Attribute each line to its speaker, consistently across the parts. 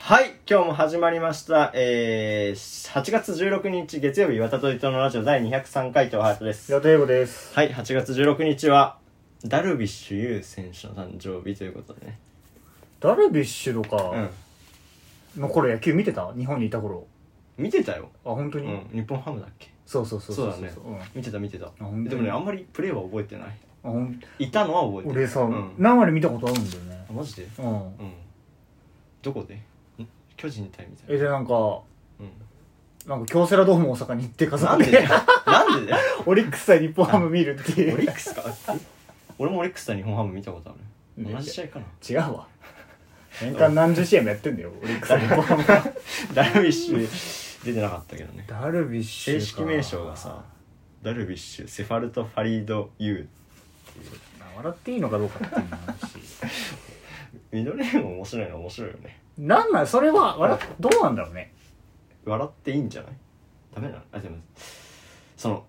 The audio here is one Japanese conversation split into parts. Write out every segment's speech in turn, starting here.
Speaker 1: はい、今日も始まりました。えー、8月16日月曜日、わたと伊藤のラジオ第203回とハートです。
Speaker 2: 平田英吾です
Speaker 1: はい、8月16日は、ダルビッシュ有選手の誕生日ということでね。
Speaker 2: ダルビッシュと
Speaker 1: う
Speaker 2: か
Speaker 1: ん。
Speaker 2: の頃野球見てた日本にいた頃
Speaker 1: 見てたよ。
Speaker 2: あ本当
Speaker 1: う
Speaker 2: に、
Speaker 1: ん、日本ハムだっけ
Speaker 2: そうそうそう
Speaker 1: そうだね
Speaker 2: うんあ
Speaker 1: 見てた見てた。
Speaker 2: ほんとに
Speaker 1: でもね、あんまりプレーは覚えてない。
Speaker 2: ほん
Speaker 1: いたのは覚えてる。
Speaker 2: 俺さ、
Speaker 1: うん。
Speaker 2: 生で見たことあるんだよね
Speaker 1: あマジで
Speaker 2: うん
Speaker 1: うん。どこでん巨人対みたい
Speaker 2: え
Speaker 1: な。
Speaker 2: でなんか
Speaker 1: うん。
Speaker 2: なんか京セラドーム大阪に行って家
Speaker 1: な
Speaker 2: 族
Speaker 1: んでだ
Speaker 2: で
Speaker 1: よなんでだよ
Speaker 2: オリックス対日本ハム見るって
Speaker 1: オ
Speaker 2: い
Speaker 1: リ
Speaker 2: う
Speaker 1: ックスか俺もオリックスと日本ハム見たことある同じ試合かな
Speaker 2: 違うわ年間何十試合もやってんだよオリックス対 日本ハム
Speaker 1: ダルビッシュ出てなかったけどね
Speaker 2: ダルビッシ
Speaker 1: 正
Speaker 2: ュか
Speaker 1: 式名称がさダルビッシュセファルト・ファリード・ユ
Speaker 2: 笑っていいのかどうかっていう話
Speaker 1: ーミドルネーム面白いの面白いよね
Speaker 2: なんなんそれは笑っどうなんだろうね
Speaker 1: 笑っていいんじゃないダメなのあでもその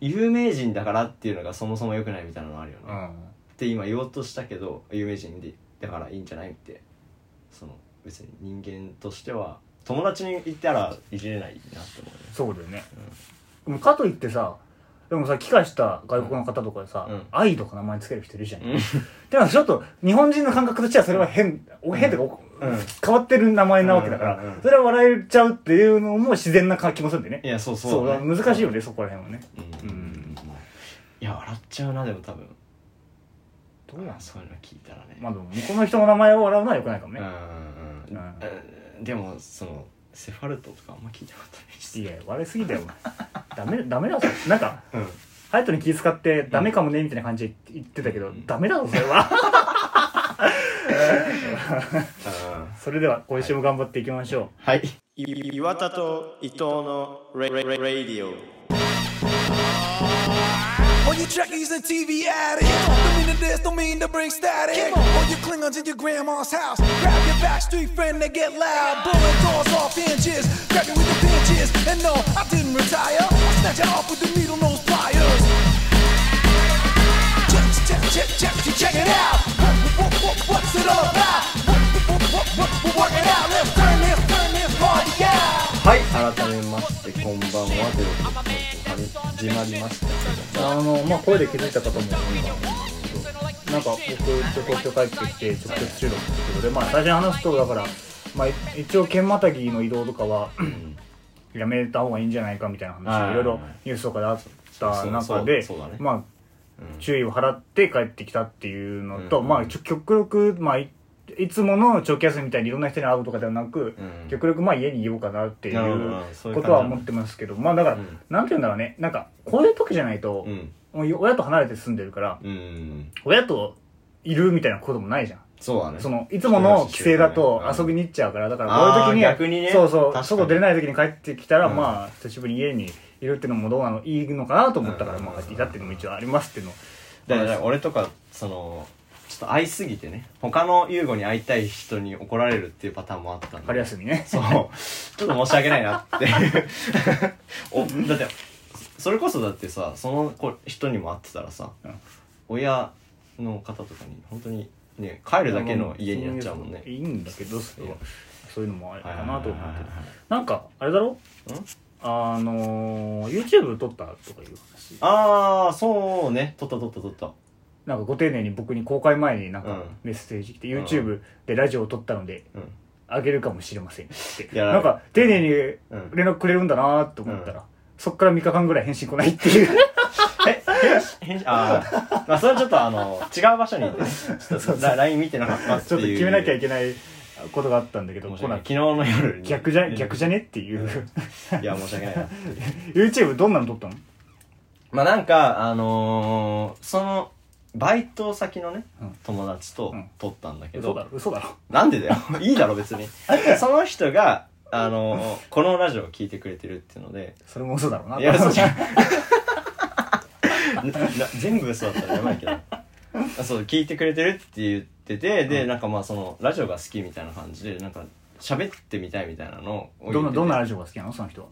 Speaker 1: 有名人だからっていうのがそもそも良くないみたいなのあるよね、
Speaker 2: う
Speaker 1: っ
Speaker 2: ん
Speaker 1: て今言おうとしたけど有名人でだからいいんじゃないってその別に人間としては友達に言ったらいじれないなって思うね
Speaker 2: そうだよね、でもかといってさでもさ帰化した外国の方とかでさ
Speaker 1: うん
Speaker 2: 「愛」とか名前つける人いるじゃん、
Speaker 1: うん
Speaker 2: でもちょっと日本人の感覚としてはそれは変、お変とか、
Speaker 1: うん
Speaker 2: 変わってる名前なわけだから、
Speaker 1: うんうんうん
Speaker 2: それは笑えちゃうっていうのも自然な気もするんでね
Speaker 1: いやそう
Speaker 2: そう
Speaker 1: そうだね、
Speaker 2: 難しいよねそこら辺はね
Speaker 1: うん、
Speaker 2: うん
Speaker 1: いや笑っちゃうなでも多分
Speaker 2: どうなんすか
Speaker 1: そういうの聞いたらね、
Speaker 2: まあでも向こうの人の名前を笑うのはよくないかもね、
Speaker 1: うんうんうん、でもそのセファルトとかあんま聞いたことないし
Speaker 2: いや笑いすぎだよダメダメだぞなんか
Speaker 1: うん
Speaker 2: 隼人に気遣ってダメかもねみたいな感じで言ってたけど、
Speaker 1: うん
Speaker 2: ダメだぞそれはそれでは今週も頑張っていきましょう、
Speaker 1: はい岩田と伊藤のレレレレディオ
Speaker 3: All you trekkies and TV addicts Don't mean to this, don't mean to bring static All you Klingons in your grandma's house Grab your back street friend, they get loud Blowing doors off inches Grab you with the pinches And no, I didn't retire I snatch it off with the needle nose pliers Check, check, check, check, check, check it out What, what, what, What's it all about? What, what, what, what, we're working out Let's turn this, turn this party out
Speaker 1: はい改めましてこんばんはということで始まりましたけども
Speaker 2: あのまあ声で気づいた方もいるかもしれないけどなんか僕ちょっと東京帰ってきて直接収録ってことでまあ最初に話すとだから、まあ、い一応県またぎの移動とかはやめた方がいいんじゃないかみたいな
Speaker 1: はい
Speaker 2: 話
Speaker 1: はい
Speaker 2: いろいろニュースとかであった中で
Speaker 1: そうそうそうそうだね
Speaker 2: まあ注意を払って帰ってきたっていうの
Speaker 1: う
Speaker 2: と
Speaker 1: ん
Speaker 2: まあちょ極力まあいいつもの長期休みみたいにいろんな人に会うとかではなく
Speaker 1: うん
Speaker 2: 極力まあ家にいようかなってい
Speaker 1: なるほどな
Speaker 2: う
Speaker 1: そういう感じ
Speaker 2: ことは思ってますけどまあだから
Speaker 1: うん
Speaker 2: なんて言うんだろうねなんかこういう時じゃないと
Speaker 1: うん
Speaker 2: もう親と離れて住んでるから、
Speaker 1: うん
Speaker 2: 親といるみたいなこともないじゃん。
Speaker 1: そうだね
Speaker 2: その、いつもの帰省だと
Speaker 1: うん
Speaker 2: 遊びに行っちゃうから、だから
Speaker 1: あー
Speaker 2: こういう時に、
Speaker 1: 逆にね
Speaker 2: そうそ
Speaker 1: 確か
Speaker 2: う、
Speaker 1: に
Speaker 2: 外出れない時に帰ってきたら、
Speaker 1: うん
Speaker 2: まあ、久しぶりに家にいるってのもどうなの、いいのかなと思ったから、
Speaker 1: うん
Speaker 2: まあ、いたっていうのも一応ありますっていうの。
Speaker 1: だから俺とかそのちょっと会いすぎてね他の優吾に会いたい人に怒られるっていうパターンもあったんで
Speaker 2: 春休みね。
Speaker 1: そうちょっと申し訳ないなって おだってそれこそだってさその子人にも会ってたらさ、
Speaker 2: うん
Speaker 1: 親の方とかに本当にね帰るだけの家になっちゃうもんね
Speaker 2: いいんだけど、それは。そういうのもあれか
Speaker 1: はいはい
Speaker 2: なと思う
Speaker 1: はいは
Speaker 2: け
Speaker 1: い
Speaker 2: ど。なんか、あれだろ
Speaker 1: ん
Speaker 2: あのー、YouTube 撮ったとかいう話。
Speaker 1: ああそうね撮った撮った撮った
Speaker 2: なんかご丁寧に僕に公開前になん
Speaker 1: う
Speaker 2: か
Speaker 1: ん
Speaker 2: メッセージ来て、
Speaker 1: うん
Speaker 2: YouTube でラジオを撮ったので、
Speaker 1: うん
Speaker 2: あげるかもしれませんって
Speaker 1: いや
Speaker 2: なんか丁寧に
Speaker 1: うん
Speaker 2: 連絡くれるんだなと思ったら、
Speaker 1: う
Speaker 2: そっから3日間ぐらい返信来ないって いう
Speaker 1: え返信あーまあそれはちょっとあの違う場所にいてねちょっと LINE 見てなかったっていう
Speaker 2: ちょっと決めなきゃいけないことがあったんだけど
Speaker 1: 申し
Speaker 2: 来
Speaker 1: 訳な
Speaker 2: ないい
Speaker 1: 昨日の夜に
Speaker 2: 逆じゃ逆じゃねっていう
Speaker 1: いや申し訳ないな
Speaker 2: YouTube どんなの撮ったの
Speaker 1: まあなんかあのーそのバイト先のね、
Speaker 2: うん
Speaker 1: 友達と
Speaker 2: うん
Speaker 1: 撮ったんだけど、
Speaker 2: 嘘だろ嘘だろ
Speaker 1: なん でだよいいだろ別にその人があの ーこのラジオを聞いてくれてるっていうので
Speaker 2: それも嘘だろうない
Speaker 1: や嘘じゃ
Speaker 2: ん
Speaker 1: ん なな全部嘘だったらやばいけど あそう聞いてくれてるって言っててで、なんかまあそのラジオが好きみたいな感じでなんか喋ってみたいみたいなのを言ってて
Speaker 2: どんなどんなラジオが好きなのその人は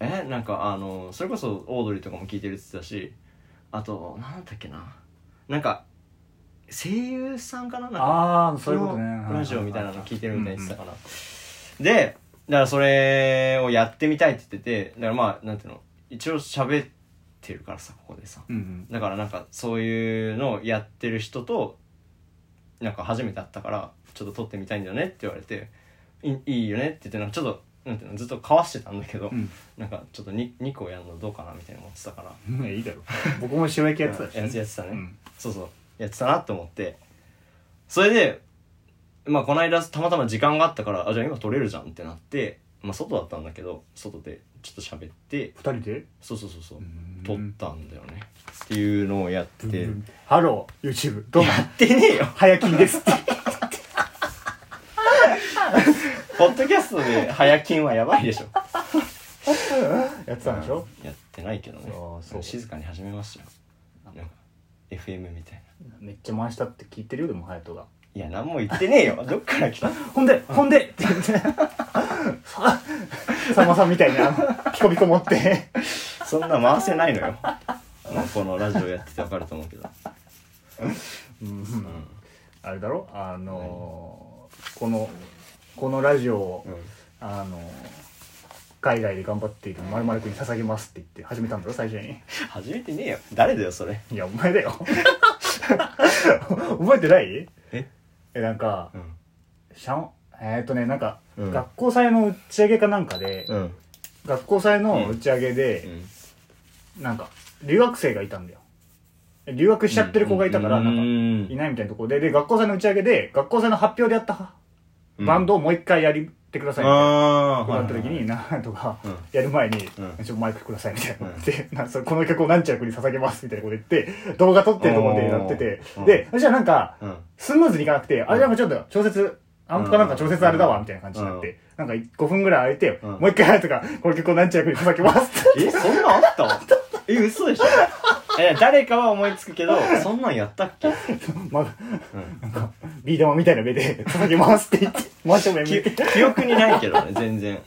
Speaker 1: えなんかあのそれこそオードリーとかも聞いてるって言ってたしあとなんだっけななんか声優さんかななんか
Speaker 2: ああそういうことね
Speaker 1: のラジオみたいなの聞いてるみたいに言ってた
Speaker 2: か
Speaker 1: かな、で、だからそれをやってみたいって言ってて、だからまあ、なんていうの、一応喋ってるからさ、ここでさ。
Speaker 2: うんうん
Speaker 1: だからなんかそういうのをやってる人となんか初めて会ったからちょっと撮ってみたいんだよねって言われていいいよねって言ってなんかちょっとなんていうのずっとかわしてたんだけど、
Speaker 2: ん
Speaker 1: なんかちょっと 2, 2個やるのどうかなみたいな思ってたから
Speaker 2: うんいやいいだろ僕も白焼きやってたし
Speaker 1: ややってたね、
Speaker 2: うん
Speaker 1: そうそうやってたなって思ってそれでまあこの間たまたま時間があったからあじゃあ今撮れるじゃんってなって、まあ、外だったんだけど外でちょっと喋って
Speaker 2: 二人で
Speaker 1: そうそうそうそう
Speaker 2: うん
Speaker 1: 撮ったんだよねっていうのをやって。
Speaker 2: ハロー YouTube どうも
Speaker 1: やってねえよ
Speaker 2: 早切りですって
Speaker 1: ポッドキャストで早金はやばい でしょ
Speaker 2: やってたんでしょ
Speaker 1: やってないけどね
Speaker 2: ああそう
Speaker 1: 静かに始めましたよなんか FM みたいな
Speaker 2: めっちゃ回したって聞いてるよでも隼人が
Speaker 1: いや何も言ってねえよどっから来た
Speaker 2: ほんでほんでって言ってさんまさんみたいなピコピコ持って
Speaker 1: そんな回せないのよまあこのラジオやってて分かると思うけど
Speaker 2: うんあれだろあのーこのこのラジオを、
Speaker 1: うん
Speaker 2: あのー海外で頑張っているまるまるくんに捧げますって言って始めたんだろ最 初に
Speaker 1: 始めてねえよ誰だよそれ
Speaker 2: いやお前だよ 覚えてない
Speaker 1: え
Speaker 2: えなんか、
Speaker 1: うん
Speaker 2: シャンえーっとねなんか、
Speaker 1: うん
Speaker 2: 学校祭の打ち上げかなんかで、
Speaker 1: うん
Speaker 2: 学校祭の打ち上げで、
Speaker 1: うん
Speaker 2: なんか、留学生がいたんだよ。留学しちゃってる子がいたから、
Speaker 1: うん
Speaker 2: なんか、
Speaker 1: うん
Speaker 2: いないみたいなとこで、で、学校祭の打ち上げで、学校祭の発表でやった
Speaker 1: うん
Speaker 2: バンドをもう一回やりってくださいみたいな。
Speaker 1: ああ
Speaker 2: なった時に、なんとか
Speaker 1: うん、
Speaker 2: やる前に、ち
Speaker 1: ん
Speaker 2: ょっとマイクくださいみたいなのって、なんかそれこの曲を何着に捧げますみたいなこと言って、動画撮ってるところでなってて
Speaker 1: おー、
Speaker 2: で、そしたらなんか、
Speaker 1: うん
Speaker 2: スムーズにいかなくて、あれなんかちょっと調節、アンプかなんか調節あれだわ、みたいな感じになって、なんか5分ぐらい空いて、
Speaker 1: うん
Speaker 2: もう一回やるとか、この曲を何着に捧げますって。
Speaker 1: えそんなんあったえ嘘 でしょえ誰かは思いつくけど そんなんやったっけ
Speaker 2: まだ、なんか、ビー玉みたいな目で、 叩きますって言って、真正面見て。
Speaker 1: 記憶にないけどね全然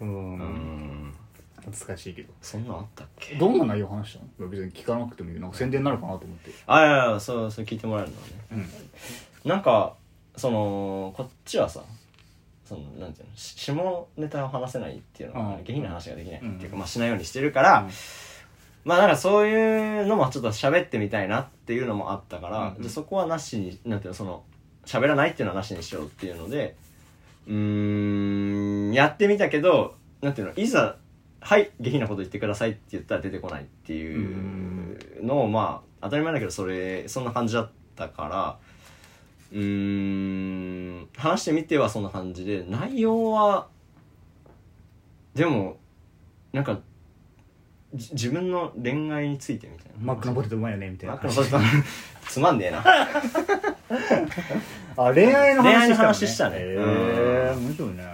Speaker 2: うん
Speaker 1: う。ん
Speaker 2: 懐かしいけど。
Speaker 1: そんなんあったっけ
Speaker 2: どんな内容話したの別に聞かなくてもいいよ。なんか宣伝になるかなと思って。
Speaker 1: あいやいやそうそう聞いてもらえるのはね
Speaker 2: うん。
Speaker 1: なんかそのこっちはさそのなんていうのし下ネタを話せないっていうのは、
Speaker 2: うん
Speaker 1: 下品な話ができない、
Speaker 2: うん
Speaker 1: っていうかまあしないようにしてるから、
Speaker 2: うん
Speaker 1: まあなんかそういうのもちょっと喋ってみたいなっていうのもあったから、
Speaker 2: うん
Speaker 1: じゃあそこはなしになんていうのその喋らないっていうのはなしにしようっていうのでうーんやってみたけどなんていうのいざ「はい下品なこと言ってください」って言ったら出てこないっていうのをまあ当たり前だけどそれそんな感じだったからうーん話してみてはそんな感じで内容はでもなんかじ自分の恋愛についてみたいな。
Speaker 2: マックのポテトうまいよね、みたい
Speaker 1: マ
Speaker 2: な
Speaker 1: ック。のポテト つまんねえな。
Speaker 2: あ、恋愛の
Speaker 1: 恋
Speaker 2: 話した、ね。
Speaker 1: 愛の話したね
Speaker 2: へえ、
Speaker 1: う
Speaker 2: 面白いね。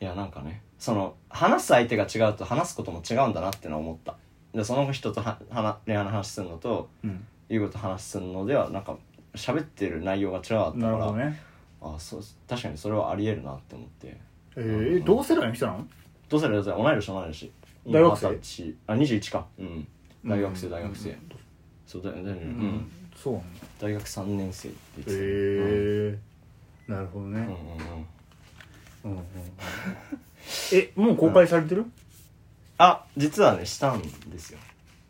Speaker 1: いや、なんかね、その、話す相手が違うと話すことも違うんだなってのは思った。で、その人とはは恋愛の話するのと、
Speaker 2: うん。
Speaker 1: 優子と話するのでは、なんか、喋ってる内容が違かった
Speaker 2: な
Speaker 1: か
Speaker 2: るほ
Speaker 1: ら、
Speaker 2: どね。
Speaker 1: あそう、確かにそれはあり得るなって思って。
Speaker 2: えー、同世代の人なの
Speaker 1: どうせだよ、どうせだよ同い年同い年。
Speaker 2: 大学生
Speaker 1: 今二十歳あ、21か。うん。大学生、
Speaker 2: うん
Speaker 1: 大学生。そうだよね、だよね。う。。
Speaker 2: うんそうなんだ。
Speaker 1: 大学3年生って言っ
Speaker 2: へ
Speaker 1: てた。
Speaker 2: え。なるほど
Speaker 1: うん
Speaker 2: ね。
Speaker 1: うんうんうん。
Speaker 2: うんうんうん。え、もう公開されてる
Speaker 1: あ、実はね、したんですよ。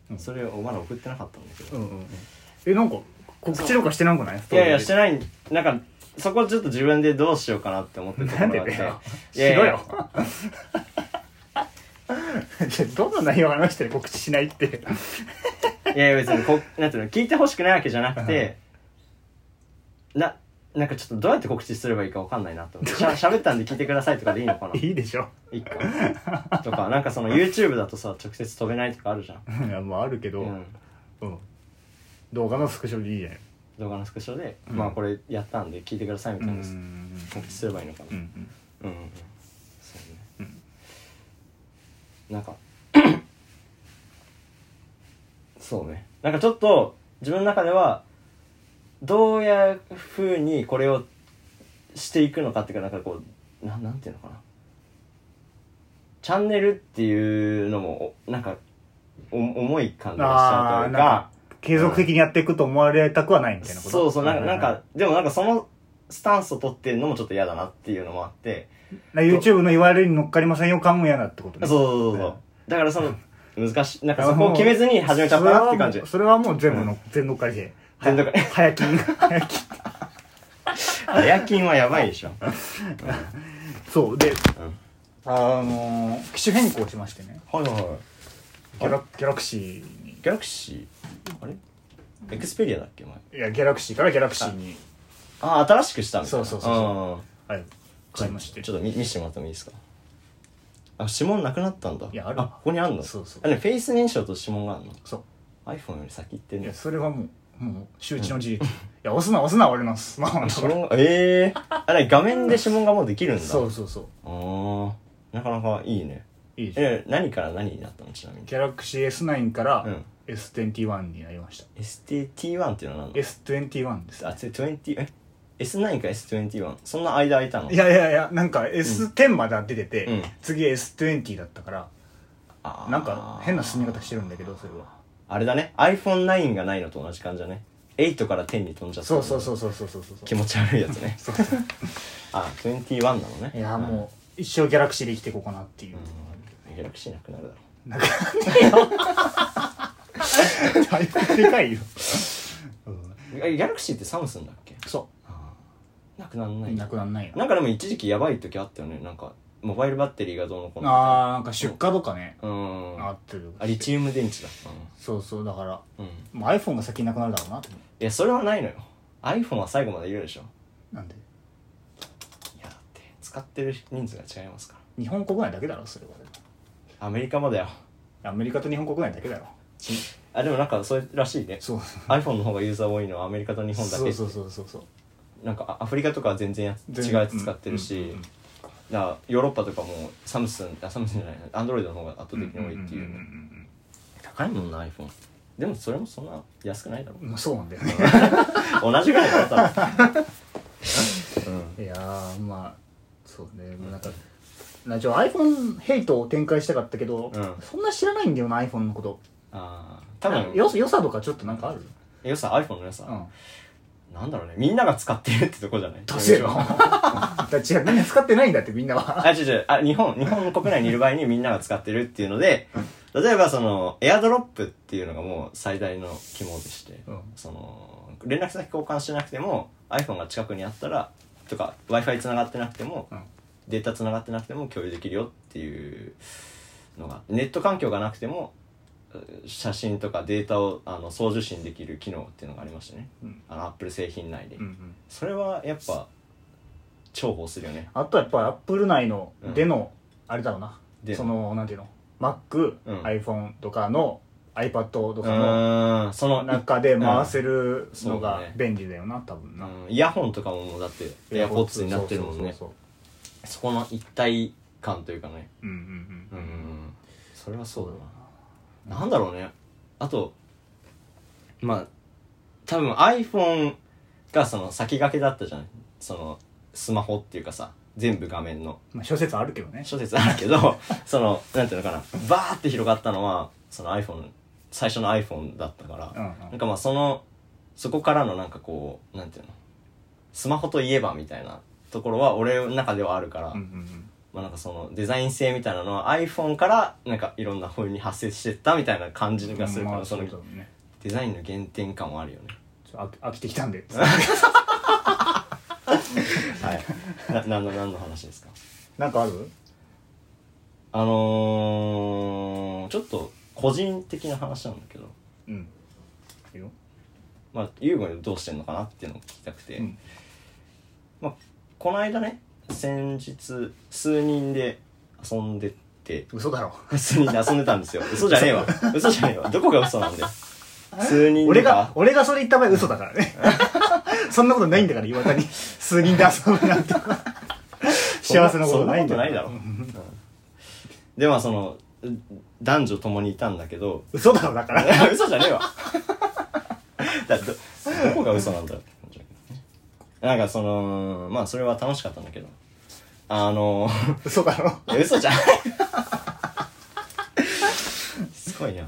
Speaker 2: うん
Speaker 1: それをまだ送ってなかったんだけど。
Speaker 2: うんうんうん。え、なんか、告知とかしてなんかない
Speaker 1: いやいや、して
Speaker 2: な
Speaker 1: な
Speaker 2: い。
Speaker 1: い、なんか、そこちょっと自分でどうしようかなって思ってるとこ
Speaker 2: なん
Speaker 1: ろ
Speaker 2: で
Speaker 1: があって。
Speaker 2: だよ。
Speaker 1: い
Speaker 2: し
Speaker 1: やいや
Speaker 2: ろよ。じゃ あどんな内容話してる告知しないって。
Speaker 1: いやいや、別にこ、なんていうの、聞いてほしくないわけじゃなくて、な、なんかちょっとどうやって告知すればいいかわかんないなと思 って。しゃ、喋ったんで聞いてくださいとかでいいのかない
Speaker 2: いいでしょ。
Speaker 1: いか。とか、なんかその YouTube だとさ、直接飛べないとかあるじゃん。
Speaker 2: いや、まああるけど、
Speaker 1: う
Speaker 2: うんん。。動画のスクショでいいじゃない。
Speaker 1: 動画のスクショで、
Speaker 2: うん
Speaker 1: まあこれやったんで聞いてくださいみ
Speaker 2: う
Speaker 1: た
Speaker 2: ん
Speaker 1: いな、告知すればいいのかな。
Speaker 2: うんうん。
Speaker 1: うんうんうんそうね、
Speaker 2: うん
Speaker 1: なんか そうねなんかちょっと自分の中ではどういうふうにこれをしていくのかっていうかなんかこうななんていうのかなチャンネルっていうのもおなんかお重い感じがしちゃ
Speaker 2: あ
Speaker 1: うとい
Speaker 2: あ、
Speaker 1: うか
Speaker 2: なんか、継続的にやっていくと思われたくはないみたいなこと。
Speaker 1: そうそうなんかなんかでもなんかそのスタンスを取ってんのもちょっと嫌だなっていうのもあって、
Speaker 2: な YouTube の URL に乗っかりませんよ感も嫌だってこと
Speaker 1: そ
Speaker 2: ね
Speaker 1: うそうそうそう。だからその、難しい、なんかそこを決めずに始めちゃったなって感じ。
Speaker 2: それはもうそれはもう全部の、全乗っかりで
Speaker 1: 全乗っかり
Speaker 2: 早き早き
Speaker 1: 夜勤はやばいでしょ。
Speaker 2: そうで、あのー、機種変更しましてね
Speaker 1: はいはいは
Speaker 2: ギャラギャラクシーに
Speaker 1: い。ギャラクシー、あれエクスペリアだっけ前。
Speaker 2: いやギャラクシーからギャラクシーに
Speaker 1: ああ、新しくしたんだ。
Speaker 2: そうそうそう
Speaker 1: そ
Speaker 2: はい買いまして
Speaker 1: ちょっと見見せてもらってもいいですかあ、指紋なくなったんだ。
Speaker 2: いやある
Speaker 1: あ、ここにあんの
Speaker 2: そうそう
Speaker 1: あれ、フェイス認証と指紋があんの
Speaker 2: そ
Speaker 1: ?iPhone より先行って
Speaker 2: うんい
Speaker 1: ね
Speaker 2: や。それはもうもう周知の事実、いや押すな押すな俺のスマホのとこ
Speaker 1: 指
Speaker 2: ろ
Speaker 1: 紋が、ええー。あれ、画面で指紋がもうできるんだ。
Speaker 2: そうそうそう
Speaker 1: あーなかなかいいね
Speaker 2: いいでしょ
Speaker 1: え何から何になったのちなみに
Speaker 2: ギャラクシー S9 か
Speaker 1: う
Speaker 2: ら
Speaker 1: ん
Speaker 2: S21 になりました、
Speaker 1: ST1 っていうのは何なの
Speaker 2: S21 です
Speaker 1: あつ20え S9 か S21 そんな間空いたの
Speaker 2: いやいやいやなんか S10 まで出てて、
Speaker 1: うん
Speaker 2: 次 S20 だったから
Speaker 1: あー
Speaker 2: なんか変な進み方してるんだけどそれは
Speaker 1: あれだね iPhone9 がないのと同じ感じだね8から10に飛んじゃった
Speaker 2: そうそう
Speaker 1: う
Speaker 2: そうそうそうそうそう
Speaker 1: 気持ち悪いやつ ね
Speaker 2: そうそう
Speaker 1: あ21なのね
Speaker 2: いやもう一生ギャラクシーで生きていこうかなっていう、
Speaker 1: うんギャラクシーなくなるだろ
Speaker 2: なんかねだいぶ でかいよ、うん
Speaker 1: うえギャラクシーってサムスンだっけ
Speaker 2: そ
Speaker 1: なくならな
Speaker 2: う
Speaker 1: い
Speaker 2: なくなんないよ
Speaker 1: なんかでも一時期やばい時あったよねなんかモバイルバッテリーがどうのこうの
Speaker 2: あーなんか出荷とかね、
Speaker 1: うーん
Speaker 2: あってる
Speaker 1: あリチウム電池だった
Speaker 2: そうそうだから
Speaker 1: うん、うん
Speaker 2: もう iPhone が先になくなるだろうなと思
Speaker 1: いやそれはないのよ iPhone は最後までいるでしょいう
Speaker 2: なんで
Speaker 1: やだって使ってる人数が違いますか
Speaker 2: 日本国内だけだろそれは
Speaker 1: らアメリカもだよ
Speaker 2: アメリカと日本国内だけだろ
Speaker 1: ちあでもなんかそれらしいね
Speaker 2: そう
Speaker 1: iPhone の方がユーザー多いのはアメリカと日本だけ
Speaker 2: そうそうそうそうそう
Speaker 1: なんかあアフリカとかは全然や
Speaker 2: 全
Speaker 1: 違うやつ使ってるし、
Speaker 2: うんうんうん
Speaker 1: だからヨーロッパとかもサムスンあサムスンじゃないアンドロイドの方が圧倒的に多いっていう,、
Speaker 2: んんん
Speaker 1: 高いもんな iPhone でもそれもそんな安くないだろ
Speaker 2: うんまあそうなんだよね
Speaker 1: 同じぐらいだろ多分、うん
Speaker 2: いやーまあそうねもうなんかなちょ iPhone ヘイトを展開したかったけど、
Speaker 1: うん
Speaker 2: そんな知らないんだよな iPhone のこと
Speaker 1: あー多分
Speaker 2: よ良さとかちょっとなんかある
Speaker 1: 良さ iPhone の良さ、
Speaker 2: うん
Speaker 1: なんだろうねみんなが使ってるってとこじゃない
Speaker 2: 出 せよだから違うみんな使ってないんだってみんなは
Speaker 1: あ、違う違う。あ、日本、日本国内にいる場合にみんなが使ってるっていうので、例えばその、エアドロップっていうのがもう最大の肝でして、
Speaker 2: うん
Speaker 1: その、連絡先交換しなくても、iPhone が近くにあったら、とか、Wi-Fi 繋がってなくても、
Speaker 2: うん
Speaker 1: データ繋がってなくても共有できるよっていうのが、ネット環境がなくても、う写真とかデータをあの送受信できる機能っていうのがありましたね。
Speaker 2: うん
Speaker 1: あの、Apple 製品内で。
Speaker 2: うんうん
Speaker 1: それはやっぱ、重宝するよね。
Speaker 2: あとはやっぱりアップル内の
Speaker 1: うん
Speaker 2: での、あれだろうな
Speaker 1: で
Speaker 2: そのなんていうの Mac、
Speaker 1: うん
Speaker 2: iPhone とかの iPad と
Speaker 1: う
Speaker 2: かの
Speaker 1: ーん、その、
Speaker 2: 中で回せるの
Speaker 1: うんそうだ
Speaker 2: が
Speaker 1: ね
Speaker 2: 便利だよな多分な、
Speaker 1: うんイヤホンとかももうだってエアポッツになってるもんね
Speaker 2: そうそう
Speaker 1: そこの一体感というかね
Speaker 2: そううんうん
Speaker 1: う
Speaker 2: うんん、
Speaker 1: うんうんそれはそう
Speaker 2: そう
Speaker 1: だななんだろうねあとまあ多分 iPhone がその先駆けだったじゃんそのスマホっていうかさ全部画面の
Speaker 2: まあ、諸説あるけどね
Speaker 1: 諸説あるけど そのなんていうのかなバーって広がったのはその iPhone 最初の iPhone だったから、
Speaker 2: うん
Speaker 1: なんかまあそのそこからのなんかこうなんていうのスマホといえばみたいなところは俺の中ではあるから、
Speaker 2: うんうん
Speaker 1: まあなんかそのデザイン性みたいなのは iPhone からなんかいろんな風に発生してったみたいな感じ
Speaker 2: うん
Speaker 1: がするから、
Speaker 2: まあ
Speaker 1: そ
Speaker 2: そ
Speaker 1: の
Speaker 2: うだろうね
Speaker 1: デザインの原点感はあるよね。
Speaker 2: ちょ飽き飽きてきたんで
Speaker 1: はい。な、 なんの、なんの話ですか
Speaker 2: なんかある
Speaker 1: あのー、ちょっと個人的な話なんだけど、
Speaker 2: うんいいよ
Speaker 1: まあ、ユーゴにどうしてんのかなっていうのを聞きたくて、
Speaker 2: うん
Speaker 1: まあ、この間ね先日数人で遊んでて
Speaker 2: 嘘だろ
Speaker 1: 数人で遊んでたんですよ嘘じゃねえわ嘘じゃねえわどこが嘘なんだよ数人で
Speaker 2: 俺が俺がそれ言った場合嘘だからね そんなことないんだから岩田 に数人で遊ぶなんて幸せなことない
Speaker 1: そんなこ
Speaker 2: んだ
Speaker 1: とないだろでまあそのう男女共にいたんだけど
Speaker 2: 嘘だろだから
Speaker 1: 嘘じゃねえわだどどこが嘘なんだろうって感じだけどねなんかそのまあそれは楽しかったんだけどあの
Speaker 2: 嘘だろ
Speaker 1: え嘘じゃんすごい な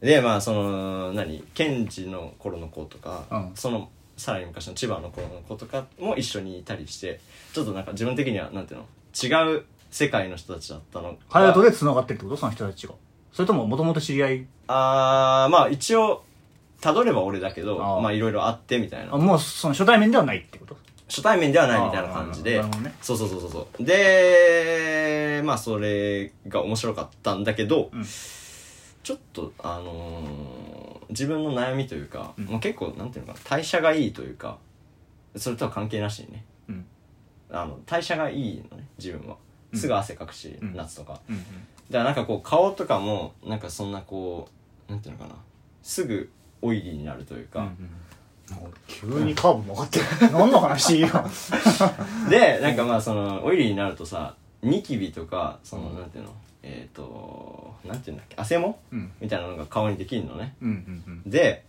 Speaker 1: でまあその何ケンジの頃の子とか、
Speaker 2: うん
Speaker 1: そのさらに昔の千葉の頃の子とかも一緒にいたりしてちょっとなんか自分的にはなんていうの違う世界の人たちだったの
Speaker 2: ハイライトで繋がってるってことその人たちがそれとももともと知り合い
Speaker 1: あーまあ一応たどれば俺だけど
Speaker 2: あー
Speaker 1: まあいろいろあってみたいな
Speaker 2: あもうその初対面ではないってこと
Speaker 1: 初対面ではないみたいな感じで、
Speaker 2: あーなるほどね
Speaker 1: そうそうそうそうそうでまあそれが面白かったんだけど、
Speaker 2: うん
Speaker 1: ちょっとあのー自分の悩みというか、
Speaker 2: うん
Speaker 1: もう結構なんていうのかな代謝がいいというかそれとは関係なしにね
Speaker 2: うん
Speaker 1: あの代謝がいいのね自分は
Speaker 2: うん
Speaker 1: すぐ汗かくし、
Speaker 2: うん
Speaker 1: 夏とか
Speaker 2: うんうん
Speaker 1: だからなんかこう顔とかもなんかそんなこうなんていうのかなすぐオイリーになるというか、
Speaker 2: 急にカーブ曲がってる 何の話今
Speaker 1: でなんかまあそのオイリーになるとさニキビとかその
Speaker 2: うん
Speaker 1: なんていうのえっ、となんていうんだっけ汗も
Speaker 2: うん
Speaker 1: みたいなのが顔にできるのね
Speaker 2: うんうん
Speaker 1: で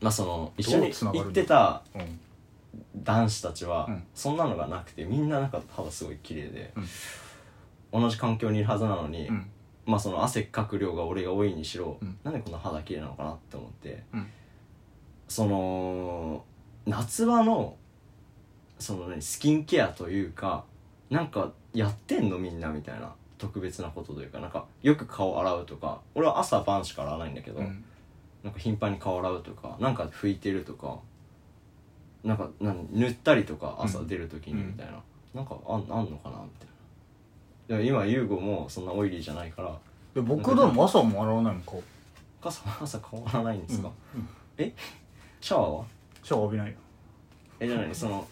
Speaker 1: まあその一緒
Speaker 2: ど
Speaker 1: に
Speaker 2: う繋がるの
Speaker 1: 行ってた
Speaker 2: うんうん
Speaker 1: 男子たちは
Speaker 2: うん
Speaker 1: そんなのがなくてみんななんか肌すごい綺麗で、同じ環境にいるはずなのに、
Speaker 2: うん
Speaker 1: まあその汗かく量が俺が多いにしろ、
Speaker 2: うん
Speaker 1: なんでこんな肌綺麗なのかなって思って、
Speaker 2: うん
Speaker 1: その夏場のそのねスキンケアというかなんかやってんのみんなみたいな特別なことというかなんかよく顔洗うとか俺は朝晩しか洗わないんだけど、
Speaker 2: うん
Speaker 1: なんか頻繁に顔洗うとかなんか拭いてるとかなんかなん塗ったりとか朝出る時にみたいな、なんかあんあんのかなみたいなでも今優吾もそんなオイリーじゃないから
Speaker 2: で僕でも朝も洗わないもん顔
Speaker 1: お母さん朝顔洗わないんですか、
Speaker 2: うんうん
Speaker 1: えシャワーは
Speaker 2: シャワー浴びないよ
Speaker 1: えじゃないそ の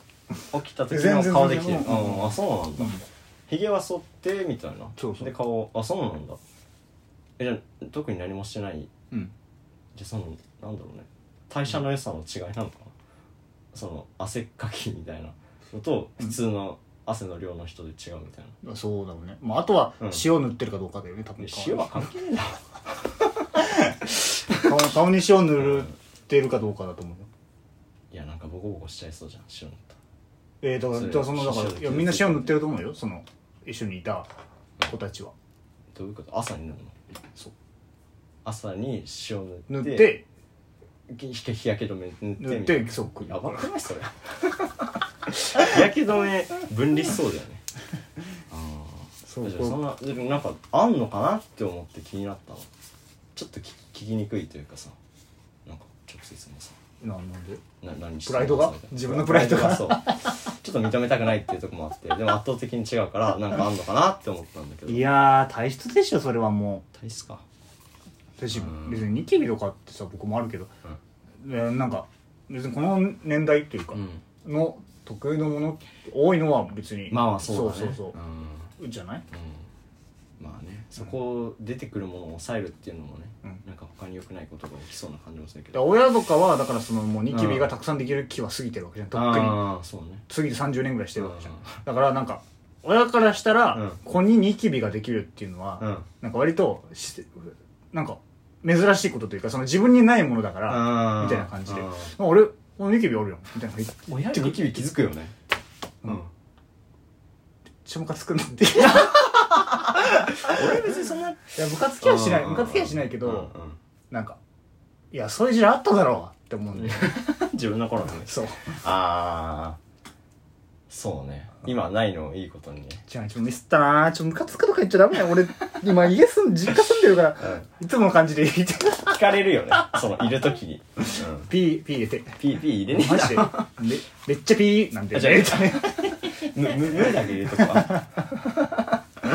Speaker 1: 起きた時
Speaker 2: 全
Speaker 1: の
Speaker 2: 然
Speaker 1: 顔できてる
Speaker 2: 全然うん
Speaker 1: ああそうなんだ
Speaker 2: うん
Speaker 1: ひげは剃ってみたいな
Speaker 2: そうそう
Speaker 1: で顔あそうなんだえじゃあ特に何もしてない
Speaker 2: うん
Speaker 1: じゃあそのなんだろうね代謝の良さの違いなのかな、その汗っかきみたいなのと普通の汗の量の人で違うみたいな、
Speaker 2: そうだろうね、まあ、あとは
Speaker 1: うん
Speaker 2: 塩塗ってるかどうかだよね多分
Speaker 1: で塩は関係ねえだろ
Speaker 2: 顔顔に塩塗ってるかどうかだと思うよ
Speaker 1: いやなんかボコボコしちゃいそうじゃん塩塗ったら
Speaker 2: えー、だ
Speaker 1: そ
Speaker 2: か
Speaker 1: れ
Speaker 2: らそのだから
Speaker 1: 塩
Speaker 2: いやみんな塩塗ってると思うよその一緒にいた子たちは
Speaker 1: どういうこと朝に塗るの
Speaker 2: そう
Speaker 1: 朝に塩
Speaker 2: 塗
Speaker 1: 塗
Speaker 2: っ
Speaker 1: って
Speaker 2: て
Speaker 1: 日日焼け止め塗ってみた
Speaker 2: 塗
Speaker 1: い
Speaker 2: っ
Speaker 1: な
Speaker 2: てそうくる
Speaker 1: やばくないそれ 日焼け止め分離しそうだよねああ
Speaker 2: そう
Speaker 1: じゃあそんなでもなんかあんのかなって思って気になったのちょっと聞き聞きにくいというかさなんか直接もさ
Speaker 2: ななんで
Speaker 1: な何して
Speaker 2: プライドが
Speaker 1: みたいな
Speaker 2: 自分のプライドが
Speaker 1: そうちょっと認めたくないっていうとこもあってでも圧倒的に違うからなんかあんのかなって思ったんだけど
Speaker 2: いやー体質でしょそれはも
Speaker 1: 大質か
Speaker 2: う私
Speaker 1: うん
Speaker 2: 別にニキビとかってさ僕もあるけど、えーなんか別にこの年代っていうか
Speaker 1: うん
Speaker 2: の得意のもの多いのは別に
Speaker 1: まあまあそうだね
Speaker 2: そうそう
Speaker 1: うん
Speaker 2: そうじゃない
Speaker 1: うんまあねそこを出てくるものを抑えるっていうのもね、
Speaker 2: うん
Speaker 1: なんか他に良くないことが起きそうな感じもするけ
Speaker 2: だから
Speaker 1: ど
Speaker 2: 親とかはだからそのもうニキビがたくさんできる期は過ぎてるわけじゃんとっくに
Speaker 1: ああそうね
Speaker 2: 過ぎて30年ぐらいしてるわけじゃん
Speaker 1: うん
Speaker 2: だからなんか親からしたら、
Speaker 1: うん
Speaker 2: 子にニキビができるっていうのは、
Speaker 1: うん
Speaker 2: なんか割としてなんか珍しいことというかその自分にないものだから、
Speaker 1: あ
Speaker 2: みたいな感じで
Speaker 1: あ
Speaker 2: あ俺俺ニキビおるよみたいなの言って
Speaker 1: 親にニキビ気づくよねうん
Speaker 2: ちゃムカつくんだって い
Speaker 1: 俺別にそんな
Speaker 2: やムカつきはしないムカつきはしないけど、
Speaker 1: うんうん
Speaker 2: なんかいやそういう時代あっただろうって思うんで、
Speaker 1: 自分の頃のね
Speaker 2: そう
Speaker 1: ああそうね今ないのをいいことにね
Speaker 2: じゃあちょっとミスったなちょっとムカつくとか言っちゃダメだよ俺今家住ん実家住んでるから、いつもの感じで言って
Speaker 1: 聞かれるよねそのいる時にうん
Speaker 2: ピーピー入れて
Speaker 1: ピーピー入れね
Speaker 2: マジでめめっちゃピーなんだ
Speaker 1: え
Speaker 2: よ
Speaker 1: じゃあ入
Speaker 2: ね
Speaker 1: れたね むむむだけ入れとこう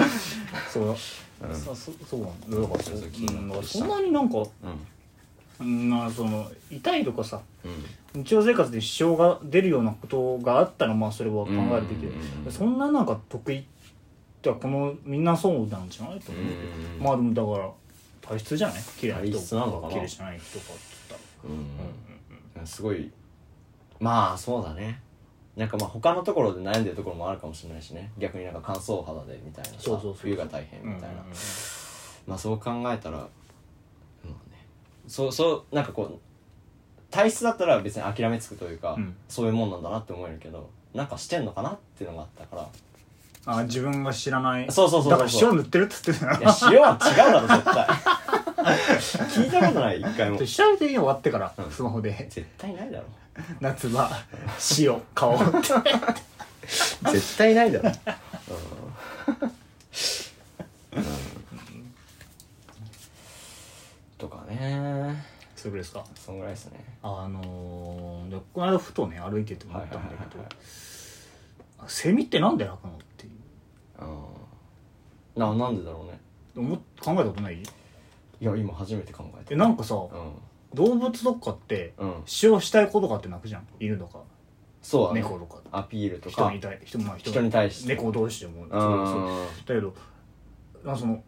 Speaker 2: そう、そそそうなんだだから
Speaker 1: そ
Speaker 2: そう
Speaker 1: そう気になった
Speaker 2: うんそんなになんか
Speaker 1: うん
Speaker 2: うんまあその痛いとかさ
Speaker 1: うん
Speaker 2: 日常生活で支障が出るようなことがあったらまあそれは考えるべき
Speaker 1: うんうんう
Speaker 2: で
Speaker 1: ん
Speaker 2: そんななんか得意ってこのみんなそうなんじゃないと思うけど
Speaker 1: うんうん
Speaker 2: まあでもだから体質じゃない綺麗な
Speaker 1: 体質なの
Speaker 2: 人
Speaker 1: か
Speaker 2: か
Speaker 1: な
Speaker 2: 綺麗じゃない人かって言ったら
Speaker 1: うんすごいまあそうだねなんかまあ他のところで悩んでるところもあるかもしれないしね逆になんか乾燥肌でみたいなさ
Speaker 2: そうそうそうそう
Speaker 1: 冬が大変みたいな、
Speaker 2: うんうんうん
Speaker 1: まあそう考えたらまあねそうそうなんかこう体質だったら別に諦めつくというか、
Speaker 2: うん
Speaker 1: そういうもんなんだなって思えるけどなんかしてんのかなっていうのがあったから
Speaker 2: あ自分が知らない
Speaker 1: そうそうそうそう
Speaker 2: だから塩塗ってるっつってたよ
Speaker 1: いや塩は違うだろ絶対聞いたことない一回も
Speaker 2: 調べてみよう終わってから、
Speaker 1: うん
Speaker 2: スマホで
Speaker 1: 絶対ないだろ
Speaker 2: 「夏場塩顔」って
Speaker 1: 絶対ない だろとかね
Speaker 2: それぐらいですか
Speaker 1: そんぐらいですね
Speaker 2: あのー、でこの間ふとね歩いてて思
Speaker 1: はい
Speaker 2: っ
Speaker 1: はい
Speaker 2: た
Speaker 1: はい
Speaker 2: んだ
Speaker 1: は
Speaker 2: けど、
Speaker 1: い
Speaker 2: セミってなんで鳴くのっていう
Speaker 1: うんななんでだろうね
Speaker 2: 思っ考えたことな
Speaker 1: い
Speaker 2: い
Speaker 1: や今初めて考えて
Speaker 2: えなんかさ、
Speaker 1: う
Speaker 2: 動物とかって
Speaker 1: んうん
Speaker 2: 使用したい子とかって鳴くじゃん犬とか
Speaker 1: そうだね
Speaker 2: 猫とか
Speaker 1: アピールと
Speaker 2: 人
Speaker 1: か
Speaker 2: に対人,、まあ、
Speaker 1: 人に対して
Speaker 2: 猫同士でも
Speaker 1: う
Speaker 2: そうそうんだけどなんかその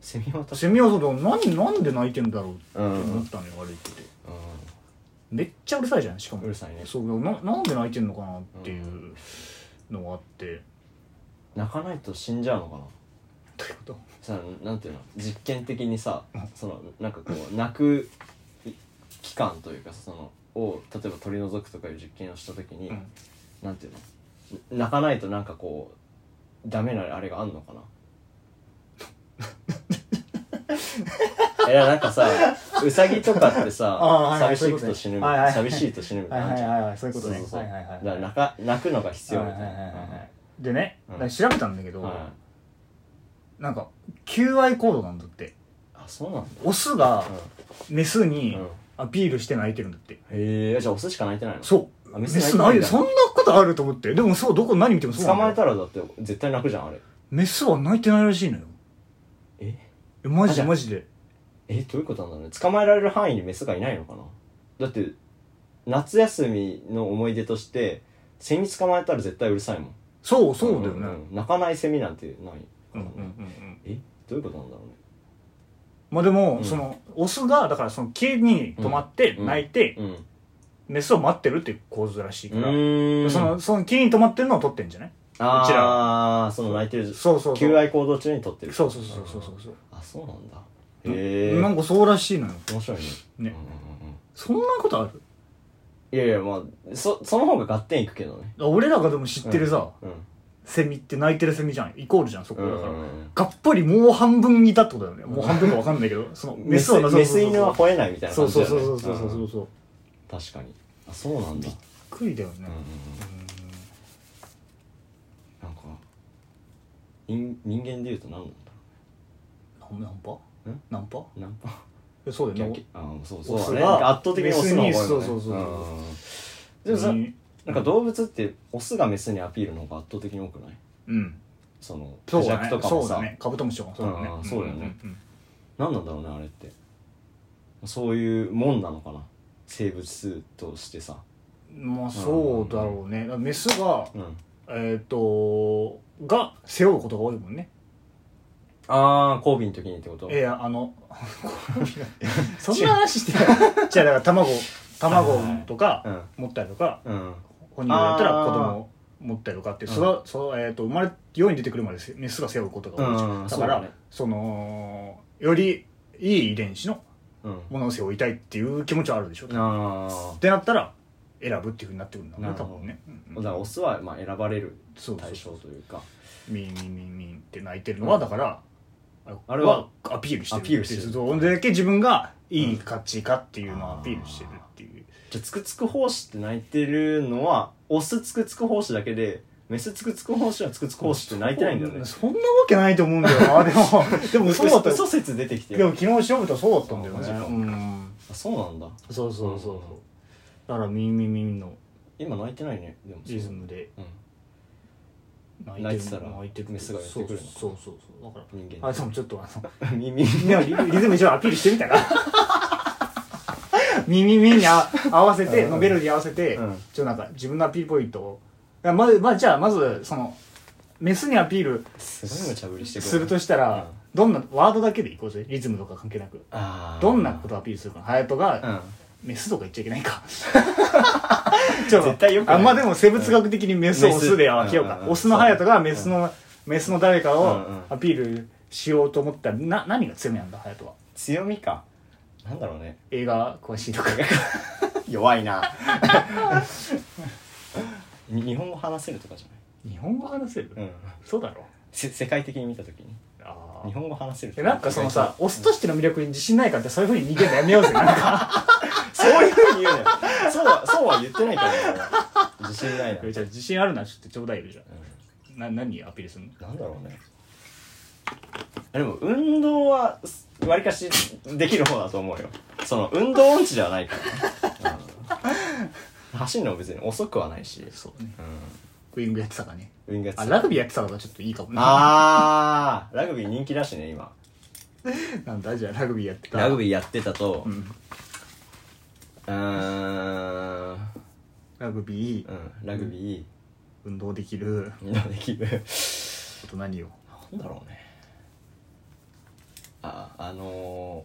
Speaker 1: セミは確か
Speaker 2: セミはその何なんで鳴いてんだろうって
Speaker 1: うんう
Speaker 2: 思っ
Speaker 1: ん
Speaker 2: たのよ歩いててめっちゃうるさいじゃんしかも
Speaker 1: うるさいね
Speaker 2: そうななんで泣いてんのかなっていうのがあって、
Speaker 1: 泣かないと死んじゃうのかな
Speaker 2: どういうこと
Speaker 1: さなんていうの実験的にさそのなんかこう泣く期間というかそのを例えば取り除くとかいう実験をした時に、
Speaker 2: うん
Speaker 1: なんていうの泣かないとなんかこうダメなあれがあんのか ないやなんかさウサギとかってさ
Speaker 2: あーはいはい
Speaker 1: 寂しいと死ぬみ
Speaker 2: そういうことねはいはい
Speaker 1: 寂しいと死ぬみたいなのあるじゃん
Speaker 2: はいはいはいそういうことね
Speaker 1: そうそう
Speaker 2: はいはいはいはい
Speaker 1: だから泣か泣くのが必要みたいな、
Speaker 2: はいはいはいはいでね、
Speaker 1: うん
Speaker 2: だから調べたんだけど、
Speaker 1: はい
Speaker 2: なんか求愛行動なんだって
Speaker 1: あそうなんだ、
Speaker 2: オスが
Speaker 1: う
Speaker 2: メス
Speaker 1: ん
Speaker 2: に
Speaker 1: うん
Speaker 2: アピールして泣いてるんだって、
Speaker 1: へえじゃあオスしか泣いてないの
Speaker 2: そう
Speaker 1: あ
Speaker 2: メ
Speaker 1: メ
Speaker 2: ス
Speaker 1: ス
Speaker 2: な
Speaker 1: 泣
Speaker 2: い
Speaker 1: いてんだ
Speaker 2: そんなことあると思ってでもそうどこ何見てもそうな
Speaker 1: 捕
Speaker 2: んだよ
Speaker 1: まえたらだって絶対泣くじゃんあれ
Speaker 2: メスは泣いてないらしいのよ
Speaker 1: え
Speaker 2: えマ
Speaker 1: あ
Speaker 2: ジ
Speaker 1: じ
Speaker 2: で
Speaker 1: ゃあ
Speaker 2: マジで
Speaker 1: えどういうことなんだろうね捕まえられる範囲にメスがいないのかなだって夏休みの思い出としてセミ捕まえたら絶対うるさいもん
Speaker 2: そうそうだよね
Speaker 1: んん泣かないセミなんてない、
Speaker 2: うんうんうんうん
Speaker 1: えどういうことなんだろうね
Speaker 2: まあでも、
Speaker 1: うん
Speaker 2: そのオスがだからその木に止まって
Speaker 1: うん
Speaker 2: 泣いて、
Speaker 1: うん
Speaker 2: メスを待ってるっていう構図らしいから、
Speaker 1: ーん
Speaker 2: そのその木に止まってるのを撮ってんじゃない
Speaker 1: あ
Speaker 2: うちら
Speaker 1: あその泣いてる
Speaker 2: そうそうそう
Speaker 1: 求愛行動中に撮ってる
Speaker 2: そうそうそうそうそうそう
Speaker 1: あそうなんだへえ
Speaker 2: なんかそうらしいのよ
Speaker 1: 面白いね
Speaker 2: ね
Speaker 1: うんうんうんうん
Speaker 2: そんなことある
Speaker 1: いやいやまあそその方が合点いくけどね
Speaker 2: 俺らがでも知ってるさ、
Speaker 1: うん
Speaker 2: セミって泣いてるセミじゃんイコールじゃんそこだから、
Speaker 1: うんうんうん
Speaker 2: がっぽりもう半分いたってことだよねもう半分かわかんないけどそのメスは
Speaker 1: メス犬は
Speaker 2: そう
Speaker 1: 吠えないみたいな
Speaker 2: そ
Speaker 1: 感じ
Speaker 2: うそ
Speaker 1: だ
Speaker 2: う
Speaker 1: よ
Speaker 2: そ
Speaker 1: ね
Speaker 2: うそうそうそうそううんそう
Speaker 1: 確かにあそうなんだ
Speaker 2: 悔いだよね、
Speaker 1: うんうんなんか人人間でいうと何なんだ
Speaker 2: うんナンパ
Speaker 1: ん
Speaker 2: ナンパ
Speaker 1: ろうナンパ
Speaker 2: えそうだよね
Speaker 1: あそうそう
Speaker 2: オス
Speaker 1: だ
Speaker 2: が
Speaker 1: ね圧倒的にオスの方が多いもんね
Speaker 2: メスにそうそうそうそうん
Speaker 1: でもさなんか動物ってオスがメスにアピールの方が圧倒的に多くない
Speaker 2: うん
Speaker 1: そのク
Speaker 2: そう
Speaker 1: ジャ
Speaker 2: だ
Speaker 1: ク
Speaker 2: ね
Speaker 1: とかも
Speaker 2: そう
Speaker 1: さ
Speaker 2: だねカブトムシとかもそうだね
Speaker 1: うんそうだよね
Speaker 2: うんうん
Speaker 1: 何なんだろうねあれってそういうもんなのかな生物としてさ
Speaker 2: うんまあそうだろうねだからメスが
Speaker 1: うん
Speaker 2: えっ、とが背負うことが多いもんね
Speaker 1: ああ交尾の時にってこと
Speaker 2: いやあ のそんな話してないじゃあだから卵卵と
Speaker 1: う
Speaker 2: か
Speaker 1: ん
Speaker 2: 持ったりとか
Speaker 1: うん
Speaker 2: 哺乳類だったら
Speaker 1: あー
Speaker 2: 子供を持ったりとかって
Speaker 1: うん
Speaker 2: そのそのえー、と生まれ世に出てくるまでメスが背負うことが多いじゃ
Speaker 1: うんん
Speaker 2: だか
Speaker 1: そう
Speaker 2: ら
Speaker 1: だね
Speaker 2: そ,、のよりいい遺伝子の
Speaker 1: うん
Speaker 2: ものを背負いたいっていう気持ちはあるでしょ、っ
Speaker 1: ああ
Speaker 2: てなったら選ぶっていうふうになってくるんだろうね
Speaker 1: な
Speaker 2: 多
Speaker 1: るほど
Speaker 2: 分ね、うんう
Speaker 1: だ
Speaker 2: ん
Speaker 1: からオスはまあ選ばれる
Speaker 2: そうそう
Speaker 1: 対象というか
Speaker 2: ミンミンミンミンって泣いてるのはだから、あ
Speaker 1: あ
Speaker 2: れ
Speaker 1: れ
Speaker 2: は
Speaker 1: は
Speaker 2: アピールしてる
Speaker 1: アピールしてる
Speaker 2: どんだけ自分がいい価値かっていうのをアピールしてるっていう、
Speaker 1: じゃあつくつく胞子って泣いてるのはオスつくつく胞子だけでメスつくつく胞子はつくつく胞子って泣いてないんだよね
Speaker 2: そんなわけないと思うんだよなでも でもそうだったよ
Speaker 1: 嘘説出てきて
Speaker 2: でも
Speaker 1: る
Speaker 2: 昨日調べたらそうだったんだよね
Speaker 1: そうマジか
Speaker 2: うん
Speaker 1: あそうなんだ
Speaker 2: そうそうそう
Speaker 1: うん
Speaker 2: だからミンミンミンの
Speaker 1: 今泣いてないねでも
Speaker 2: リズムで
Speaker 1: うん
Speaker 2: 泣
Speaker 1: 泣いてたら
Speaker 2: 泣いてる
Speaker 1: メスがやってくるの
Speaker 2: そうそうそうそうだから
Speaker 1: 人間
Speaker 2: あでもちょっとあ の
Speaker 1: 耳
Speaker 2: みんなリリズム一応アピールしてみ たら耳耳にあ合わせて
Speaker 1: うん
Speaker 2: のベルに合わせて、
Speaker 1: うん
Speaker 2: ちょっとなんか自分のアピールポイントをいやまず、まあ、じゃあまずそのメスにアピール
Speaker 1: すごい無茶ぶりしてくる
Speaker 2: するとしたら、どんなワードだけでいこうぜリズムとか関係なく
Speaker 1: あー
Speaker 2: どんなことをアピールするかハヤト
Speaker 1: う
Speaker 2: が、
Speaker 1: ん
Speaker 2: メスとか言っちゃいけな いかちょ
Speaker 1: 絶対良くない
Speaker 2: あまあでも生物学的にメスを
Speaker 1: うん
Speaker 2: オスで分けよう
Speaker 1: メ
Speaker 2: か
Speaker 1: ス、うん
Speaker 2: オスのハヤトがメスの、メスの誰か
Speaker 1: う
Speaker 2: を
Speaker 1: んうん
Speaker 2: アピールしようと思ったらな何が強みなんだハヤトは
Speaker 1: 強みかなんだろうね
Speaker 2: 映画詳しいとか
Speaker 1: 弱いな に日本語話せるとかじゃ
Speaker 2: 日本語話せる、
Speaker 1: ないうん
Speaker 2: そうだろ
Speaker 1: せ世界的に見た時に
Speaker 2: あ
Speaker 1: 日本語話せる
Speaker 2: でなんかそのさオスとしての魅力に自信ないからってそういうふうに逃げるのやめようぜなんか
Speaker 1: そういうふうに言うのよそうはそうは言ってないから俺自信ないな、
Speaker 2: じゃあ自信あるならちょっとちょうだいよじゃあな何アピールするの
Speaker 1: なんだろうねでも運動はわりかしできる方だと思うよその運動音痴ではないから、ねうん走るのも別に遅くはないし、
Speaker 2: そうね
Speaker 1: う
Speaker 2: ウイングやってたかね
Speaker 1: ん、ウィングやって
Speaker 2: あ
Speaker 1: た
Speaker 2: ラグビーやってたのがちょっといいかもな
Speaker 1: あーラグビー人気だしね今
Speaker 2: なんだじゃあラグビーやってた
Speaker 1: ラグビー
Speaker 2: ー
Speaker 1: やってたと
Speaker 2: う
Speaker 1: うんーん
Speaker 2: ラグビー
Speaker 1: うんラグビ
Speaker 2: 運動できる
Speaker 1: ーみんなできる
Speaker 2: あと何よ
Speaker 1: なんだろうねああの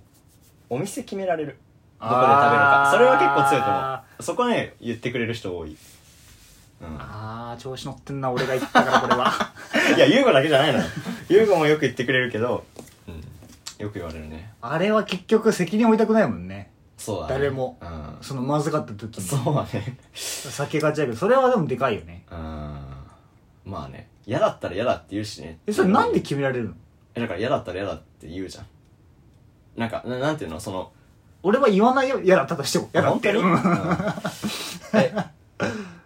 Speaker 1: ー、お店決められるどこで食べるか
Speaker 2: あー
Speaker 1: それは結構強いと思うそこね言ってくれる人多い、う
Speaker 2: あー調子乗ってんな俺が言ったからこ れは
Speaker 1: ん、いや優吾だけじゃないの よ優吾もよく言ってくれるけど、うん、よく言われるね
Speaker 2: あれは結局責任負いたくないもんね
Speaker 1: そうだね
Speaker 2: 誰も
Speaker 1: うん
Speaker 2: そのまずかった時に
Speaker 1: そうだね
Speaker 2: 酒がちゃうけどそれはでもでかいよね
Speaker 1: うんまあね嫌だったら嫌だって言うしね
Speaker 2: えそれなんで決められるの
Speaker 1: えだから嫌だったら嫌だって言うじゃんなんかななんていうのその
Speaker 2: 俺は言わないよ嫌だったとしても嫌だっ
Speaker 1: 本
Speaker 2: て
Speaker 1: 当に、
Speaker 2: うん
Speaker 1: え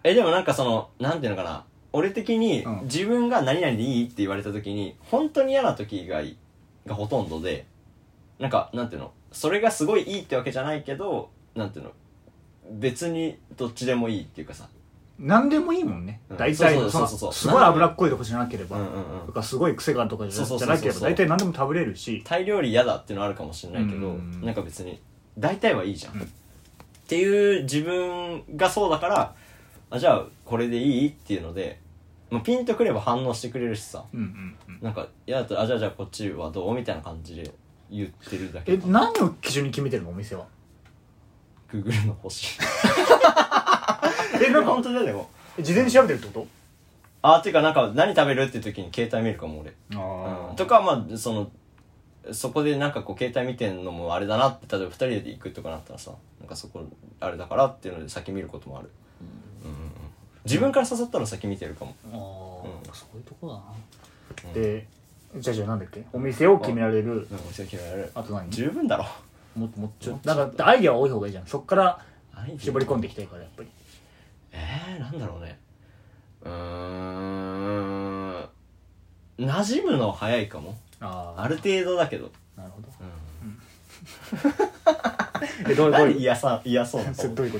Speaker 1: えでもなんかそのなんていうのかな俺的に
Speaker 2: うん
Speaker 1: 自分が何々でいいって言われた時に本当に嫌な時以外がほとんどでなんかなんていうのそれがすごいいいってわけじゃないけどなんていうの別にどっちでもいいっていうかさ
Speaker 2: 何でもいいもんね
Speaker 1: うん
Speaker 2: 大体
Speaker 1: そうそう
Speaker 2: の
Speaker 1: そうそう
Speaker 2: すごい脂っこいとこじゃなけれ
Speaker 1: うんうん
Speaker 2: ば
Speaker 1: うん
Speaker 2: とかすごい癖があるとかじゃ
Speaker 1: そうそうそ
Speaker 2: じ
Speaker 1: うそう
Speaker 2: ゃなければ大体何でも食べれるし
Speaker 1: タイ料理嫌だっていうのはあるかもしれないけど、
Speaker 2: うん
Speaker 1: なんか別に大体はいいじゃん、
Speaker 2: うん
Speaker 1: っていう自分がそうだからあじゃあこれでいいっていうので、まあ、ピンとくれば反応してくれるしさ
Speaker 2: うんうんうん
Speaker 1: なんか嫌だったらあじゃあじゃあこっちはどうみたいな感じで言ってるだけ
Speaker 2: え何を基準に決めてるのお店は
Speaker 1: グーグルの星
Speaker 2: えな ん
Speaker 1: 本
Speaker 2: か
Speaker 1: 当だよでも
Speaker 2: 事前に調べてるってこ
Speaker 1: あっていうかなんか何食べるって時に携帯見るかも俺、
Speaker 2: と
Speaker 1: う
Speaker 2: あ
Speaker 1: ん、とかまあそのそこでなんかこう携帯見てんのもあれだなって例えば2人で行くとかなったらさなんかそこあれだからっていうので先見ることもある、うんうんうん、自分から誘ったら先見てるかも
Speaker 2: あー
Speaker 1: うん
Speaker 2: そういうとこだ
Speaker 1: う
Speaker 2: なんでじゃあじゃあなんだっけお店を決められる
Speaker 1: うんお店決められる
Speaker 2: あと何
Speaker 1: 十分だろ
Speaker 2: もっともっとちょなんかアイディアは多い方がいいじゃんそっから絞り込んでいきたいからやっぱり
Speaker 1: えー、なんだろうねうーん馴染むのは早いかも
Speaker 2: あ
Speaker 1: ある程度だけど、
Speaker 2: なるほど
Speaker 1: うん、
Speaker 2: えどうどう
Speaker 1: 何
Speaker 2: いう
Speaker 1: 嫌さ嫌そうな
Speaker 2: それ
Speaker 1: 顔
Speaker 2: どういうこ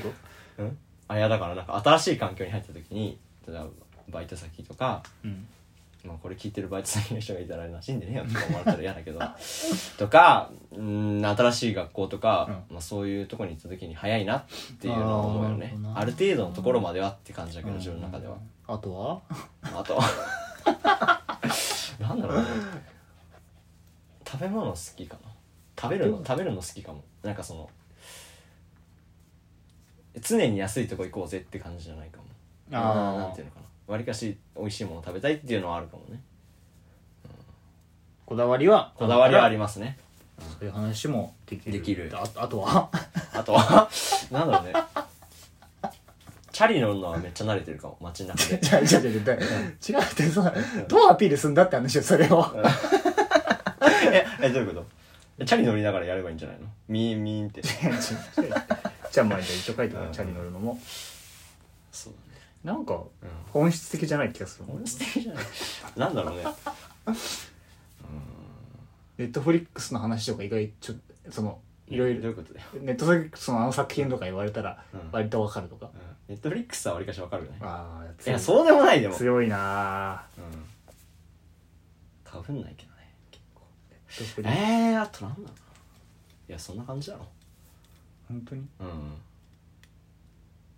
Speaker 2: と
Speaker 1: うんあいやだからなんか新しい環境に入った時に例えばバイト先とか、
Speaker 2: うん
Speaker 1: まあ、これ聞いてるバイト先の人がいたら馴染んでねえよとか思われたら嫌だけ どとかうん新しい学校とか、まあ、そういうとこに行った時に早いなっていうのは思うよね
Speaker 2: あーなるほどな
Speaker 1: ある程度のところまではって感じだけど自分の中では。
Speaker 2: あとは
Speaker 1: あと なんだろうね食べ物好きかな食べるの食べるの好きかもなんかその常に安いとこ行こうぜって感じじゃないかも
Speaker 2: あー
Speaker 1: なんていうのかなわりかし美味しいもの食べたいっていうのはあるかもね
Speaker 2: こだわりは
Speaker 1: こだわりはあ
Speaker 2: り
Speaker 1: りますね
Speaker 2: そういう話もできる
Speaker 1: できる
Speaker 2: ああとは
Speaker 1: あとは なんだろうねチャリ乗るのはめっちゃ慣れてるかも街の中で
Speaker 2: じゃあじゃあじゃあじゃあ違うってそのどうアピールすんだって話よそれを
Speaker 1: ええどういうことチャリ乗りながらやればいいんじゃないのミーンミーンって
Speaker 2: じゃあまあじゃあ一応書いてもらうチャリ乗るのも
Speaker 1: そうだ
Speaker 2: なんか
Speaker 1: ね、うん
Speaker 2: 本質的じゃない気がする
Speaker 1: 俺素敵じゃないなんだろうね
Speaker 2: ネットフリックスの話とか意外ちょっとそのいろい
Speaker 1: どう
Speaker 2: ろ
Speaker 1: いうことだよ
Speaker 2: ネットフリックスのあの作品とか言われたら
Speaker 1: うん
Speaker 2: 割とわかるとか、
Speaker 1: ネットフリックスはわりかしわかるよね
Speaker 2: ああ
Speaker 1: い
Speaker 2: 強
Speaker 1: や
Speaker 2: い
Speaker 1: そうでもないでも
Speaker 2: 強いな
Speaker 1: かぶんないけどね結構
Speaker 2: ーネットフリックス
Speaker 1: えー、あとなんだろうないやそんな感じだろ
Speaker 2: 本当に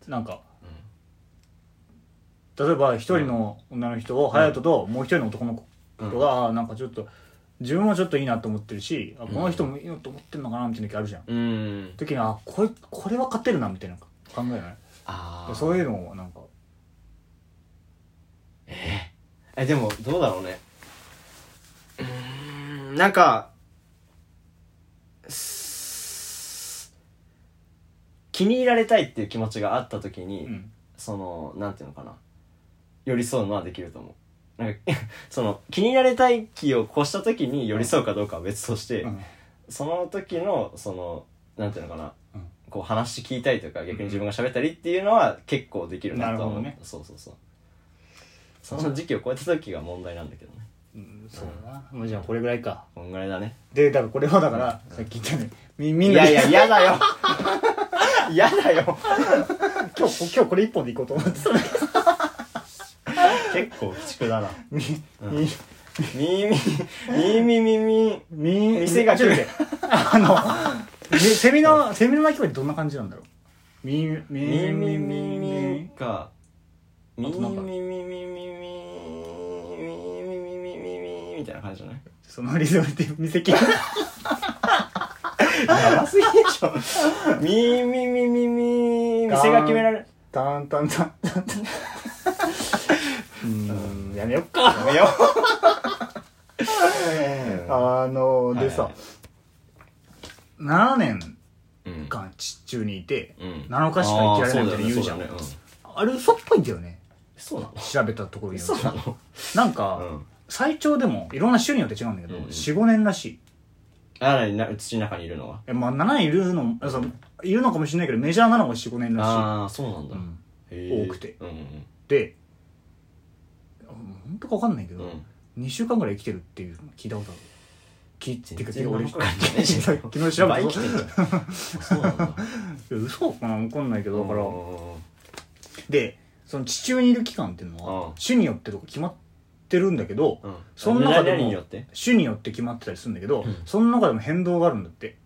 Speaker 1: うん
Speaker 2: なんか例えば一人の女の人を隼人ともう一人の男の子とが、あーなんかちょっと自分もちょっといいなと思ってるし、あこの人もいいなと思ってるのかなみたいな時あるじゃん、
Speaker 1: うんうん
Speaker 2: 時にあこれこれは勝てるなみたいな考えない
Speaker 1: ああ
Speaker 2: そういううのをなんか
Speaker 1: えでもどうだろうねうーんなんかす気に入られたいっていう気持ちがあった時に、
Speaker 2: うん
Speaker 1: そのなんていうのかな寄り添うのはできると思うなんか その気になれたい気を越した時に寄り添うかどうかは別として、
Speaker 2: うん
Speaker 1: その時のそのなんていうのかな、
Speaker 2: うん
Speaker 1: こう話聞いたりとか逆に自分が喋ったりっていうのは結構できるなとは思う
Speaker 2: なるほどね
Speaker 1: そうそうそうその時期を超えた時が問題なんだけどね
Speaker 2: うんそうだなもうじゃあこれぐらいか
Speaker 1: こんぐらいだね
Speaker 2: でだからこれはだからさっき言ったようにみみ
Speaker 1: い
Speaker 2: んな
Speaker 1: や
Speaker 2: で
Speaker 1: いや嫌だ よ嫌だよ
Speaker 2: 今日今日これ一本でいこうと思ってた
Speaker 1: 結構鬼畜 だな
Speaker 2: み
Speaker 1: みーみーみーみーみー
Speaker 2: みみ
Speaker 1: 店が来
Speaker 2: ちょっ
Speaker 1: る
Speaker 2: と待ってあのみセミのセミの鳴き声どんな感じなんだろうみみ
Speaker 1: みーみーみ
Speaker 2: みみ
Speaker 1: ーみ
Speaker 2: み
Speaker 1: ーかみ
Speaker 2: あ
Speaker 1: ー
Speaker 2: となんか
Speaker 1: みーみーみーみーみーみーみーみーみーみーみたいな感じじゃない
Speaker 2: そのリズムで店 聞い
Speaker 1: やばすぎでしょみーみーみーみーみー店が決められる
Speaker 2: たんたんたんたん たんうーんやめよっか
Speaker 1: やめよ
Speaker 2: あの
Speaker 1: はい
Speaker 2: でさ、7年
Speaker 1: ううん
Speaker 2: 間地中にいて、
Speaker 1: うん
Speaker 2: 7日しか生きられないみたいな言うじゃん
Speaker 1: あ
Speaker 2: あ,、
Speaker 1: ー
Speaker 2: れ嘘っぽいんだよね
Speaker 1: そうだね
Speaker 2: 調べたところによる
Speaker 1: そう
Speaker 2: と
Speaker 1: なのそう
Speaker 2: なん
Speaker 1: な
Speaker 2: か、
Speaker 1: のうん
Speaker 2: 最長でもいろんな州によって違うんだけど、
Speaker 1: うんうん
Speaker 2: 45年らしい
Speaker 1: あらな土の中にいるのは
Speaker 2: えまあ7年いるのあそのいるのかもしれないけどメジャーなのが45年ら
Speaker 1: ああそうなん
Speaker 2: しい、
Speaker 1: だ
Speaker 2: うん
Speaker 1: へー
Speaker 2: 多くて
Speaker 1: うんうん
Speaker 2: で本当か分かんないけ
Speaker 1: う
Speaker 2: ど、
Speaker 1: んうん
Speaker 2: 2週間ぐらい生きてるっていうの聞いたことある聞いて
Speaker 1: 全
Speaker 2: く
Speaker 1: 然
Speaker 2: 俺
Speaker 1: 俺
Speaker 2: 昨
Speaker 1: 関係ない
Speaker 2: 日
Speaker 1: じゃん
Speaker 2: 昨日調べた
Speaker 1: 倍生きてんじゃんあそうなんだだか
Speaker 2: いや嘘かな分かんないけどだから、
Speaker 1: う
Speaker 2: でその地中にいる期間っていうのは、
Speaker 1: うん
Speaker 2: 種によってとか決まってるんだけど、
Speaker 1: ん
Speaker 2: その中でも
Speaker 1: 何によって
Speaker 2: 種によって決まってたりするんだけど、
Speaker 1: うん
Speaker 2: その中でも変動があるんだって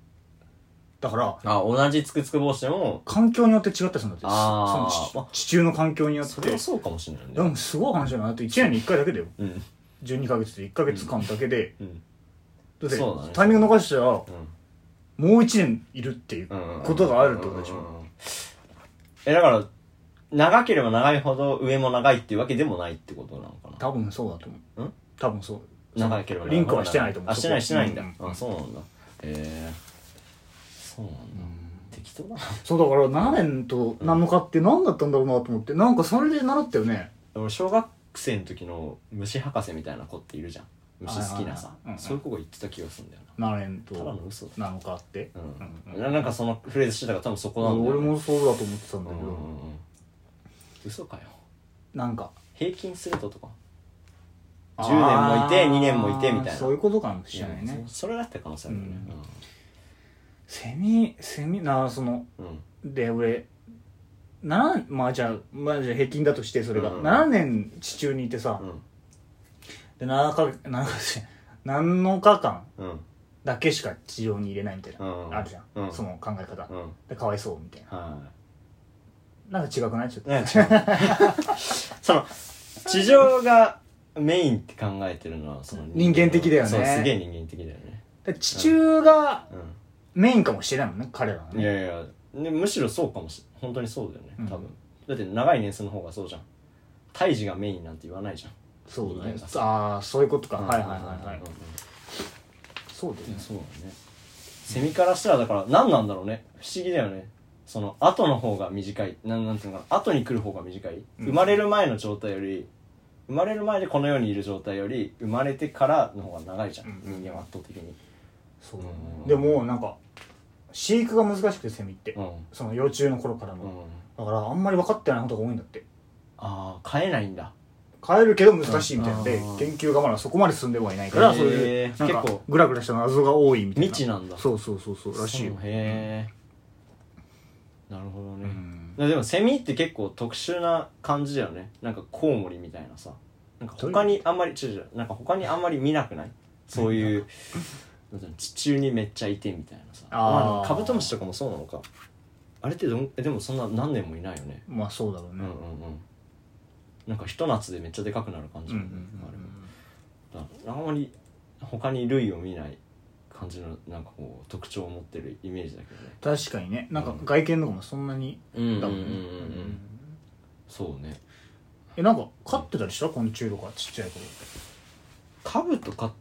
Speaker 2: だから
Speaker 1: あ同じつくつく帽子でも
Speaker 2: 環境によって違ったりするんだって
Speaker 1: あー
Speaker 2: その地地中の環境によっ
Speaker 1: そ
Speaker 2: て
Speaker 1: れはそうかもしれない
Speaker 2: で
Speaker 1: ね
Speaker 2: もすごい話だなって1年に1回だけだよ
Speaker 1: うん
Speaker 2: 12ヶ月で1ヶ月間だけで、
Speaker 1: うん
Speaker 2: だって
Speaker 1: そうだね
Speaker 2: タイミング逃したらも
Speaker 1: うん
Speaker 2: う1年いるっていうことがあるってことでしょ、
Speaker 1: うんうんうんえだから長ければ長いほど上も長いっていうわけでもないってことなのかな
Speaker 2: 多分そうだと思うん多分そう
Speaker 1: 長ければ長いほど
Speaker 2: リンクはしてないと思う
Speaker 1: あしてないしてないんだ、
Speaker 2: うんうん
Speaker 1: あそうなんだええそうなんだ、適当だな
Speaker 2: そうだから7年と7日って何だったんだろうなと思ってなんかそれで習ったよね
Speaker 1: 俺小学生の時の虫博士みたいな子っているじゃん虫好きなさ
Speaker 2: はいはいはいうんうん
Speaker 1: そういう子が言ってた気がするんだよ
Speaker 2: 7年と
Speaker 1: なただの嘘だ
Speaker 2: 7日って、
Speaker 1: うん、
Speaker 2: うん
Speaker 1: ななんかそのフレーズしてたから多分そこなんだよ、
Speaker 2: 俺
Speaker 1: ね、
Speaker 2: もそうだと思ってたん
Speaker 1: う
Speaker 2: だ
Speaker 1: ん
Speaker 2: け
Speaker 1: う
Speaker 2: ど、
Speaker 1: んうん嘘かよ
Speaker 2: なんか
Speaker 1: 平均するととか10年もいて
Speaker 2: あー
Speaker 1: 2年もいてみたいな
Speaker 2: そういうことかもしれない
Speaker 1: うん
Speaker 2: ね
Speaker 1: そそれだった可能性あるよね
Speaker 2: セミセミなあその
Speaker 1: うん、うん
Speaker 2: で俺7まあじゃあまあじゃあ平均だとしてそれが、
Speaker 1: うんうん
Speaker 2: 7年地中にいてさ、
Speaker 1: うん
Speaker 2: で7か7か月7日間
Speaker 1: うん
Speaker 2: だけしか地上に入れないみたいな、
Speaker 1: うん
Speaker 2: あるじゃん、
Speaker 1: うん
Speaker 2: その考え方、
Speaker 1: うん
Speaker 2: でかわいそうみたいな
Speaker 1: は
Speaker 2: なんか違くないちょっ
Speaker 1: い
Speaker 2: と、
Speaker 1: ね その地上がメインって考えてるのはその
Speaker 2: 人間的だよね
Speaker 1: そうすげえ人間的だよね
Speaker 2: で地中が
Speaker 1: うん
Speaker 2: メインかもしれないもんね彼らはいね
Speaker 1: やいや、ね、むしろそうかもし本当にそうだよね
Speaker 2: うん
Speaker 1: 多分、だって長い年数の方がそうじゃん胎児がメインなんて言わないじゃん
Speaker 2: そうだね
Speaker 1: 人間
Speaker 2: ああそういうことか、はいはいはいはい、
Speaker 1: うんうんうん
Speaker 2: そうだよ
Speaker 1: い
Speaker 2: ね
Speaker 1: やそうだねセミからしたらだから何なんだろうね不思議だよねその後の方が短いなんなんていうのかな後に来る方が短い
Speaker 2: うん
Speaker 1: 生まれる前の状態より生まれる前でこの世にいる状態より生まれてからの方が長いじゃん、
Speaker 2: うん
Speaker 1: 人間は圧倒的に
Speaker 2: そう
Speaker 1: うんうんうん
Speaker 2: でもなんか飼育が難しくてセミって、
Speaker 1: うん、うん、
Speaker 2: その幼虫の頃からの、だからあんまり分かってないことが多いんだって
Speaker 1: ああ飼えないんだ
Speaker 2: 飼えるけど難しいみたいなので、
Speaker 1: うんあー
Speaker 2: 研究がまだそこまで進んではいないか
Speaker 1: へ
Speaker 2: ら、
Speaker 1: ー
Speaker 2: そういうなんか
Speaker 1: 結構
Speaker 2: グラグラした謎が多いみたいな
Speaker 1: 未知なんだ
Speaker 2: そうそうそうそうらしいよ
Speaker 1: そうへえなるほど
Speaker 2: う
Speaker 1: ね、
Speaker 2: ん
Speaker 1: でもセミって結構特殊な感じだよねなんかコウモリみたいなさなんか他にあんまり違う違うなんか他にあんまり見な くないそういうなんていうの地中にめっちゃいてみたいなさ
Speaker 2: あー
Speaker 1: まカブトムシとかもそうなのかあれってどんえでもそんな何年もいないよね
Speaker 2: まあそうだろう
Speaker 1: う
Speaker 2: ね、
Speaker 1: んうんうんなんかひと夏でめっちゃでかくなる感じだよね、あれもだあんまり他に類を見ない感じのなんかこう特徴を持ってるイメージだけどね
Speaker 2: 確かにねなんか外見とかもそんなに
Speaker 1: うんうんうん
Speaker 2: だ
Speaker 1: うん
Speaker 2: もんね、
Speaker 1: うんそうね
Speaker 2: えなんか飼ってたりした昆虫とかちっちゃい頃
Speaker 1: カブと飼っ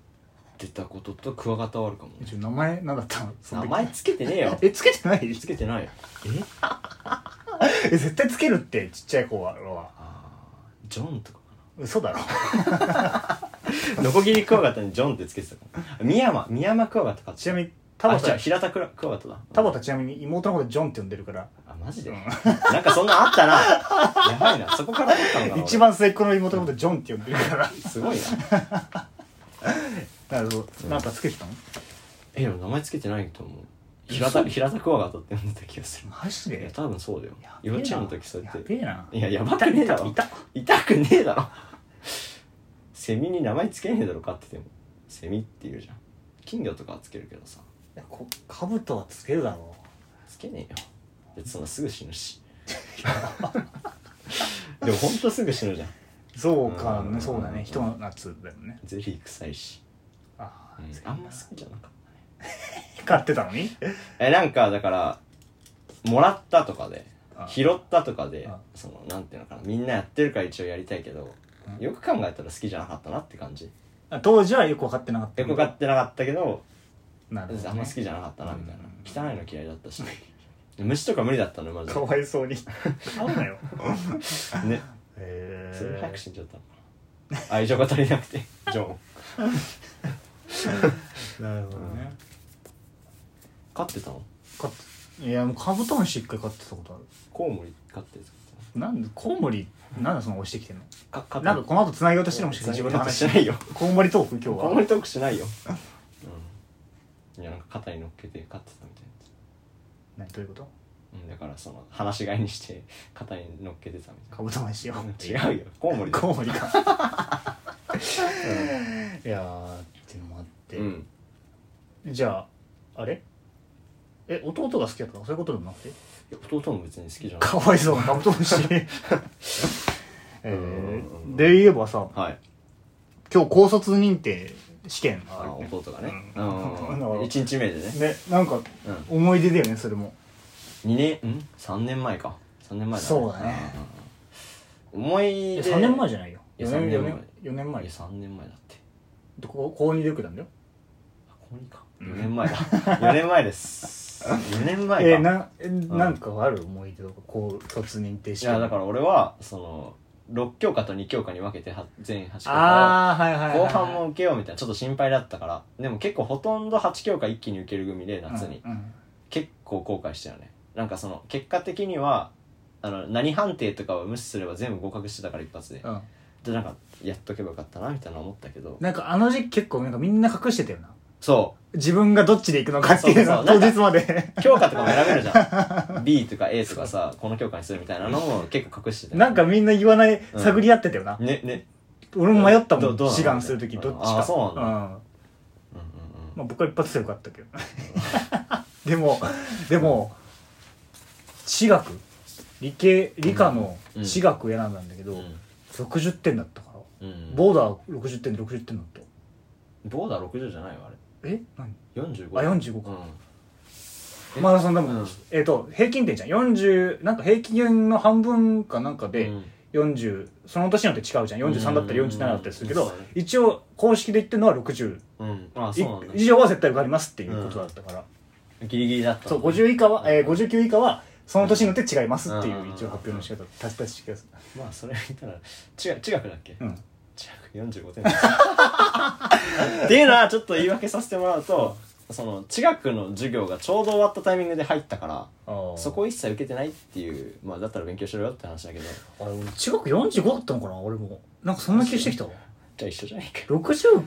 Speaker 1: てたこととクワガタはあるかも
Speaker 2: え
Speaker 1: ね
Speaker 2: ちょ名前なんだったのその
Speaker 1: 名
Speaker 2: 時
Speaker 1: 前つけてねえよ
Speaker 2: えつけてない
Speaker 1: つけてないよえ
Speaker 2: え絶対つけるってちっちゃい子は
Speaker 1: あージョンとかか
Speaker 2: 嘘だろ
Speaker 1: ノコギリクワガタにジョンってつけてたからミヤマミヤマクワガタか
Speaker 2: ちなみに田
Speaker 1: タバタ
Speaker 2: 畑
Speaker 1: 平田クラクワガタだ
Speaker 2: 田畑ちなみに妹のことジョンって呼んでるから
Speaker 1: あマジでなんかそんなあったなやばいなそこから取ったのかな
Speaker 2: 一番末っ子の妹のことジョンって呼んでる から
Speaker 1: 俺すごいな
Speaker 2: なるほどなんかつけてたの
Speaker 1: えでも名前つけてないと思う平田平田クワガタって呼んでた気がする
Speaker 2: マジ
Speaker 1: いや
Speaker 2: で
Speaker 1: 多分そうだよ
Speaker 2: やべえ
Speaker 1: 幼
Speaker 2: な
Speaker 1: 稚園の時そうやっ
Speaker 2: や
Speaker 1: て
Speaker 2: べえない
Speaker 1: ややばくねえだろ
Speaker 2: いたい
Speaker 1: 痛くねえだろセミに名前つけねえだろ飼っててもセミって言うじゃん金魚とかはつけるけどさ
Speaker 2: やこカブトはつけるだろ
Speaker 1: つけねえよ別にそんなすぐ死ぬし でもほんとすぐ死ぬじゃん
Speaker 2: うそうか
Speaker 1: うん
Speaker 2: そうだねひと夏だよね
Speaker 1: ゼリー臭いし、
Speaker 2: あ
Speaker 1: うん
Speaker 2: ー
Speaker 1: あんま好きじゃなかったね
Speaker 2: 買ってたのに
Speaker 1: えなんかだからもらったとかで
Speaker 2: あ
Speaker 1: 拾ったとかで
Speaker 2: あ
Speaker 1: そのなんていうのかなみんなやってるから一応やりたいけど
Speaker 2: うん
Speaker 1: よく考えたら好きじゃなかったなって感じ
Speaker 2: 当時はよく分かってなかった
Speaker 1: よく買ってなかったけど
Speaker 2: なるほどね
Speaker 1: あんま好きじゃなかったなみたいな
Speaker 2: う
Speaker 1: 汚いの嫌いだったし虫とか無理だったのマジ
Speaker 2: かわいそうに買うなよ
Speaker 1: でね
Speaker 2: へ
Speaker 1: それ早く
Speaker 2: え
Speaker 1: 死んじゃったのかな愛情が足りなくてジョン
Speaker 2: なるほどね
Speaker 1: 飼ってたの
Speaker 2: 買っていやもうカブトムシ一回買ってたことある
Speaker 1: コウモリ飼って
Speaker 2: なんでコウモリなんでその押してきてんの
Speaker 1: たか飼って
Speaker 2: なんかこの後つなげようとしてるもしかして自分の
Speaker 1: し
Speaker 2: 話
Speaker 1: ないよ
Speaker 2: コウモリトーク今
Speaker 1: コ
Speaker 2: 日
Speaker 1: ウモ
Speaker 2: は
Speaker 1: リトークしないよ、うん、いやなんか肩に乗っけて飼ってたみたいな
Speaker 2: 何どういうこと
Speaker 1: うん、だからその話し飼いにして肩に乗っけてたみ
Speaker 2: カブトムシよ
Speaker 1: たいな違うよコウモリだよ
Speaker 2: コウモリか いやーっていうのもあって、
Speaker 1: うん
Speaker 2: じゃああれえ弟が好きだったのそういうことでもなくて
Speaker 1: いや弟も別に好きじゃない
Speaker 2: かわいそうなカブトムシ
Speaker 1: うん
Speaker 2: え
Speaker 1: うんうん
Speaker 2: ー、で言えばさ
Speaker 1: はい
Speaker 2: 今日高卒認定試験があ
Speaker 1: あ
Speaker 2: るね
Speaker 1: 弟がね
Speaker 2: う
Speaker 1: うん
Speaker 2: だか
Speaker 1: ん
Speaker 2: ら
Speaker 1: 一日目でね
Speaker 2: ねなんか
Speaker 1: う
Speaker 2: 思い出だよねそれも
Speaker 1: ん2年うん3年前か3年前だね
Speaker 2: そうだね
Speaker 1: うんうん思い
Speaker 2: い
Speaker 1: 出
Speaker 2: や3年前じゃないよ
Speaker 1: い
Speaker 2: 4
Speaker 1: や三
Speaker 2: 年
Speaker 1: 年
Speaker 2: 4
Speaker 1: 前
Speaker 2: 年4年前
Speaker 1: いや
Speaker 2: です
Speaker 1: 3年前だって
Speaker 2: ここ高2で受けたんだよ
Speaker 1: あここにか4年前だ4年前 です4年前か
Speaker 2: えー、なえなんかある思い出とか高卒認定
Speaker 1: い
Speaker 2: 試験
Speaker 1: やだから俺はその6教科と2教科に分けては全8教科を
Speaker 2: ああはいはいはい、
Speaker 1: 後半も受けようみたいなちょっと心配だったからでも結構ほとんど8教科一気に受ける組で夏に、
Speaker 2: うんうん
Speaker 1: 結構後悔したよねなんかその結果的にはあの何判定とかを無視すれば全部合格してたから一発で
Speaker 2: うん、
Speaker 1: でなんかやっとけばよかったなみたいな思ったけど
Speaker 2: なんかあの時期結構なんかみんな隠してたよな
Speaker 1: そ
Speaker 2: 自分がどっちで行くのかっていうの
Speaker 1: そ
Speaker 2: は
Speaker 1: うそうな
Speaker 2: 当
Speaker 1: んか
Speaker 2: 日まで
Speaker 1: う教科とかも選べるじゃ ん B とか A とかさこの教科にするみたいなのも結構隠してたよね
Speaker 2: なんかみんな言わない探り合ってたよな、
Speaker 1: ねね
Speaker 2: 俺も迷ったも
Speaker 1: ど
Speaker 2: ん
Speaker 1: どうなの
Speaker 2: 志願する時どっちか
Speaker 1: あそうなんだ
Speaker 2: ん
Speaker 1: うんうんうん
Speaker 2: まあ、僕は一発でよかったけど でもでも私学理系理科の
Speaker 1: うん
Speaker 2: 私学選んだんだけど、60点だったから
Speaker 1: うん
Speaker 2: ボーダー60点で60点だった
Speaker 1: ボーダー60じゃないわあ
Speaker 2: え何
Speaker 1: れ45
Speaker 2: あ45か
Speaker 1: うんえ
Speaker 2: まあそんなもん、
Speaker 1: うん
Speaker 2: えっ、と平均点じゃん40なんか平均の半分かなんかで、
Speaker 1: うん
Speaker 2: 40その年によって違うじゃん43だったり47だったりするけ
Speaker 1: う
Speaker 2: ど、
Speaker 1: んうん
Speaker 2: 一応公式で言ってるのは60
Speaker 1: うんあそうなんだ
Speaker 2: 以上は絶対受かりますっていうことだったから、
Speaker 1: ギリギリだった
Speaker 2: そう50以下は、えー、
Speaker 1: うん
Speaker 2: 59以下はその年によって違いますっていう
Speaker 1: うん
Speaker 2: 一応発表の仕方たしたしす
Speaker 1: まあそれ言ったら中中学だっけ
Speaker 2: うん
Speaker 1: 中学45点っていうのはちょっと言い訳させてもらうとその中学の授業がちょうど終わったタイミングで入ったからそこ一切受けてないっていうまあだったら勉強しろよって話だけど
Speaker 2: あれ俺中学45だったのかな俺もなんかそんな気してきたわ
Speaker 1: じゃあ一緒じゃないか
Speaker 2: 6060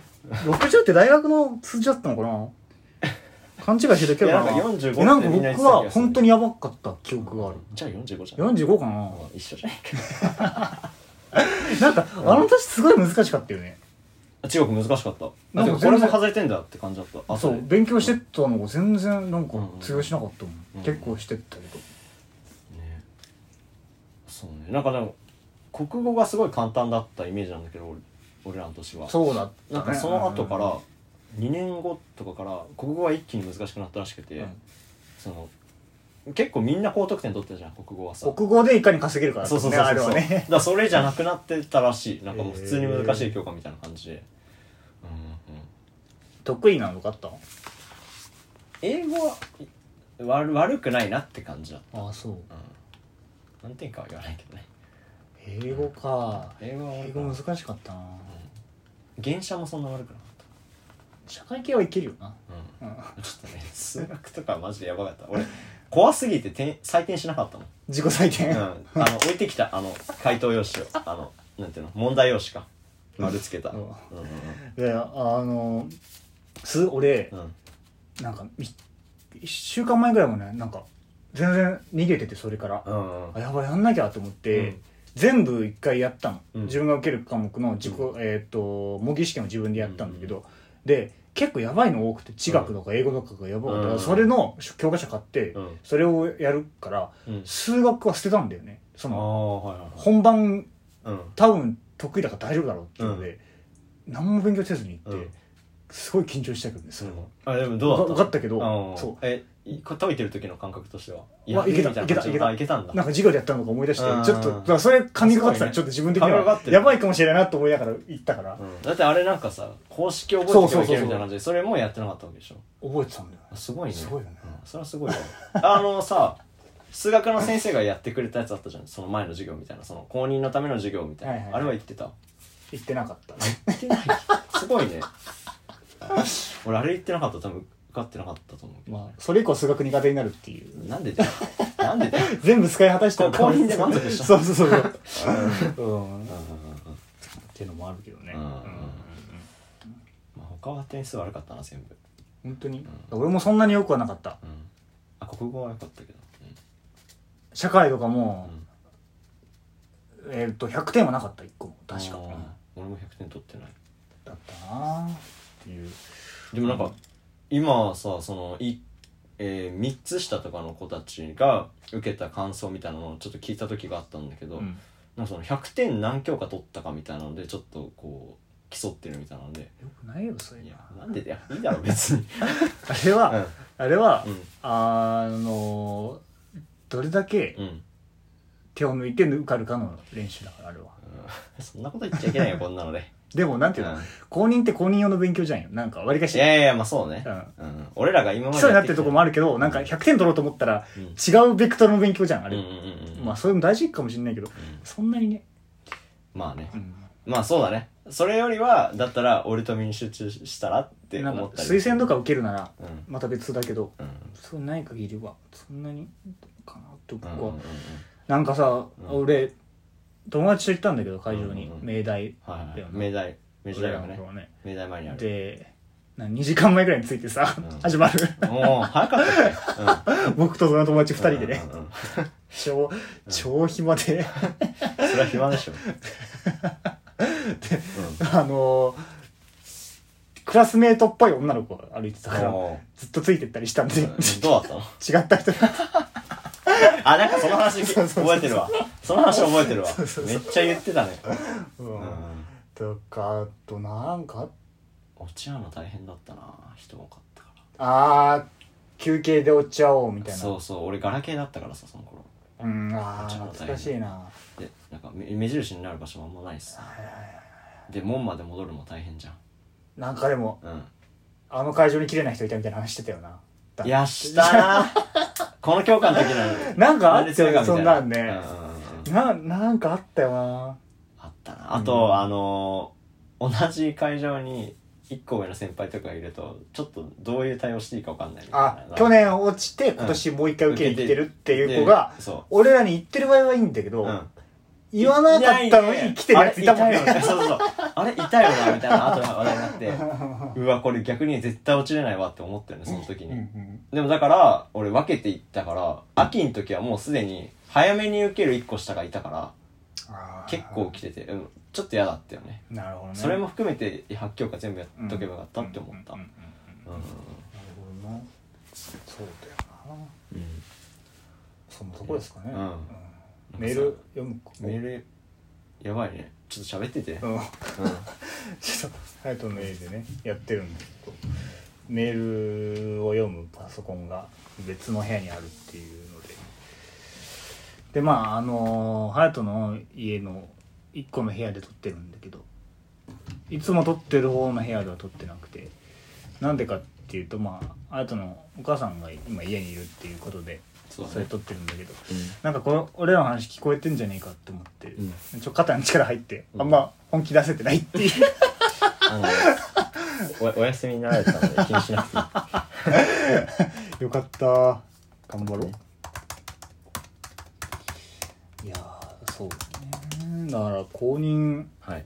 Speaker 2: って大学の数字だったのかな勘違いしてたけどない
Speaker 1: やなんか45って
Speaker 2: えなんか
Speaker 1: みんな言ってた気がす
Speaker 2: 僕
Speaker 1: る
Speaker 2: は本当にやばかった記憶がある
Speaker 1: じゃあ45じゃん
Speaker 2: 45かな
Speaker 1: 一緒じゃないか
Speaker 2: なんかあの年すごい難しかったよね
Speaker 1: あ中学難しかった
Speaker 2: なんか
Speaker 1: あてかこれも外れてんだって感じだったあ
Speaker 2: そう勉強してたのが全然なんか
Speaker 1: うん
Speaker 2: 通用しなかったもん、
Speaker 1: うん
Speaker 2: 結構してったけど
Speaker 1: ねそうねなんかでも国語がすごい簡単だったイメージなんだけど俺俺らの年は
Speaker 2: そうだった、ね、
Speaker 1: なんかその後か
Speaker 2: うん
Speaker 1: ら2年後とかから国語は一気に難しくなったらしくて、
Speaker 2: うん
Speaker 1: その結構みんな高得点取ってたじゃん国語はさ
Speaker 2: 国語でいかに稼げるかだった
Speaker 1: そう
Speaker 2: もん
Speaker 1: そうそうそう
Speaker 2: ねあれは
Speaker 1: だ
Speaker 2: ね
Speaker 1: からそれじゃなくなってたらしいなんかもう普通に難しい教科みたいな感じで、うんうん、
Speaker 2: 得意なのがあったの
Speaker 1: 英語はわ悪くないなって感じだ、
Speaker 2: ああそう
Speaker 1: うん、何点かは言わないけどね
Speaker 2: 英語か
Speaker 1: 英語は悪
Speaker 2: 英
Speaker 1: く
Speaker 2: 語
Speaker 1: ない
Speaker 2: 難しかったな
Speaker 1: 原写もそんな悪くなかっ
Speaker 2: 社会系はいけるよな
Speaker 1: た、うん
Speaker 2: うん
Speaker 1: ちょっとね数学とかマジでやばかった 俺怖すぎて点採点しなかったもん、
Speaker 2: 自己採点、
Speaker 1: うん、あの置いてきたあの回答用紙をあのなんていうの問題用紙か丸つけた、う
Speaker 2: うんん
Speaker 1: うん
Speaker 2: であのす俺
Speaker 1: うんうん、
Speaker 2: なんかみ一週間前ぐらいもねなんか全然逃げててそれから、
Speaker 1: うん
Speaker 2: あやばいやんなきゃと思って、
Speaker 1: うん
Speaker 2: 全部一回やったの、
Speaker 1: うん
Speaker 2: 自分が受ける科目の自己、えっ、と模擬試験を自分でやったんだけど、で結構やばいの多くて地学とか英語とかがやばかったから、
Speaker 1: うん
Speaker 2: それの教科書買って、
Speaker 1: うん
Speaker 2: それをやるから
Speaker 1: うん
Speaker 2: 数学は捨てたんだよねそ
Speaker 1: あ
Speaker 2: の
Speaker 1: あはいはいはい
Speaker 2: 本番
Speaker 1: うん
Speaker 2: 多分得意だから大丈夫だろうっていうので、何も勉強せずに行って、
Speaker 1: うん
Speaker 2: すごい緊張したけどねそれも、
Speaker 1: あでもどうだった
Speaker 2: わかったけど
Speaker 1: うん
Speaker 2: そう
Speaker 1: えいこ解いてる時の感覚としては
Speaker 2: わいけた
Speaker 1: みない
Speaker 2: けた
Speaker 1: 感じ
Speaker 2: いけた
Speaker 1: あいけたんだ
Speaker 2: なんか授業でやったのか思い出して
Speaker 1: うん
Speaker 2: ちょっとだからそれ神がかってたらちょっと自分的に
Speaker 1: 神がか
Speaker 2: は
Speaker 1: ってる
Speaker 2: やばいかもしれないなと思いながら行ったから
Speaker 1: うんだってあれなんかさ公式覚えてきゃいけるみたいな感じでそれもやってなかったわけでしょ
Speaker 2: 覚えてたんだよね
Speaker 1: あすごいね
Speaker 2: すごいよね
Speaker 1: うんそれはすごいよあのさ数学の先生がやってくれたやつあったじゃんその前の授業みたいなその公認のための授業みたいな、
Speaker 2: はいはいは
Speaker 1: あ
Speaker 2: い
Speaker 1: れは言ってた
Speaker 2: 行ってなかった
Speaker 1: 言ってないすごいね俺あれ言ってなかったら多分受かってなかったと思うけど、
Speaker 2: まあそれ以降数学苦手になるっていう
Speaker 1: なんでだよなんでだよ
Speaker 2: 全部使い果たした
Speaker 1: こ公認で満足した
Speaker 2: そうそうそうそううんっ
Speaker 1: うんうんうんうん
Speaker 2: ていうのもあるけどね
Speaker 1: う
Speaker 2: うんん
Speaker 1: まあ、他は点数悪かったな全部、
Speaker 2: 本当に俺もそんなによくはなかった
Speaker 1: うん、あ国語は良かったけど、
Speaker 2: 社会とか
Speaker 1: う
Speaker 2: も
Speaker 1: ん
Speaker 2: えっと100点はなかった1個も確か
Speaker 1: あー俺も100点取ってない
Speaker 2: だったなっていう
Speaker 1: でもなんか今さそのい、え3つ下とかの子たちが受けた感想みたいなのをちょっと聞いた時があったんだけど、
Speaker 2: うん
Speaker 1: なんかその100点何教科取ったかみたいなのでちょっとこう競ってるみたいなんで
Speaker 2: よくないよそれ
Speaker 1: い
Speaker 2: に
Speaker 1: や
Speaker 2: は
Speaker 1: なんでだよいいだろ別に
Speaker 2: あれは、あれは、
Speaker 1: うん
Speaker 2: あのどれだけ
Speaker 1: うん、うん、
Speaker 2: 手を抜いて受かるかの練習だからあれは
Speaker 1: そんなこと言っちゃいけないよこんなので
Speaker 2: でもなんていうの、
Speaker 1: うん
Speaker 2: 公認って公認用の勉強じゃんよなんかわりか
Speaker 1: い
Speaker 2: し
Speaker 1: やいやまあそうね、
Speaker 2: う
Speaker 1: うん俺らが今ま
Speaker 2: 基
Speaker 1: で
Speaker 2: 礎になってるとこもあ
Speaker 1: る
Speaker 2: るけどなんか100点取ろうと思ったら、
Speaker 1: うん
Speaker 2: 違うベクトルの勉強じゃんあ
Speaker 1: あ
Speaker 2: れ、
Speaker 1: うんうんうんうん、
Speaker 2: まあそれも大事かもしれないけど、そんなにね、
Speaker 1: まあね、
Speaker 2: うん
Speaker 1: まあそうだねそれよりはだったら俺と身に集中したらって
Speaker 2: なんか
Speaker 1: 思ったり
Speaker 2: 推薦とか受けるなら
Speaker 1: うん
Speaker 2: また別だけど、
Speaker 1: うん
Speaker 2: そうない限りはそんなにかなと僕は、
Speaker 1: うんうんうん
Speaker 2: なんかさ、
Speaker 1: うん
Speaker 2: 俺友達と行ったんだけど会場に、
Speaker 1: うんうんうん
Speaker 2: 明大
Speaker 1: はい
Speaker 2: だよ
Speaker 1: はい
Speaker 2: ね
Speaker 1: 明大明治大学
Speaker 2: 俺
Speaker 1: ね
Speaker 2: らの頃はね
Speaker 1: 明大前にある
Speaker 2: でな2時間前ぐらいに着いてさ、
Speaker 1: ん
Speaker 2: 始まる
Speaker 1: もう早かったね
Speaker 2: 僕とその友達2人でね、
Speaker 1: うんうんうん
Speaker 2: 超超暇で
Speaker 1: それは暇でしょ
Speaker 2: あのークラスメートっぽい女の子が歩いてたから
Speaker 1: おー
Speaker 2: ずっとついてったりしたんで、
Speaker 1: うんどうだったの
Speaker 2: 違った人だった
Speaker 1: あなんかその話
Speaker 2: そうそうそう
Speaker 1: 覚えてるわその話覚えてるわ
Speaker 2: そうそうそう
Speaker 1: めっちゃ言ってたね
Speaker 2: うん
Speaker 1: うん
Speaker 2: とかあとなんか
Speaker 1: 落ち合うの大変だったな人多かったか
Speaker 2: あー休憩でお茶をみた
Speaker 1: ら
Speaker 2: いな
Speaker 1: そうそう俺ガラケーだったからさその頃
Speaker 2: うんあ
Speaker 1: お茶
Speaker 2: ー
Speaker 1: の大変
Speaker 2: 懐かしいな
Speaker 1: でなんか目目印になる場所もあんまないしさで門まで戻るのも大変じゃん
Speaker 2: なんかでも
Speaker 1: うん
Speaker 2: あの会場に綺麗な人いたみたいな話してたよない
Speaker 1: やしたな この教科の時なのに
Speaker 2: なんかあっ
Speaker 1: れ
Speaker 2: たよねそんなんね
Speaker 1: うんうんうん
Speaker 2: ななんかあったよな
Speaker 1: あったなあと、あのー同じ会場に1個上の先輩とかがいるとちょっとどういう対応していいか分かんないみたいな
Speaker 2: あ去年落ちて今年もう一回受けに来てるっていう子が
Speaker 1: でそ
Speaker 2: 俺らに言ってる場合はいいんだけ
Speaker 1: う、
Speaker 2: ど、
Speaker 1: うん、
Speaker 2: 言わなかったのに来てるやついたもん
Speaker 1: あれ
Speaker 2: や
Speaker 1: いたよねそうそうそうあれいたよなみたいな後で話 題になってうわこれ逆に絶対落ちれないわって思ったよねその時に、でもだから俺分けていったから秋の時はもうすでに早めに受ける1個下がいたから結構来てて、うん、ちょっと嫌だったよね
Speaker 2: なるほどね
Speaker 1: それも含めて8教科全部やっとけばよかったって思った、
Speaker 2: うんうん
Speaker 1: うん
Speaker 2: うんうんなるほどなそうだよなそんなとこですかね、
Speaker 1: うん
Speaker 2: うんメール読む
Speaker 1: メールやばいねちょっと喋ってて、
Speaker 2: うん
Speaker 1: う
Speaker 2: ちょっと隼人の家でねやってるんですけどメールを読むパソコンが別の部屋にあるっていうのででまああの隼人の家の1個の部屋で撮ってるんだけどいつも撮ってる方の部屋では撮ってなくてなんでかっていうとまあ隼人のお母さんが今家にいるっていうことで
Speaker 1: そうだね
Speaker 2: それ撮ってるんだけど、
Speaker 1: うん
Speaker 2: なんかこの俺らの話聞こえてんじゃねえかって思って、
Speaker 1: ん
Speaker 2: ちょ肩に力入って、
Speaker 1: うん
Speaker 2: あんま本気出せてないっていう
Speaker 1: あのおお 休みになられたので気にしなくていい
Speaker 2: よかった頑張ろういやーそうねだから公認、
Speaker 1: はい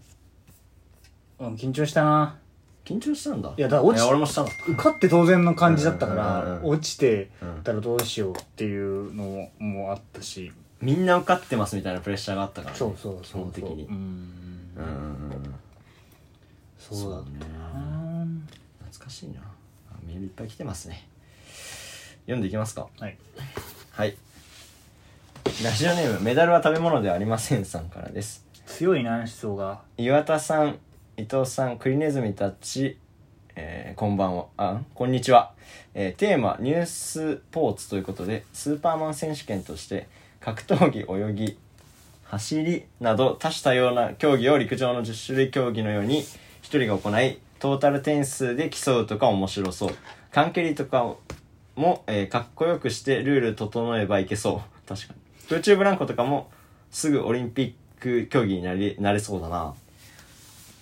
Speaker 2: うん、緊張したな
Speaker 1: 緊張したんだ
Speaker 2: いやだから落ち
Speaker 1: 俺もしたの
Speaker 2: 受かって当然の感じだった
Speaker 1: う
Speaker 2: か
Speaker 1: んうん
Speaker 2: ら
Speaker 1: うん
Speaker 2: 落ちて
Speaker 1: うん
Speaker 2: たらどうしようっていうのもあったし
Speaker 1: みんな受かってますみたいなプレッシャーがあったから、ね、
Speaker 2: そうそうそう
Speaker 1: 基本的に
Speaker 2: う
Speaker 1: うん
Speaker 2: ん
Speaker 1: うんうん
Speaker 2: そうだったな
Speaker 1: 懐かしいなあメールいっぱい来てますね読んでいきますか
Speaker 2: はい
Speaker 1: はいラジオネームメダルは食べ物ではありませんさんからです
Speaker 2: 強いな思想が
Speaker 1: 岩田さん伊藤さんクリネズミたち、えーこんばんはあこんにちは、えーテーマ「ニュースポーツ」ということでスーパーマン選手権として格闘技泳ぎ走りなど多種多様な競技を陸上の10種類競技のように一人が行いトータル点数で競うとか面白そう缶蹴りとかも、えーかっこよくしてルール整えばいけそう確かに空中ブランコとかもすぐオリンピック競技になりなれそうだな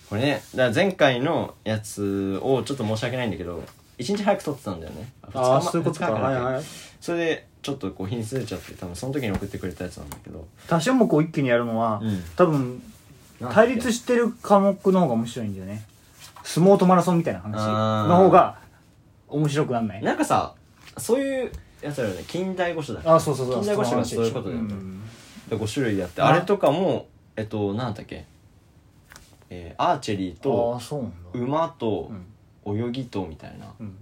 Speaker 1: これねだから前回のやつをちょっと申し訳ないんだけど1日早く撮ってたんだよね
Speaker 2: ああ
Speaker 1: 二日ま
Speaker 2: そういうことか
Speaker 1: 二日
Speaker 2: はい
Speaker 1: ら
Speaker 2: はい
Speaker 1: それでちょっとこう日にずれちゃって多分その時に送ってくれたやつなんだけど
Speaker 2: 多種目を一気にやるのは、
Speaker 1: うん
Speaker 2: 多分
Speaker 1: なんだっけ
Speaker 2: 対立してる科目の方が面白いんだよね相撲とマラソンみたいな話
Speaker 1: あー
Speaker 2: の方が面白くなんない
Speaker 1: なんかさそういうやつだよね近代五種だっけ
Speaker 2: あーそうそうそう
Speaker 1: 近代五種がそういうことだよね、で5種類やってあれとかもえっと何だっけえー、アーチェリー
Speaker 2: とああ
Speaker 1: と
Speaker 2: そうなんだ
Speaker 1: 馬と
Speaker 2: うん
Speaker 1: 泳ぎとみたいな、
Speaker 2: うん
Speaker 1: うん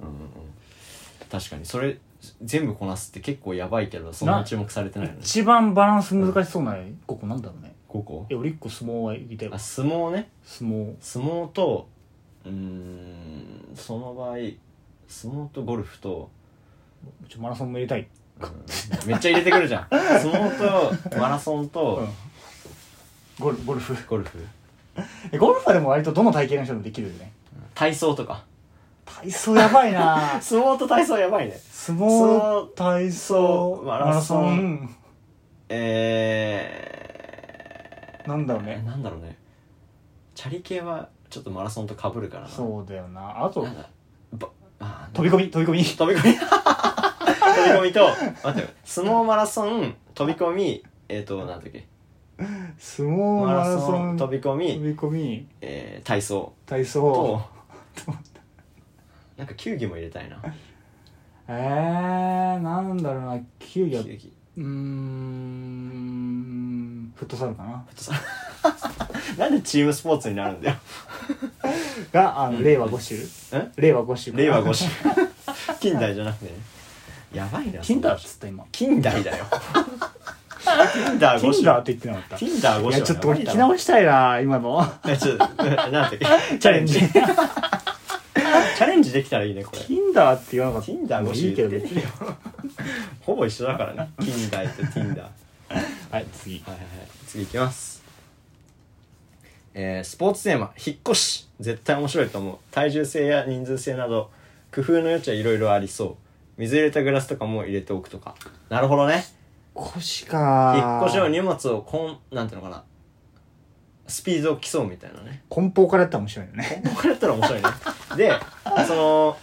Speaker 1: うんうん、確かにそれ全部こなすって結構やばいけどそんな注目されて ないよね
Speaker 2: 一番バランス難しそうなここなんだろうね
Speaker 1: 5個
Speaker 2: え俺一個相撲は言いたい
Speaker 1: あ
Speaker 2: わ
Speaker 1: 相撲ね
Speaker 2: 相撲
Speaker 1: 相撲とうーんその場合相撲とゴルフと
Speaker 2: ちょマラソンも入れたい
Speaker 1: めっちゃ入れてくるじ ゃん相撲とマラソンと
Speaker 2: うんゴルゴルフ
Speaker 1: ゴルフ
Speaker 2: えゴルフはでも割とどの体型の人でもできるよね
Speaker 1: 体操とか
Speaker 2: 体操やばい な
Speaker 1: 相撲と体操やばいね
Speaker 2: 相
Speaker 1: 撲
Speaker 2: 撲体
Speaker 1: 操
Speaker 2: 操
Speaker 1: マラソン
Speaker 2: マラソン
Speaker 1: え
Speaker 2: なんだろう
Speaker 1: ー、え
Speaker 2: ね
Speaker 1: なんだろうねチャリ系はちょっとマラソンとかぶるからな
Speaker 2: そうだよなあと
Speaker 1: なんだばあー
Speaker 2: 飛び込み飛び込 み
Speaker 1: 飛び込み飛び込みと待って相撲マラソン飛び込みえっ、ー、となんだっけ
Speaker 2: 相撲
Speaker 1: マ
Speaker 2: マ
Speaker 1: ラ
Speaker 2: ラ
Speaker 1: ソ
Speaker 2: ソ
Speaker 1: ン
Speaker 2: ン
Speaker 1: 飛び込み
Speaker 2: 飛び込み
Speaker 1: えー、体操
Speaker 2: 体
Speaker 1: と
Speaker 2: 操
Speaker 1: なんか球技も入れたいな
Speaker 2: えー、なんだろうな球技は
Speaker 1: 球技
Speaker 2: うーんフットサルかな
Speaker 1: フットサル なんでチームスポーツになるんだよ
Speaker 2: があの令和5種
Speaker 1: え
Speaker 2: 令和5種
Speaker 1: 令和5種近代じゃなくてねやばいな
Speaker 2: キンダーっつった今
Speaker 1: 近代だよ近代
Speaker 2: キ
Speaker 1: 5
Speaker 2: ン
Speaker 1: 種
Speaker 2: ダーって言ってなかったい
Speaker 1: 近代5種
Speaker 2: やちょっと俺聞き
Speaker 1: し
Speaker 2: 直したいな今の
Speaker 1: ちょっとなんだっけチ
Speaker 2: チャレンジ
Speaker 1: チャレンジできたらいいねこれ
Speaker 2: キンダーって言わなかった
Speaker 1: 近代
Speaker 2: もう
Speaker 1: 5
Speaker 2: いい
Speaker 1: 種
Speaker 2: け
Speaker 1: 言
Speaker 2: ど
Speaker 1: って
Speaker 2: 別に
Speaker 1: るよほぼ一緒だからね近代と近代
Speaker 2: はい次
Speaker 1: はいはいはい次いきますえースポーツテーマ「引っ越し」絶対面白いと思う体重制や人数制など工夫の余地はいろいろありそう水入れたグラスとかも入れておくとかなるほどね
Speaker 2: 腰
Speaker 1: 引
Speaker 2: か
Speaker 1: っ越しの荷物をこんなんていうのかなスピードを競うみたいなね
Speaker 2: 梱包からやったら面白いよね
Speaker 1: これやったら面白いねでその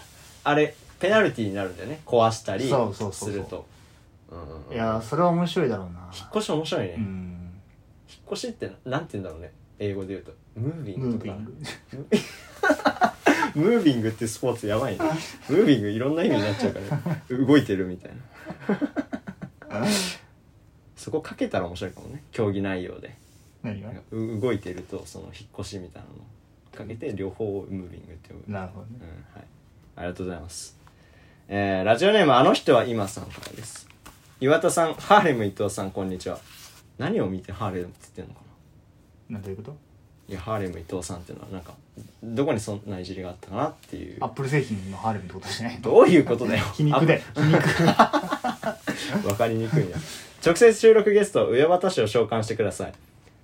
Speaker 1: あれペナルティーになるんだよね壊したりする
Speaker 2: そ
Speaker 1: と
Speaker 2: うそうそうそう
Speaker 1: うんうんうん
Speaker 2: いやーそれは面白いだろうな
Speaker 1: 引っ越し面白いね、
Speaker 2: うん
Speaker 1: 引っ越しってななんて言うんだろうね英語で言うとムービン
Speaker 2: ム
Speaker 1: グ
Speaker 2: ー
Speaker 1: と
Speaker 2: ビ
Speaker 1: か
Speaker 2: ング
Speaker 1: ムービングってスポーツやばいねムービングいろんな意味になっちゃうから、ね、動いてるみたいなそこかけたら面白いかもね競技内容で
Speaker 2: 何が
Speaker 1: なんかう動いてるとその引っ越しみたいなのをかけて両方をムービングって呼ぶ
Speaker 2: なるほどね
Speaker 1: うんはい、ありがとうございます、えーラジオネームあの人は今さんからです岩田さんハーレム伊藤さんこんにちは何を見てハーレムって言ってんのかな
Speaker 2: なんていうこと
Speaker 1: いやハーレム伊藤さんっていうのはなんかどこにそんないじりがあったかなっていう
Speaker 2: アップル製品のハーレムってことじゃない
Speaker 1: どういうこと だよ
Speaker 2: 皮肉で皮肉
Speaker 1: あわかりにくいな直接収録ゲスト上畑氏を召喚してください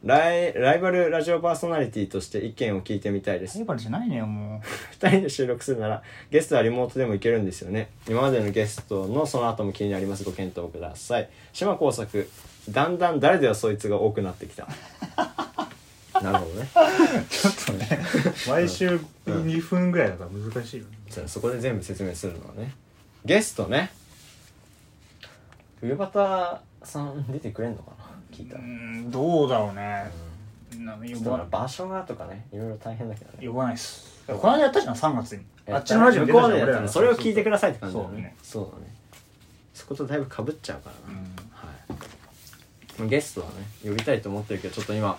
Speaker 1: ライライバルラジオパーソナリティとして意見を聞いてみたいです
Speaker 2: ライバルじゃないねも
Speaker 1: 2人で収録するならゲストはリモートでもいけるんですよね今までのゲストのその後も気になりますご検討ください島耕作だんだん誰ではそいつが多くなってきた なるほどね
Speaker 2: うちょっとね毎週2分ぐらいだから難しいよね
Speaker 1: じゃあそこで全部説明するのはねゲストね冬端さん出てくれんのかな聞いた
Speaker 2: う
Speaker 1: ら
Speaker 2: んどうだろうねなんか呼
Speaker 1: だから
Speaker 2: ば
Speaker 1: 場所がとかねいろいろ大変だけどね
Speaker 2: 呼ばないっすこの間やったじゃん3月にあっちのラジオ
Speaker 1: 向
Speaker 2: 出た
Speaker 1: こ
Speaker 2: じゃ
Speaker 1: うんでや
Speaker 2: 俺
Speaker 1: った
Speaker 2: ら
Speaker 1: の
Speaker 2: の
Speaker 1: それを聞いてくださいって感じだよ
Speaker 2: そうね
Speaker 1: ねそうだねそことだいぶかぶっちゃうから
Speaker 2: う
Speaker 1: な、
Speaker 2: ん
Speaker 1: はい、ゲストはね呼びたいと思ってるけどちょっと今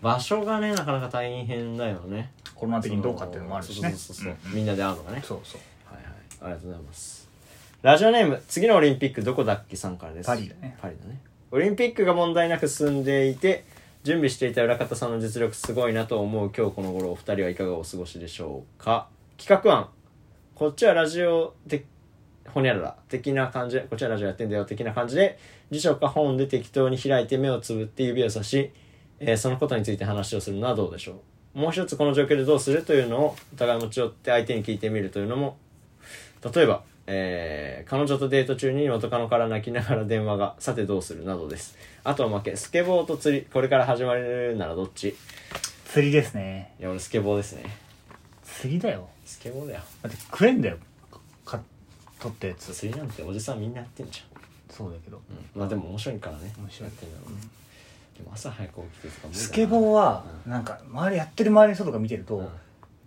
Speaker 1: 場所がねなかなか大変だよね
Speaker 2: コロナ的にどうかっていうのもあるしね
Speaker 1: そうそうそうそう、
Speaker 2: うん
Speaker 1: みんなで会うのがね
Speaker 2: そうそう
Speaker 1: はいはいありがとうございますラジオネーム次のオリンピックどこだっけさんからです
Speaker 2: パリだね
Speaker 1: パリだねオリンピックが問題なく進んでいて準備していた裏方さんの実力すごいなと思う今日この頃お二人はいかがお過ごしでしょうか企画案こっちはラジオでほにゃらら的な感じでこっちはラジオやってんだよ的な感じで辞書か本で適当に開いて目をつぶって指を差し、えーそのことについて話をするのはどうでしょうもう一つこの状況でどうするというのをお互い持ち寄って相手に聞いてみるというのも例えば、えー彼女とデート中に元カノから泣きながら電話が、さてどうするなどです。あとは負け、スケボーと釣り、これから始まるならどっちい
Speaker 2: 釣りですね
Speaker 1: や、俺スケボーですね。
Speaker 2: 釣りだよ
Speaker 1: スケボーだよ。
Speaker 2: だって食えんだよか取ったやつ
Speaker 1: 釣りなんておじさんみんなやってんじ
Speaker 2: そうだけど
Speaker 1: ゃん。うん、まあでも面白いからね。
Speaker 2: 面白
Speaker 1: や
Speaker 2: い
Speaker 1: ってんだろうね。でも朝早く起きてとか無理だな
Speaker 2: スケボーはなんか周りやってる周りの人とか見てると、
Speaker 1: うん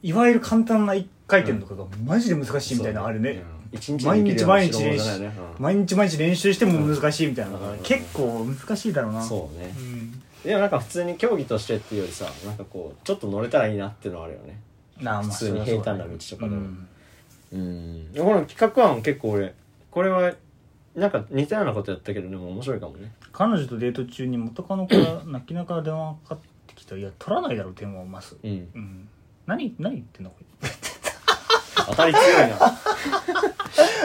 Speaker 2: いわゆる簡単な1回転とかがマジで難しいみたいなのあるね、
Speaker 1: うん一日で
Speaker 2: 毎
Speaker 1: できる
Speaker 2: 日
Speaker 1: ような代
Speaker 2: 毎日練
Speaker 1: 物じゃない
Speaker 2: 習、
Speaker 1: ねうん
Speaker 2: 毎日毎日練習しても難しいみたいなのが、
Speaker 1: うん
Speaker 2: 結構難しいだろうな
Speaker 1: そうね
Speaker 2: う。ん、
Speaker 1: でもなんか普通に競技としてっていうよりさ、なんかこう、ちょっと乗れたらいいなっていうのはあるよね。
Speaker 2: なあまあ
Speaker 1: 普通に平坦な道とかでも
Speaker 2: うん
Speaker 1: うんこの企画案結構俺これはなんか似たようなことやったけどでも面白いかもね
Speaker 2: 彼女とデート中に元カノから泣きながら電話かかってきたいや取らないだろう電話をまず、
Speaker 1: うん
Speaker 2: うん、何何言ってんのこれ
Speaker 1: 当たり強いな は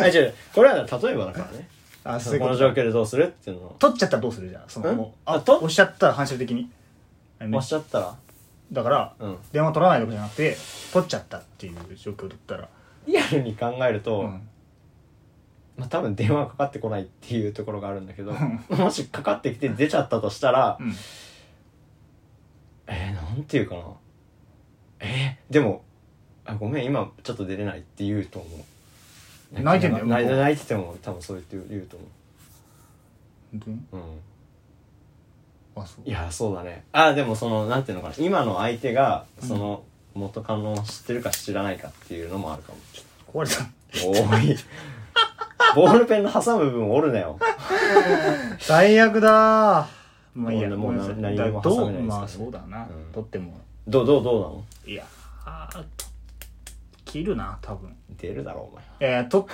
Speaker 1: い違うこれは例えばだからね
Speaker 2: あ
Speaker 1: この状況
Speaker 2: か
Speaker 1: でどうするっていうのを
Speaker 2: 取っちゃったらどうするじゃんその
Speaker 1: ん
Speaker 2: もう
Speaker 1: あと
Speaker 2: おっしゃったら反射的に
Speaker 1: おっしゃったら
Speaker 2: だから、
Speaker 1: うん
Speaker 2: 電話取らないわけじゃなくて取っちゃったっていう状況だったら、
Speaker 1: リアルに考えると、
Speaker 2: うん
Speaker 1: まあ、多分電話かかってこないっていうところがあるんだけどもしかかってきて出ちゃったとしたら、
Speaker 2: うん
Speaker 1: えー、なんていうかなえー、でもあごめん今ちょっと出れないって言うと思う
Speaker 2: 泣いてんだよ
Speaker 1: 泣い
Speaker 2: 向こう
Speaker 1: 泣いてても多分そう言って言うと思
Speaker 2: 本当に
Speaker 1: ううん
Speaker 2: あそう
Speaker 1: いやそうだねあでもそのなんていうのかな今の相手がその元カノを知ってるか知らないかっていうのもあるかも
Speaker 2: 壊れた
Speaker 1: おい ボールペンの挟む部分折るなよ
Speaker 2: 最悪だーまあいいや
Speaker 1: もうもう
Speaker 2: ごめん
Speaker 1: 何
Speaker 2: なさ
Speaker 1: 何
Speaker 2: い
Speaker 1: も
Speaker 2: だど
Speaker 1: 挟
Speaker 2: う
Speaker 1: めないですからね
Speaker 2: まあそうだな、
Speaker 1: うん
Speaker 2: 取っても
Speaker 1: どうどうどうなの
Speaker 2: いやー切るな多分
Speaker 1: 出るだろお前
Speaker 2: えー、と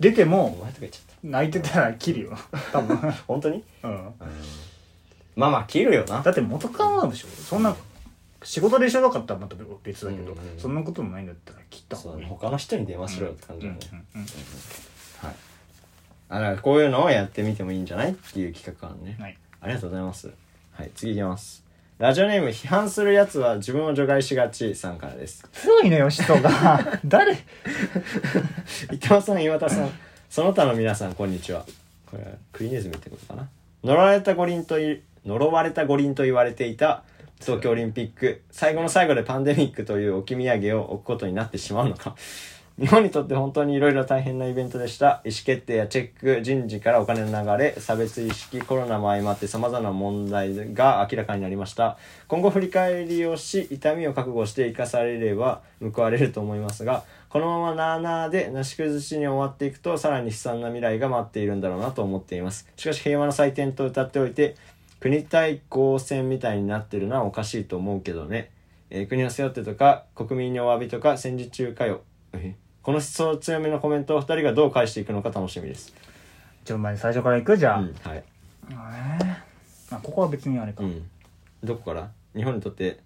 Speaker 2: 出て
Speaker 1: お
Speaker 2: も
Speaker 1: 前とか言っちゃっ
Speaker 2: 泣いてたら切るよ多分、
Speaker 1: た本当に
Speaker 2: うん、
Speaker 1: まあまあ切るよな
Speaker 2: だって元カノなんでしょそんな仕事で一緒だかったらまた別だけど、
Speaker 1: うんうん
Speaker 2: そんなこともないんだったら切った
Speaker 1: そ
Speaker 2: 方
Speaker 1: う
Speaker 2: がい
Speaker 1: だ
Speaker 2: い
Speaker 1: ね他の人に電話しろよって感じ
Speaker 2: う
Speaker 1: だ
Speaker 2: ん
Speaker 1: ね、
Speaker 2: うんうん
Speaker 1: はいあだからこういうのをやってみてもいいんじゃないっていう企画案ね、
Speaker 2: はい
Speaker 1: ありがとうございます。はい、次いきます。ラジオネーム、批判するやつは自分を除外しがちさんからです。
Speaker 2: 強いねよしと が誰
Speaker 1: 伊藤さん、岩田さん、その他の皆さん、こんにちは。これは、クイネズミってことかな。呪われた五輪とい、呪われた五輪と言われていた東京オリンピック、最後の最後でパンデミックという置き土産を置くことになってしまうのか。日本にとって本当にいろいろ大変なイベントでした。意思決定やチェック、人事からお金の流れ、差別意識、コロナも相まって様々な問題が明らかになりました。今後振り返りをし、痛みを覚悟して生かされれば報われると思いますが、このままなあなあでなし崩しに終わっていくと、さらに悲惨な未来が待っているんだろうなと思っています。しかし平和の祭典と歌っておいて、国対抗戦みたいになってるのはおかしいと思うけどね。えー国を背負ってとか、国民にお詫びとか、戦時中かよ。えこの思想強めのコメントを二人がどう返していくのか楽しみです。
Speaker 2: ちょお前最初から行くじゃあ、
Speaker 1: うん、はい。
Speaker 2: あねあここは別にあれか、
Speaker 1: うん。どこから日本にとって、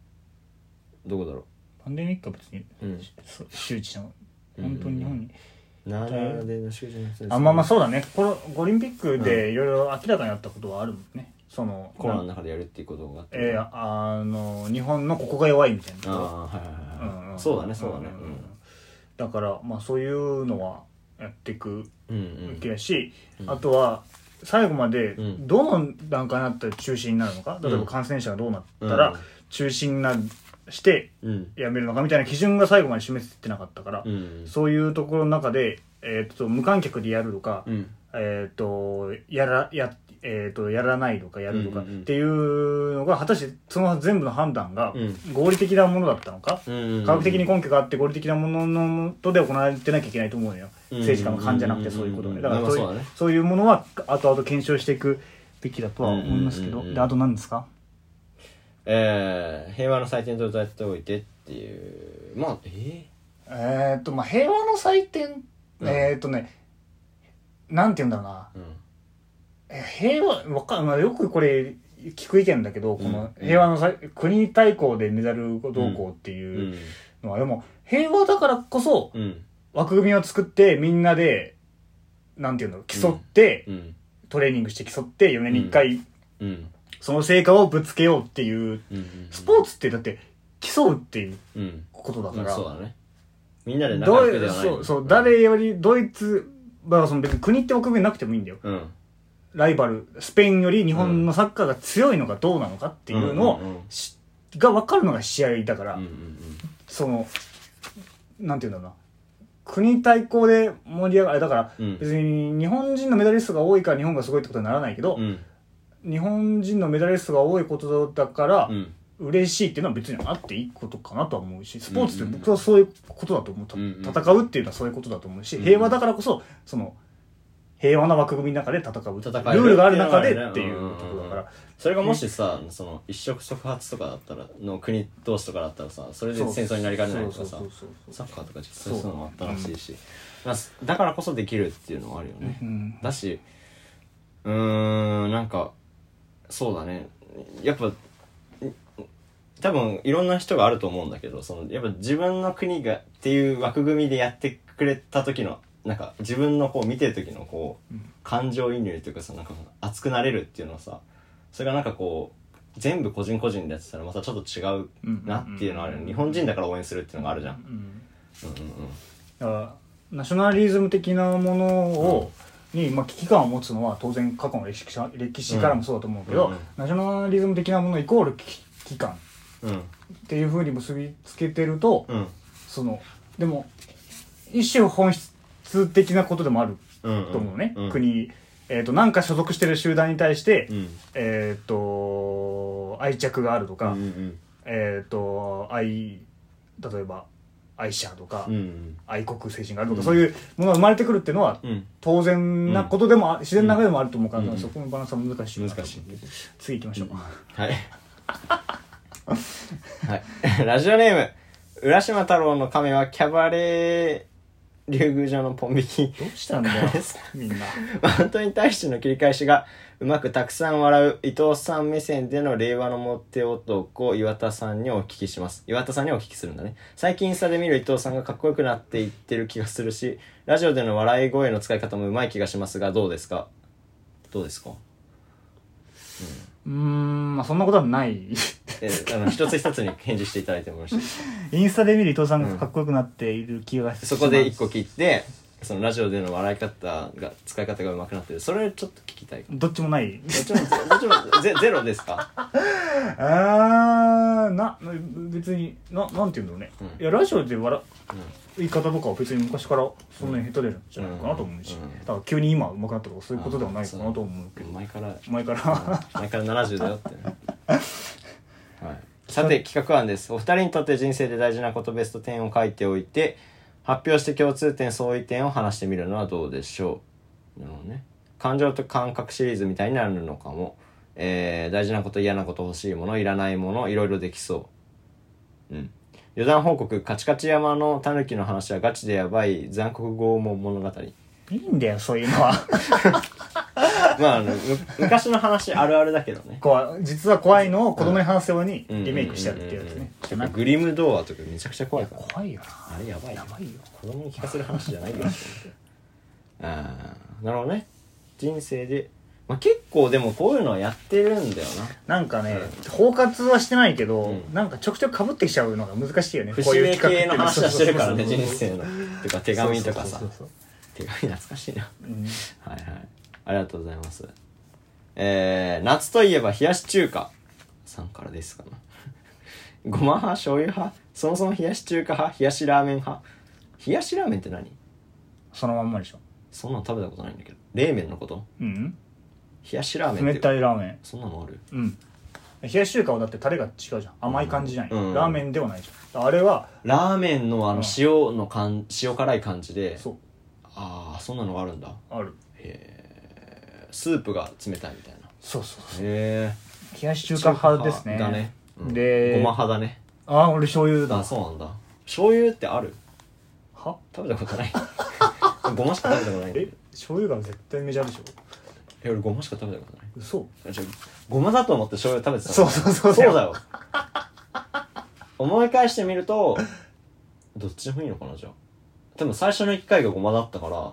Speaker 1: どこだろ
Speaker 2: パンデミックは別に、
Speaker 1: うん
Speaker 2: そ周知の
Speaker 1: うん
Speaker 2: 本当に日本に、
Speaker 1: う。なあなあでなし崩しに
Speaker 2: あまあまあそうだねこのオリンピックでいろいろ明らかになったことはあるもんね、その
Speaker 1: コロナの中でやるっていうことがあって
Speaker 2: えーあの日本のここが弱いみたいな
Speaker 1: ああはいはいはいはい、
Speaker 2: んん
Speaker 1: そうだねそうだね
Speaker 2: んんだからまあそういうのはやっていく
Speaker 1: うんうん
Speaker 2: べきやし、あとは最後まで
Speaker 1: うん
Speaker 2: どの段階になったら中止になるのか、例え
Speaker 1: うん
Speaker 2: ば感染者がどうなった
Speaker 1: うん
Speaker 2: ら中止になして
Speaker 1: うん
Speaker 2: やめるのかみたいな基準が最後まで示せてなかったから、
Speaker 1: うん
Speaker 2: そういうところの中で、えー、と無観客でやるとか、
Speaker 1: うん
Speaker 2: えっ、と、やら、や、えっ、と、やらないとかやるとか
Speaker 1: う
Speaker 2: っ
Speaker 1: んうんうん
Speaker 2: ていうのが、果たしてその全部の判断が
Speaker 1: うん
Speaker 2: 合理的なものだったのか、
Speaker 1: うん
Speaker 2: 科学的に根拠があって合理的なもののもとで行われてなきゃいけないと思うのよ。
Speaker 1: うん
Speaker 2: 政治家の勘じゃなくてそういうこと
Speaker 1: うん
Speaker 2: ね。だから
Speaker 1: まあ
Speaker 2: そうい
Speaker 1: そうだ
Speaker 2: う
Speaker 1: ね、
Speaker 2: そういうものは後々検証していくべきだとは思いますけ
Speaker 1: うんうんうんう
Speaker 2: ど。
Speaker 1: ん
Speaker 2: で、あと何ですか
Speaker 1: えー、平和の祭典と歌っておいてっていうまあえ
Speaker 2: えっ、と、まあ、平和の祭典、
Speaker 1: うん
Speaker 2: えっ、とね、なんて言うんだろうな。
Speaker 1: ー、うん
Speaker 2: え平和わかん、まあ、よくこれ聞く意見だけど、この
Speaker 1: うん
Speaker 2: 平和のさ国対抗でメダルどうこうっていうのは、でも平和だからこそ
Speaker 1: うんうん
Speaker 2: 枠組みを作ってみんなでなんていうの競って、
Speaker 1: うん
Speaker 2: トレーニングして競って4年に1回
Speaker 1: うん
Speaker 2: その成果をぶつけようっていう
Speaker 1: うんうん
Speaker 2: スポーツってだって競うっていう
Speaker 1: うん
Speaker 2: ことだ
Speaker 1: う
Speaker 2: か
Speaker 1: ん
Speaker 2: ら、
Speaker 1: そうだねみんなで仲
Speaker 2: ど
Speaker 1: 良くで
Speaker 2: う
Speaker 1: はない
Speaker 2: そうそう誰よりドイツまあその別に国って枠組みなくてもいいんだよ
Speaker 1: うんっ
Speaker 2: ライバルスペインより日本のサッカーが強いのかどうなのかっていうのを、しが分かるのが試合だから、
Speaker 1: うんうんうん
Speaker 2: そのなんていうんだろうな国対抗で盛り上がるだから
Speaker 1: うん
Speaker 2: 別に日本人のメダリストが多いから日本がすごいってことにならないけど、
Speaker 1: うん
Speaker 2: 日本人のメダリストが多いことだから
Speaker 1: うん
Speaker 2: 嬉しいっていうのは別にあっていいことかなとは思うしスポーツって
Speaker 1: うんうんうん
Speaker 2: 僕はそういうことだと思う、た
Speaker 1: うんうん
Speaker 2: 戦うっていうのはそういうことだと思うし、
Speaker 1: うん
Speaker 2: 平和だからこそその平和な枠組みの中で戦う
Speaker 1: 戦える
Speaker 2: ルールがある中でってい
Speaker 1: うんうんうん
Speaker 2: うところだから、
Speaker 1: それがもしさその一触触発とかだったらの国同士とかだったらさそれで戦争になりかねないとかさ
Speaker 2: そうそうそうそう
Speaker 1: サッカーとか実際そういうのもあったらしいし、まあだからこそできるっていうのもあるよね、
Speaker 2: うん
Speaker 1: だしうーんなんかそうだねやっぱん多分いろんな人があると思うんだけどそのやっぱ自分の国がっていう枠組みでやってくれた時のなんか自分のこう見てる時のこう感情移入というかさなんか熱くなれるっていうのはさそれがなんかこう全部個人個人でやってたらまたちょっと違うなっていうのはあるよね日本人だから応援するっていうのがあるじゃん。
Speaker 2: うん
Speaker 1: うんうん
Speaker 2: だからナショナリズム的なものを、に、まあ、危機感を持つのは当然過去の歴史か歴史からもそうだと思うけど、
Speaker 1: うんうん
Speaker 2: ナショナリズム的なものイコール危機感っ
Speaker 1: うんうん
Speaker 2: ていうふうに結びつけてると、
Speaker 1: うん
Speaker 2: そのでも一種本質的なことでもある
Speaker 1: うんうん
Speaker 2: と思うね、
Speaker 1: うん
Speaker 2: 国、えー、となんか所属してる集団に対して、
Speaker 1: うん
Speaker 2: えっ、と愛着があると
Speaker 1: うん
Speaker 2: か、
Speaker 1: うん
Speaker 2: えっ、と愛例えば愛者とか、
Speaker 1: うんうん
Speaker 2: 愛国精神があるとか、そういうものが生まれてくるっていうのは
Speaker 1: うん
Speaker 2: 当然なことでも、自然な流れでもあると思うから、
Speaker 1: うん
Speaker 2: そこのバランスは難しいなと思
Speaker 1: 難
Speaker 2: う
Speaker 1: しい
Speaker 2: 次行きましょう、
Speaker 1: はい。はい。ラジオネーム、浦島太郎の亀はキャバレー竜宮城のポン引き。
Speaker 2: どうしたんだよ
Speaker 1: これさ
Speaker 2: みんな
Speaker 1: マウントに対しての切り返しがうまくたくさん笑う伊藤さん目線での令和のモテ男岩田さんにお聞きします岩田さんにお聞きするんだね最近インスタで見る伊藤さんがかっこよくなっていってる気がするしラジオでの笑い声の使い方もうまい気がしますがどうですかどうですか
Speaker 2: うーんまあそんなことはない
Speaker 1: えあの一つ一つに返事していただいてもよろしいですか
Speaker 2: インスタで見る伊藤さんがかっこよくなっている気がします
Speaker 1: そこで一個切ってそのラジオでの笑い方が使い方がうまくなってるそれちょっと聞きたいかも
Speaker 2: どっちもない
Speaker 1: もちろんもちろんゼゼロですか
Speaker 2: あーな別にななんて言うんだろうね、
Speaker 1: うん
Speaker 2: いやラジオで笑言い方とかは別に昔からそんなに下手でるんじゃないかなと思うし、
Speaker 1: うん
Speaker 2: だから急に今上手くなったとかそういうことではないかなと思うけど
Speaker 1: 前から
Speaker 2: 前から
Speaker 1: 前から70だよ ってね、はい、さて企画案ですお二人にとって人生で大事なことベスト10を書いておいて発表して共通点相違点を話してみるのはどうでしょうなるほどね感情と感覚シリーズみたいになるのかも、えー大事なこと嫌なこと欲しいものいらないものいろいろできそううん余談報告カチカチ山のタヌキの話はガチでやばい残酷拷問物語
Speaker 2: いいんだよそういうのは
Speaker 1: まああのむ昔の話あるあるだけどね
Speaker 2: こう実は怖いのを子供に話すように
Speaker 1: うん
Speaker 2: リメイクしてやるっていうやつねじゃなく
Speaker 1: グリム童話とかめちゃくちゃ怖いから
Speaker 2: 怖いよな
Speaker 1: あれやばいやば
Speaker 2: いよ
Speaker 1: 子供に 聞かせる話じゃないよああなるほどね人生でまあ、結構でもこういうのはやってるんだよな
Speaker 2: なんかね、包括はしてないけど、
Speaker 1: うん
Speaker 2: なんかちょくちょく被ってきちゃうのが難しいよね。こう
Speaker 1: 節
Speaker 2: いう
Speaker 1: 目
Speaker 2: 企
Speaker 1: 系
Speaker 2: 画
Speaker 1: の
Speaker 2: っ
Speaker 1: 話
Speaker 2: て
Speaker 1: はしてるからね人生
Speaker 2: の。
Speaker 1: のとか手紙とかさ
Speaker 2: そうそうそう
Speaker 1: 手紙懐かしいな
Speaker 2: そううん
Speaker 1: はいはいありがとうございますえー、夏といえば冷やし中華さんからですかな ごま派醤油派そもそも冷やし中華派冷やしラーメン派冷やしラーメンって何
Speaker 2: そのまんまでしょ。
Speaker 1: そんなの食べたことないんだけど冷麺のこと
Speaker 2: うん。
Speaker 1: 冷やしラーメンっ
Speaker 2: 冷
Speaker 1: て
Speaker 2: たいラーメン。
Speaker 1: そんなのある
Speaker 2: うん。冷やし中華はだってタレが違うじゃん。甘い感じじゃない。
Speaker 1: うん
Speaker 2: ラーメンではないじゃん。あれは、
Speaker 1: ラーメンのあ
Speaker 2: うん
Speaker 1: の塩のかん塩辛い感じで
Speaker 2: そう、
Speaker 1: ああそんなのがあるんだ
Speaker 2: ある。
Speaker 1: スープが冷たいみたいな
Speaker 2: そうそうそ
Speaker 1: へえ
Speaker 2: う。冷やし中華派ですね。
Speaker 1: だね、うん
Speaker 2: で
Speaker 1: ごま派だね
Speaker 2: あー、俺醤油だ。
Speaker 1: あそうなんだ醤油ってある
Speaker 2: は
Speaker 1: 食べたこと ないごましか食べたことないんだけ
Speaker 2: え
Speaker 1: ど
Speaker 2: 醤油が絶対メジャーでしょ
Speaker 1: え俺ごましか食べたことない
Speaker 2: 嘘
Speaker 1: あじゃあごまだと思って醤油食べてた
Speaker 2: そうそうそう
Speaker 1: そうだよ 思い返してみるとどっちでもいいのかなじゃあ多分最初の1回がごまだったから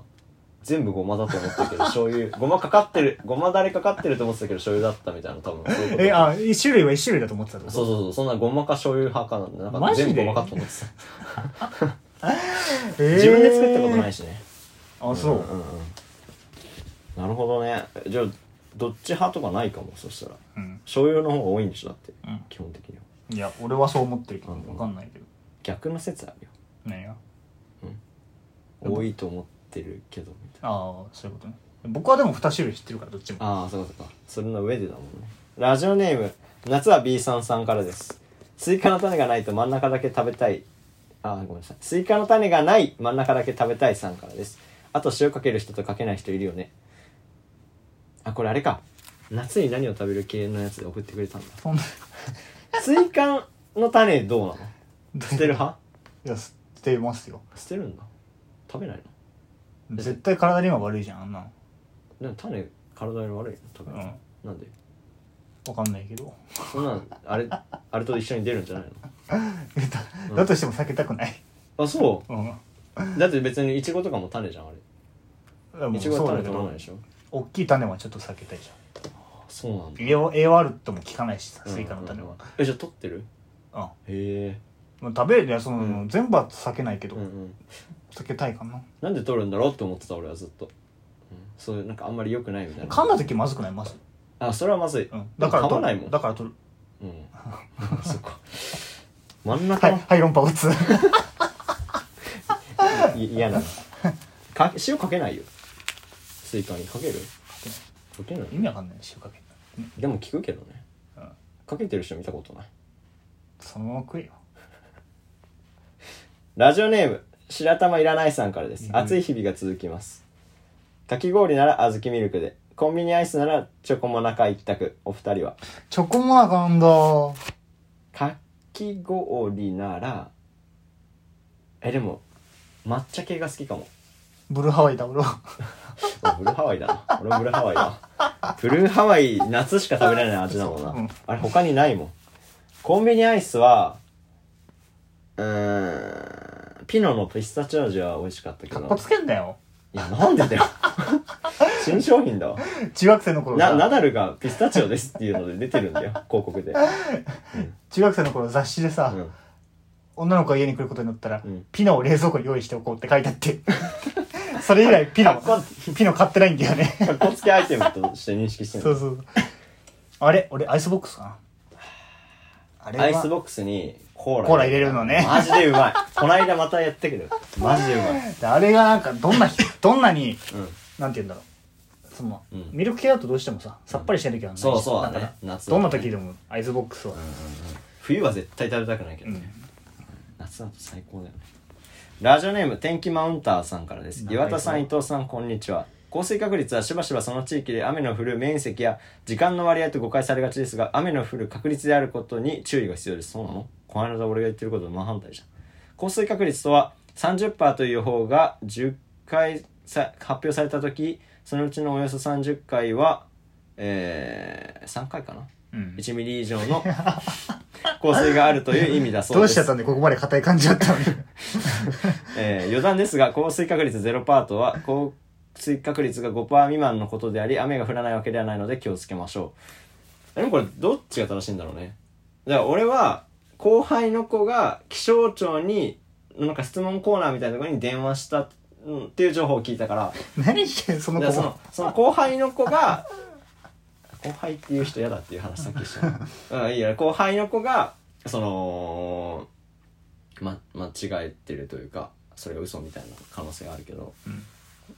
Speaker 1: 全部ごまだと思ったけど醤油 ごまかかってるごまだれかかってると思ってたけど醤油だったみたいな多分そういうこと
Speaker 2: え、あ、一種類は一種類だと思ってたってこと
Speaker 1: そうそうそうそんなごまか醤油派かなんてなかった
Speaker 2: マジで
Speaker 1: 全部ごまかと思ってた、
Speaker 2: えー
Speaker 1: 自分で作ったことないしね
Speaker 2: あ、そう。
Speaker 1: んんなるほどねじゃあどっち派とかないかもそしたら
Speaker 2: うん。
Speaker 1: 醤油の方が多いんでしょだって、
Speaker 2: うん
Speaker 1: 基本的にはい
Speaker 2: や、俺はそう思ってるけど、
Speaker 1: うんうん
Speaker 2: わかんないけど。
Speaker 1: 逆の説あるよ
Speaker 2: 何が
Speaker 1: 多いと思ってるけどみたいな
Speaker 2: ああ、そういうことね。僕はでも2種類知ってるから、どっちも。
Speaker 1: ああそうかそうかそれの上でだもんねラジオネーム夏は B さんさんからですスイカの種がないと真ん中だけ食べたいあーごめんなさいスイカの種がない真ん中だけ食べたいさんからですあと塩かける人とかけない人いるよねあこれあれか夏に何を食べる系のやつで送ってくれたんだ
Speaker 2: そんな、
Speaker 1: スイカの種どうなの捨てる派
Speaker 2: いや、捨てますよ。
Speaker 1: 捨てるんだ食べないの
Speaker 2: 絶対体には悪いじゃん、あんなの。
Speaker 1: でも種体に悪いの食べ
Speaker 2: う
Speaker 1: ない、
Speaker 2: ん。
Speaker 1: なんで
Speaker 2: わかんないけど。
Speaker 1: そんなんあれあれと一緒に出るんじゃないの
Speaker 2: だだとしても避けたくない。
Speaker 1: あそ
Speaker 2: うん。
Speaker 1: うだって別にイチゴとかも種じゃんあれ
Speaker 2: でも
Speaker 1: イチゴは
Speaker 2: そう
Speaker 1: 種
Speaker 2: だけ
Speaker 1: 取らない
Speaker 2: ど
Speaker 1: で、しょ
Speaker 2: 大きい種はちょっと避けたいじゃ
Speaker 1: あそうなんだ
Speaker 2: ん。栄養、栄養あるとも効かないしさ、スイカの種
Speaker 1: うんう
Speaker 2: は
Speaker 1: ん。うんえじゃあ取ってる
Speaker 2: うん。
Speaker 1: へえ
Speaker 2: まあ食べる、いや、その、
Speaker 1: うん
Speaker 2: 全部は避けないけど、
Speaker 1: うんうん
Speaker 2: 避けたいかな。
Speaker 1: なんで取るんだろうって思ってた俺はずっと、うんそういうなんかあんまり良くないみたいな
Speaker 2: 噛んだ時まずくないまず。
Speaker 1: あそれはまずい、
Speaker 2: うん。だから
Speaker 1: 噛
Speaker 2: 取
Speaker 1: ま
Speaker 2: る
Speaker 1: ないもん
Speaker 2: だから取る。
Speaker 1: うん そっか真ん中
Speaker 2: はい、
Speaker 1: の
Speaker 2: はい、論破打 つ。
Speaker 1: い嫌なのか塩かけないよスイカにかけるかけない
Speaker 2: 意味わかんない塩かけうん
Speaker 1: でも聞くけどね
Speaker 2: うん
Speaker 1: かけてる人見たことない
Speaker 2: そのまま食えよ
Speaker 1: ラジオネーム白玉いらないさんからです
Speaker 2: うん
Speaker 1: 暑い日々が続きますかき氷なら小豆ミルクでコンビニアイスならチョコモナカ一択お二人は
Speaker 2: チョコモナカなんだ
Speaker 1: かき氷ならえでも抹茶系が好きかも
Speaker 2: ブルーハワイだ俺は
Speaker 1: あブルーハワイだな俺もブルーハワイだブルーハワイ夏しか食べられない味だもんな、
Speaker 2: そううん
Speaker 1: あれ他にないもんコンビニアイスはうーんピノのピスタチオ味は美味しかったけ
Speaker 2: かっこ
Speaker 1: ど
Speaker 2: つけんなよ
Speaker 1: いやなんでだよ 新商品だわ
Speaker 2: 中学生の頃
Speaker 1: なナ
Speaker 2: さ
Speaker 1: ダルがピスタチオですっていうので出てるんだ よ広告で、
Speaker 2: 中学生の頃雑誌でさ、
Speaker 1: うん
Speaker 2: 女の子が家に来ることになったら、
Speaker 1: うん
Speaker 2: ピノを冷蔵庫に用意しておこうって書いてあって それ 以来ピノ
Speaker 1: かっ
Speaker 2: ピノ買ってないんだよね
Speaker 1: かっこつけアイテムとして認識してる
Speaker 2: そうそうあれ俺アイスボックスかなあれは
Speaker 1: アイスボックスにコーラ
Speaker 2: コーラ入れるのね
Speaker 1: マジでうまいこないだまたやったけどマジでうまい
Speaker 2: あれがなんかどん などんなに
Speaker 1: うん
Speaker 2: なんて言うんだろうその、
Speaker 1: うん
Speaker 2: ミルク系だとどうしてもささっぱりしてるけどないし
Speaker 1: そうそうだね
Speaker 2: から
Speaker 1: 夏は
Speaker 2: ど
Speaker 1: ね
Speaker 2: んな時でもアイスボックスは、
Speaker 1: 冬は絶対食べたくないけどね、
Speaker 2: うん
Speaker 1: 夏だと最高だよねラジオネーム天気マウンターさんからです
Speaker 2: 長いぞ
Speaker 1: 岩田さん伊藤さんこんにちは降水確率はしばしばその地域で雨の降る面積や時間の割合と誤解されがちですが雨の降る確率であることに注意が必要ですそうなのこの間俺が言ってることと真反対じゃん降水確率とは30%という予報が10回さ発表された時そのうちのおよそ30回はえー、3回かな
Speaker 2: うん
Speaker 1: 1ミリ以上の降水があるという意味だそう
Speaker 2: ど
Speaker 1: で
Speaker 2: うし
Speaker 1: す
Speaker 2: ちゃったんでここまで硬 い感じだったのに
Speaker 1: えー余談ですが降水確率0%とは降追確率が5%未満のことであり雨が降らないわけではないので気をつけましょうでもこれどっちが正しいんだろうねだから俺は後輩の子が気象庁になんか質問コーナーみたいなところに電話したうんっていう情報を聞いたから
Speaker 2: 何してんのその
Speaker 1: だから
Speaker 2: 子
Speaker 1: そのその後輩の子が後輩っていう人嫌だっていう話さっき した、うん、いいや後輩の子がその、ま、間違えてるというかそれが嘘みたいな可能性があるけど、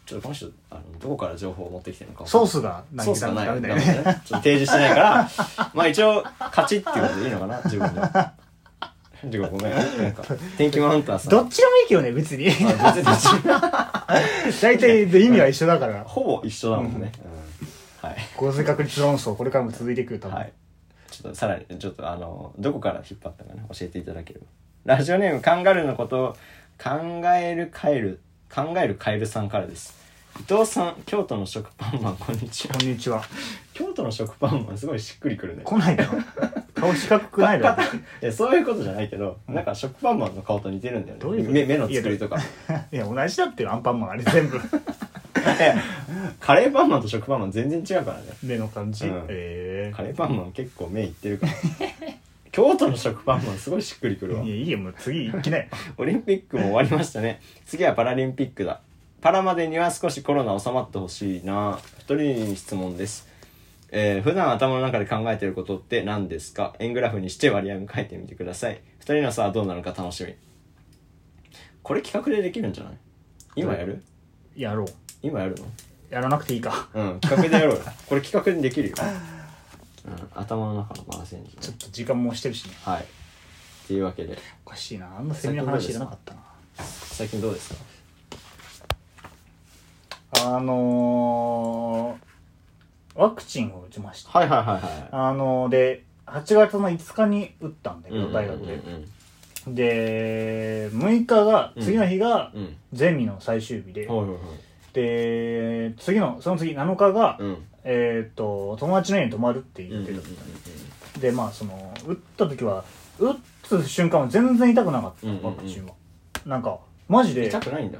Speaker 1: ちょっとこの人あのどこから情報を持ってきてるのか
Speaker 2: ソー
Speaker 1: ス
Speaker 2: スが
Speaker 1: ソースがない
Speaker 2: ダ
Speaker 1: ダ
Speaker 2: メ
Speaker 1: メ
Speaker 2: だ
Speaker 1: だよ
Speaker 2: よ
Speaker 1: ねちょ
Speaker 2: ね
Speaker 1: っと提示してないか らまあ一応勝ちっていうことでいいのかな自分でてかごめんなんか天気マウンターさん
Speaker 2: どっちでもいいけどね 別に
Speaker 1: あ全然違う
Speaker 2: 大体で意味は一緒だから
Speaker 1: ほぼ一緒だもんね、うん、はい
Speaker 2: 合成確率論争これからも続いてくると思
Speaker 1: は
Speaker 2: う
Speaker 1: い。ちょっとさらに、ちょっとあの、どこから引っ張ったかね、教えていただければ。ラジオネーム、カンガルーのことを、考えるカエル、考えるカエルさんからです。伊藤さん、京都の食パンマン、こんにちは
Speaker 2: こ。んにちは
Speaker 1: 京都の食パンマン、すごいしっくりくるね。
Speaker 2: 来な いだろ顔四角くないだろ
Speaker 1: いやそういうことじゃないけど、なんか食パンマンの顔と似てるんだよね。
Speaker 2: どういうこと
Speaker 1: 目目の作りとか。
Speaker 2: いや同じだってよアンパンマンあれ全部
Speaker 1: いやカレーパンマンと食パンマン全然違うからね。
Speaker 2: 目の感じ、
Speaker 1: うん
Speaker 2: え
Speaker 1: カレーパンマン結構目いって るから。京都の食パンマン、すごいしっくりく
Speaker 2: え
Speaker 1: るわ。
Speaker 2: いやいいよもう次行きなよ
Speaker 1: オリンピックも終わりましたね。次はパラリンピックだ。パラまでには少しコロナ収まってほしいな。一人に質問です。えー普段頭の中で考えていることって何ですか円グラフにして割合も書いてみてください。二人の差はどうなのか楽しみ。これ企画でできるんじゃない今やる
Speaker 2: やろう
Speaker 1: 今やる
Speaker 2: やらなくていいか
Speaker 1: のうん、企画でやろう よ。これ企画にできるよ。うん、頭の中のバラセンジ
Speaker 2: ちょ。っと時間もしてるしね
Speaker 1: はい。っていうわけで、
Speaker 2: おかしいなあんなセミの話いらなかったな
Speaker 1: 最近どうですか
Speaker 2: あのー、ワクチンを打ちました
Speaker 1: はいはいはいは
Speaker 2: あのー、で8月の5日に打ったんだ
Speaker 1: い
Speaker 2: けど大学で、
Speaker 1: うん
Speaker 2: で6日が
Speaker 1: うん
Speaker 2: 次の日が
Speaker 1: うん。
Speaker 2: ゼミの最終日で、
Speaker 1: はいはいはい。
Speaker 2: で次のその次7日が、
Speaker 1: うん。
Speaker 2: えーっと友達の家に泊まるって
Speaker 1: う
Speaker 2: 言
Speaker 1: ん
Speaker 2: っ
Speaker 1: う
Speaker 2: て
Speaker 1: ん
Speaker 2: た、でまあその打った時は打つ瞬間は全然痛くなかった、
Speaker 1: うんうんうん
Speaker 2: ワクチンはなんかマジ
Speaker 1: うん
Speaker 2: で
Speaker 1: 痛くないんだ。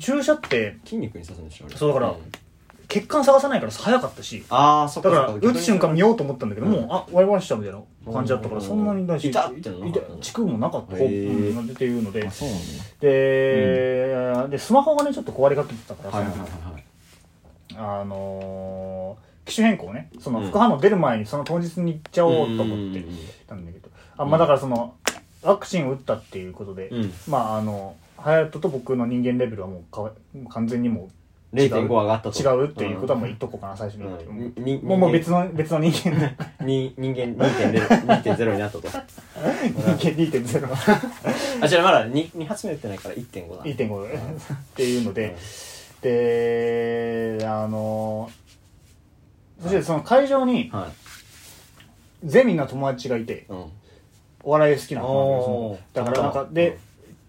Speaker 2: 注射って
Speaker 1: 筋肉に刺すんでしょあれ
Speaker 2: そうだから
Speaker 1: ん
Speaker 2: 血管探さないから早かったし
Speaker 1: ああ、そっ
Speaker 2: だ
Speaker 1: か
Speaker 2: から
Speaker 1: そっか。
Speaker 2: 打つ瞬間見ようと思ったんだけど、
Speaker 1: うん
Speaker 2: もうあ終わりましたみたいな感じだったから
Speaker 1: うん
Speaker 2: そんなに大し
Speaker 1: 痛っってのなかったの
Speaker 2: 痛くもなかった
Speaker 1: へ
Speaker 2: ほう
Speaker 1: ー
Speaker 2: うんっていうので
Speaker 1: あそうなんだ。
Speaker 2: で,、でスマホがねちょっと壊れかけてたから、
Speaker 1: はいはい
Speaker 2: その
Speaker 1: はいはい。
Speaker 2: あのー機種変更ねその
Speaker 1: うん
Speaker 2: 副反応出る前にその当日に行っちゃおうと思って
Speaker 1: うんうんうん
Speaker 2: たんだけど、あまあだからそのワクチン打ったっていうことで、
Speaker 1: うん
Speaker 2: まああの隼人と僕の人間レベルはもうかわ完全にもう違う
Speaker 1: 0.5上がった
Speaker 2: 違
Speaker 1: と。
Speaker 2: うっていうことはもう言っとこうかな最初に、
Speaker 1: うん
Speaker 2: もう
Speaker 1: にに
Speaker 2: もうもう別の別の人間で
Speaker 1: に人間2.0 2.0になった と。
Speaker 2: 人間2.0
Speaker 1: あ、違う、まだ 2, 2発目打ってないから1.5だ。
Speaker 2: 2.5っていうの
Speaker 1: うん
Speaker 2: でであのそしてその会場に
Speaker 1: はい。
Speaker 2: ゼミの友達がいて
Speaker 1: うん。
Speaker 2: お笑い好きな
Speaker 1: お
Speaker 2: 友
Speaker 1: ー
Speaker 2: 達だからなんかで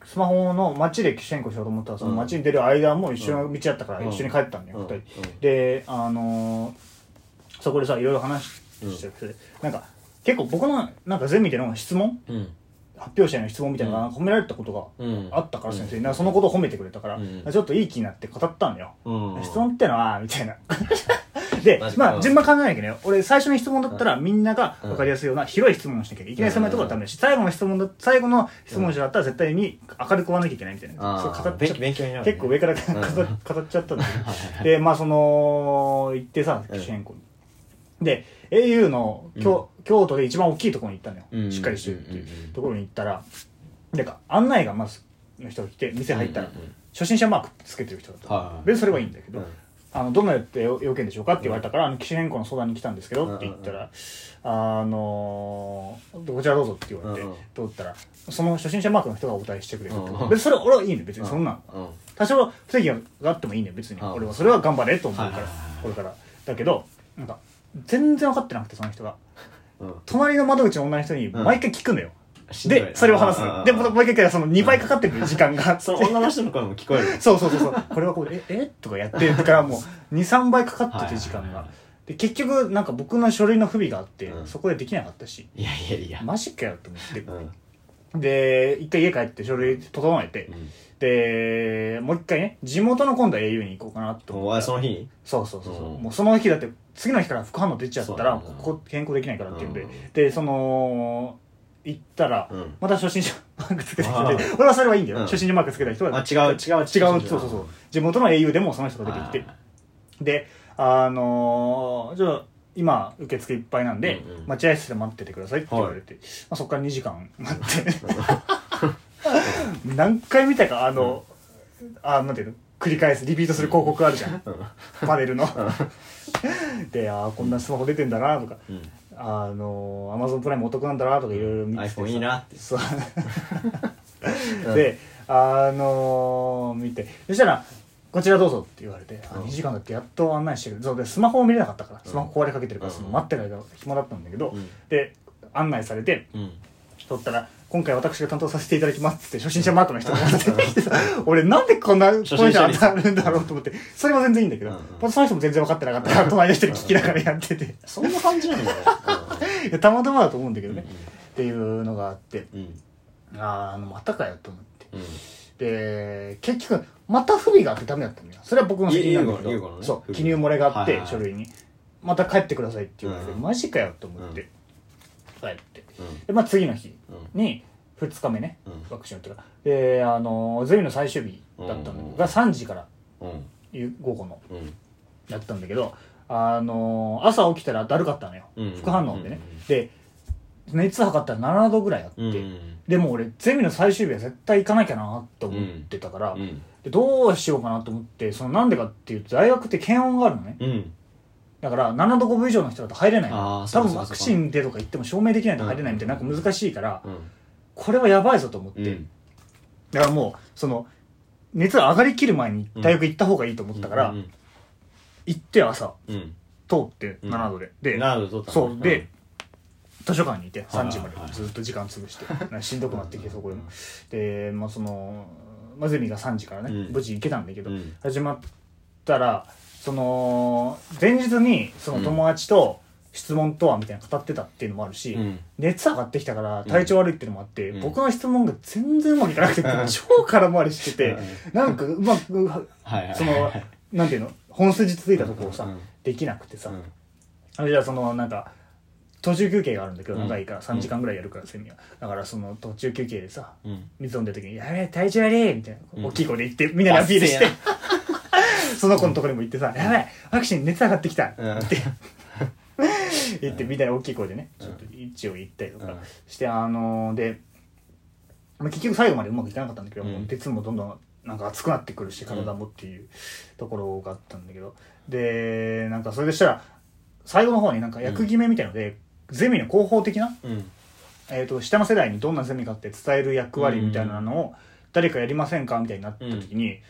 Speaker 2: スマホの街で機種変更しようと思ったらその街に出る間も一緒の道だったから
Speaker 1: うん
Speaker 2: 一緒に帰ったんだよ
Speaker 1: うん
Speaker 2: 二人
Speaker 1: うん
Speaker 2: であのそこでさいろいろ話しててなんか結構僕のなんかゼミでの質問
Speaker 1: うん。
Speaker 2: 発表者への質問みたいなのが褒められたことが
Speaker 1: うん。
Speaker 2: あったから先生
Speaker 1: うん
Speaker 2: なんかそのことを褒めてくれたから、
Speaker 1: うん
Speaker 2: ちょっといい気になって語ったんだよ、
Speaker 1: うん。
Speaker 2: 質問ってのはみたいな で
Speaker 1: マジか
Speaker 2: まあ順番考えなきゃいけないよ俺最初の質問だったらみんなが分かりやすいような広い質問をしなきゃいけないいきなり狭いところはダメだし最後の質問だ最後の質問者だったら絶対に明るく終わなきゃいけないみたいな
Speaker 1: あ
Speaker 2: そう語
Speaker 1: あ
Speaker 2: っ、ち
Speaker 1: 勉
Speaker 2: ゃっ
Speaker 1: 勉強になるね。
Speaker 2: 結構上から
Speaker 1: ん
Speaker 2: 語っちゃったんだけどでまあその行ってさ
Speaker 1: うん
Speaker 2: 機種変更に。で au の京,、京都で一番大きいところに行ったのよ、
Speaker 1: うん
Speaker 2: しっかりしてるってい
Speaker 1: んうんうんうん
Speaker 2: うところに行ったらなんか案内がまずの人が来て店入ったら、
Speaker 1: うんうんうん
Speaker 2: 初心者マークつけてる人だった、
Speaker 1: はいはい
Speaker 2: 別にそれはいいんだけど、
Speaker 1: うん
Speaker 2: あのどのよって要件でしょうかって言われたから、あの機種変更の相談に来たんですけど、って言ったら、あのーこちらどうぞって言われて、
Speaker 1: うんうん
Speaker 2: どうったらその初心者マークの人がお答えしてくれるって、
Speaker 1: うんうん
Speaker 2: 別にそれは俺はいいね別にそんなん、
Speaker 1: うん。
Speaker 2: 多少不正義があってもいいね別に
Speaker 1: うん
Speaker 2: 俺はそれは頑張れと思うか
Speaker 1: はい
Speaker 2: ら
Speaker 1: はいはいはい
Speaker 2: これからだけどなんか全然分かってなくてその人が
Speaker 1: うん。
Speaker 2: 隣の窓口の女の人に
Speaker 1: うん
Speaker 2: 毎回聞くのよ、
Speaker 1: しんどいな
Speaker 2: でそれを話す
Speaker 1: うん
Speaker 2: のでまた毎回その2倍かかってくる時間 が
Speaker 1: そ
Speaker 2: そ
Speaker 1: の
Speaker 2: う
Speaker 1: 女の人の声も聞こえる。
Speaker 2: そうそうそうこれはこうで「ええとかやってるからもう23倍かかってて時
Speaker 1: は
Speaker 2: 間
Speaker 1: いはいはい
Speaker 2: が
Speaker 1: は
Speaker 2: で結局なんか僕の書類の不備があって
Speaker 1: うん
Speaker 2: そこでできなかったし
Speaker 1: いやいやいや。
Speaker 2: マジかよと思って
Speaker 1: うん。
Speaker 2: で一回家帰って書類整えて、
Speaker 1: ん
Speaker 2: でもう一回ね地元の今度は au に行こうかなと思
Speaker 1: おあその日に
Speaker 2: そうそうそうそう、
Speaker 1: うん
Speaker 2: もうその日だって次の日から副反応出ちゃった
Speaker 1: そ
Speaker 2: ら
Speaker 1: うだよな
Speaker 2: ここ変更できないからっていうんで、
Speaker 1: うん
Speaker 2: でその行ったら、
Speaker 1: うん
Speaker 2: また初心者マークつけた人
Speaker 1: あ
Speaker 2: で
Speaker 1: ー
Speaker 2: 俺はそれはいいんだよ、
Speaker 1: うん
Speaker 2: 初心者マークつけた人
Speaker 1: あ
Speaker 2: は
Speaker 1: 違う違う違う
Speaker 2: 違うそうそうそう地元の au でもその人が出てきてであのーじゃあ今受付いっぱいなんで、
Speaker 1: うんうん
Speaker 2: 待合室で待っててくださいって言われて、まあ、そこから2時間待 って何回見たかあの、あなんていうの繰り返すリピートする広告あるじゃん、パネルの、でああこんなスマホ出てんだなとか、
Speaker 1: ん
Speaker 2: あのアマゾンプライムお得なんだなとかいろいろ見ててさ
Speaker 1: iPhone いいなって
Speaker 2: そ うであの見てそしたら「こちらどうぞ」って言われて「あ
Speaker 1: うん
Speaker 2: 2時間だってやっと案内してる」そうでスマホを見れなかったからスマホ壊れかけてるから、
Speaker 1: うん
Speaker 2: その待ってる間暇だったんだけど、
Speaker 1: うん
Speaker 2: で案内されて
Speaker 1: うん
Speaker 2: 取ったら「今回私が担当させていただきます」って初心者マートの人が出てきてさ俺なんでこんなこの
Speaker 1: 初
Speaker 2: 人
Speaker 1: 心者に
Speaker 2: 当たるんだろうと思ってそれは全然いいんだけど、
Speaker 1: うんうん
Speaker 2: まあその人も全然分かってなかったから隣の人に聞きながらやってて
Speaker 1: そんな感じなんだよ
Speaker 2: いやたまたまだと思うんだけどね、っていうのがあって
Speaker 1: うんうん
Speaker 2: あーあのまたかよと思って
Speaker 1: うん
Speaker 2: で結局また不備があってダメだったんだよそれは僕の責任なんだけ
Speaker 1: いいいいからいいから
Speaker 2: ど
Speaker 1: ね
Speaker 2: そう
Speaker 1: 不備
Speaker 2: 記入漏れがあって、
Speaker 1: はいはい
Speaker 2: 書類にまた帰ってくださいって言われて、
Speaker 1: うん
Speaker 2: マジかよと思って、
Speaker 1: うん
Speaker 2: 帰って
Speaker 1: うん
Speaker 2: でまあ次の日
Speaker 1: うん
Speaker 2: に2日目ね
Speaker 1: うん
Speaker 2: ワクチン打ったらであのゼミの最終日だったのが3時から
Speaker 1: うん
Speaker 2: 夕午後の
Speaker 1: うん
Speaker 2: だったんだけどあの朝起きたらだるかったのよ、
Speaker 1: うん
Speaker 2: 副反応でね、
Speaker 1: うん
Speaker 2: で熱測ったら7度ぐらいあって、
Speaker 1: うん
Speaker 2: でも俺ゼミの最終日は絶対行かなきゃなと思ってたから、
Speaker 1: うん
Speaker 2: でどうしようかなと思ってそのなんでかっていうと大学って検温があるのね
Speaker 1: うん
Speaker 2: だから7度5分以上の人だと入れない
Speaker 1: あ
Speaker 2: 多
Speaker 1: ーそうか
Speaker 2: 分
Speaker 1: そう
Speaker 2: ワ
Speaker 1: か
Speaker 2: クチンでとか言っても証明できないと入れないみたいななんか難しいから、
Speaker 1: うん
Speaker 2: これはやばいぞと思って、
Speaker 1: うん
Speaker 2: だからもうその熱が上がりきる前に大学行った方がいいと思ったから、
Speaker 1: うん
Speaker 2: 行って朝
Speaker 1: うん
Speaker 2: 通って
Speaker 1: うん
Speaker 2: 7度で、で
Speaker 1: なるほど
Speaker 2: そうで、図書館にいて
Speaker 1: はい
Speaker 2: 3時まで
Speaker 1: はい
Speaker 2: ずっと時間 潰してなんかしんどくなってきてそこでも
Speaker 1: うん
Speaker 2: でまあそのまあゼミが3時からね、
Speaker 1: うん
Speaker 2: 無事行けたんだけど、
Speaker 1: うん
Speaker 2: 始まったらその前日にその友達と質問とはみたいな語ってたっていうのもあるし、
Speaker 1: うん
Speaker 2: 熱上がってきたから体調悪いっていうのもあって、
Speaker 1: うん
Speaker 2: 僕の質問が全然うまくいかなくて、超空回りしてて、なんかうまく、
Speaker 1: はいはい
Speaker 2: その、なんていうの、本筋ついたところをさ、
Speaker 1: うん
Speaker 2: できなくてさ、
Speaker 1: うん
Speaker 2: あれじゃあそのなんか途中休憩があるんだけど
Speaker 1: うん
Speaker 2: 長いから3時間ぐらいやるからセミはだからその途中休憩でさ
Speaker 1: うん
Speaker 2: 水飲んでる時に「やべえ体調悪い」みたい
Speaker 1: うん
Speaker 2: な大きい声で言ってみんなにアピールして
Speaker 1: あせ
Speaker 2: その子のところにも行ってさ「やべえワクチン熱上がってきた」っ
Speaker 1: うん
Speaker 2: て言ってみんなに大きい声でねちょっと位置を言ったりと
Speaker 1: う
Speaker 2: か
Speaker 1: ん
Speaker 2: してあのーでまあ結局最後までうまくいかなかったんだけど
Speaker 1: うん
Speaker 2: もう鉄もどんどんなんか熱くなってくるし体もっていうところがあったんだけどでなんかそれでしたら最後の方になんか役決めみたいので、ゼミの広報的な、
Speaker 1: うん
Speaker 2: えー、と下の世代にどんなゼミかって伝える役割みたいなのを誰かやりませんかみたいになった時に、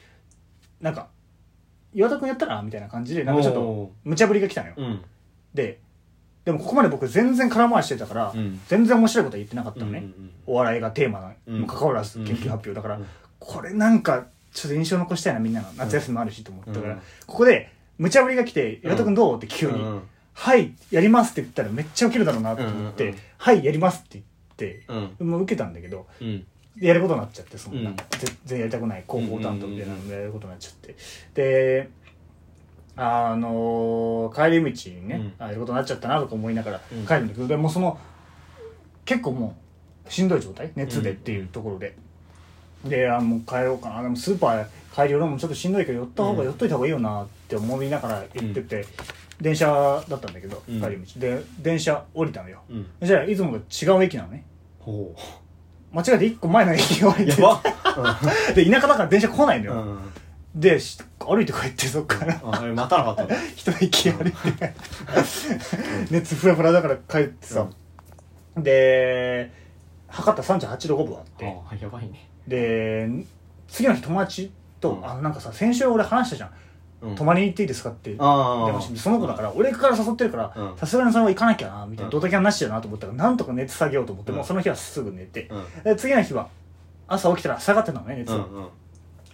Speaker 2: なんか「岩田君やったら?」みたいな感じでなんかちょっ
Speaker 1: おー
Speaker 2: と無茶ぶりが来たのよ。
Speaker 1: うん
Speaker 2: ででもここまで僕全然空回りしてたから、
Speaker 1: うん
Speaker 2: 全然面白いことは言ってなかったのね、
Speaker 1: うんうんうん
Speaker 2: お笑いがテーマにもかかわらず
Speaker 1: うん
Speaker 2: 研究発表だから、
Speaker 1: うん
Speaker 2: これなんかちょっと印象残したいなみんなの夏休みもあるしと思ったから、
Speaker 1: うん
Speaker 2: ここで無茶ぶりが来て「岩田君どう?」って急に。
Speaker 1: うん
Speaker 2: はい、やりますって言ったらめっちゃ受けるだろうなと思って、
Speaker 1: うんうんうん
Speaker 2: はい、やりますって
Speaker 1: う
Speaker 2: 言って、
Speaker 1: ん
Speaker 2: もう受けたんだけど、
Speaker 1: うん
Speaker 2: やることになっちゃって、そんな、
Speaker 1: うん
Speaker 2: 全然やりたくない広報担当みたいなのでやることになっちゃって。で、あのー帰り道にね、
Speaker 1: うん
Speaker 2: あやることになっちゃったなとか思いながら
Speaker 1: うん
Speaker 2: 帰るんだけど、でもその、結構もう、しんどい状態熱でっていうところで。で、あもう帰ろうかな。でもスーパー帰り寄るのもちょっとしんどいけど、寄った方が、
Speaker 1: うん
Speaker 2: 寄っといた方がいいよなって思いながら行ってて、電車だったんだけど、
Speaker 1: うん
Speaker 2: 帰り道で電車降りたのよ、
Speaker 1: うん
Speaker 2: じゃあいつもと違う駅なのね
Speaker 1: ほ
Speaker 2: 間違えて1個前の駅を降
Speaker 1: う
Speaker 2: り
Speaker 1: や
Speaker 2: て
Speaker 1: ば
Speaker 2: で田舎だから電車来ないの
Speaker 1: う
Speaker 2: よ、
Speaker 1: ん
Speaker 2: でし歩いて帰ってそっから
Speaker 1: ああれ待たなかったんだ
Speaker 2: 一息歩いて、 熱フラフラだから帰ってさ、で測った38度5分あって、
Speaker 1: あやばいね
Speaker 2: で次の日友達と、
Speaker 1: うん
Speaker 2: あのなんかさ先週俺話したじゃん、
Speaker 1: うん
Speaker 2: 泊まりに行っていいですかって
Speaker 1: ああ
Speaker 2: でもその子だから俺から誘ってるから
Speaker 1: うん
Speaker 2: さすがにそれは行かなきゃなみたい
Speaker 1: うん
Speaker 2: なドタキャンなしだなと思ったからなんとか熱下げようと思って
Speaker 1: うん
Speaker 2: もうその日はすぐ寝て
Speaker 1: うん
Speaker 2: で次の日は朝起きたら下がってたのね熱
Speaker 1: う
Speaker 2: が
Speaker 1: ん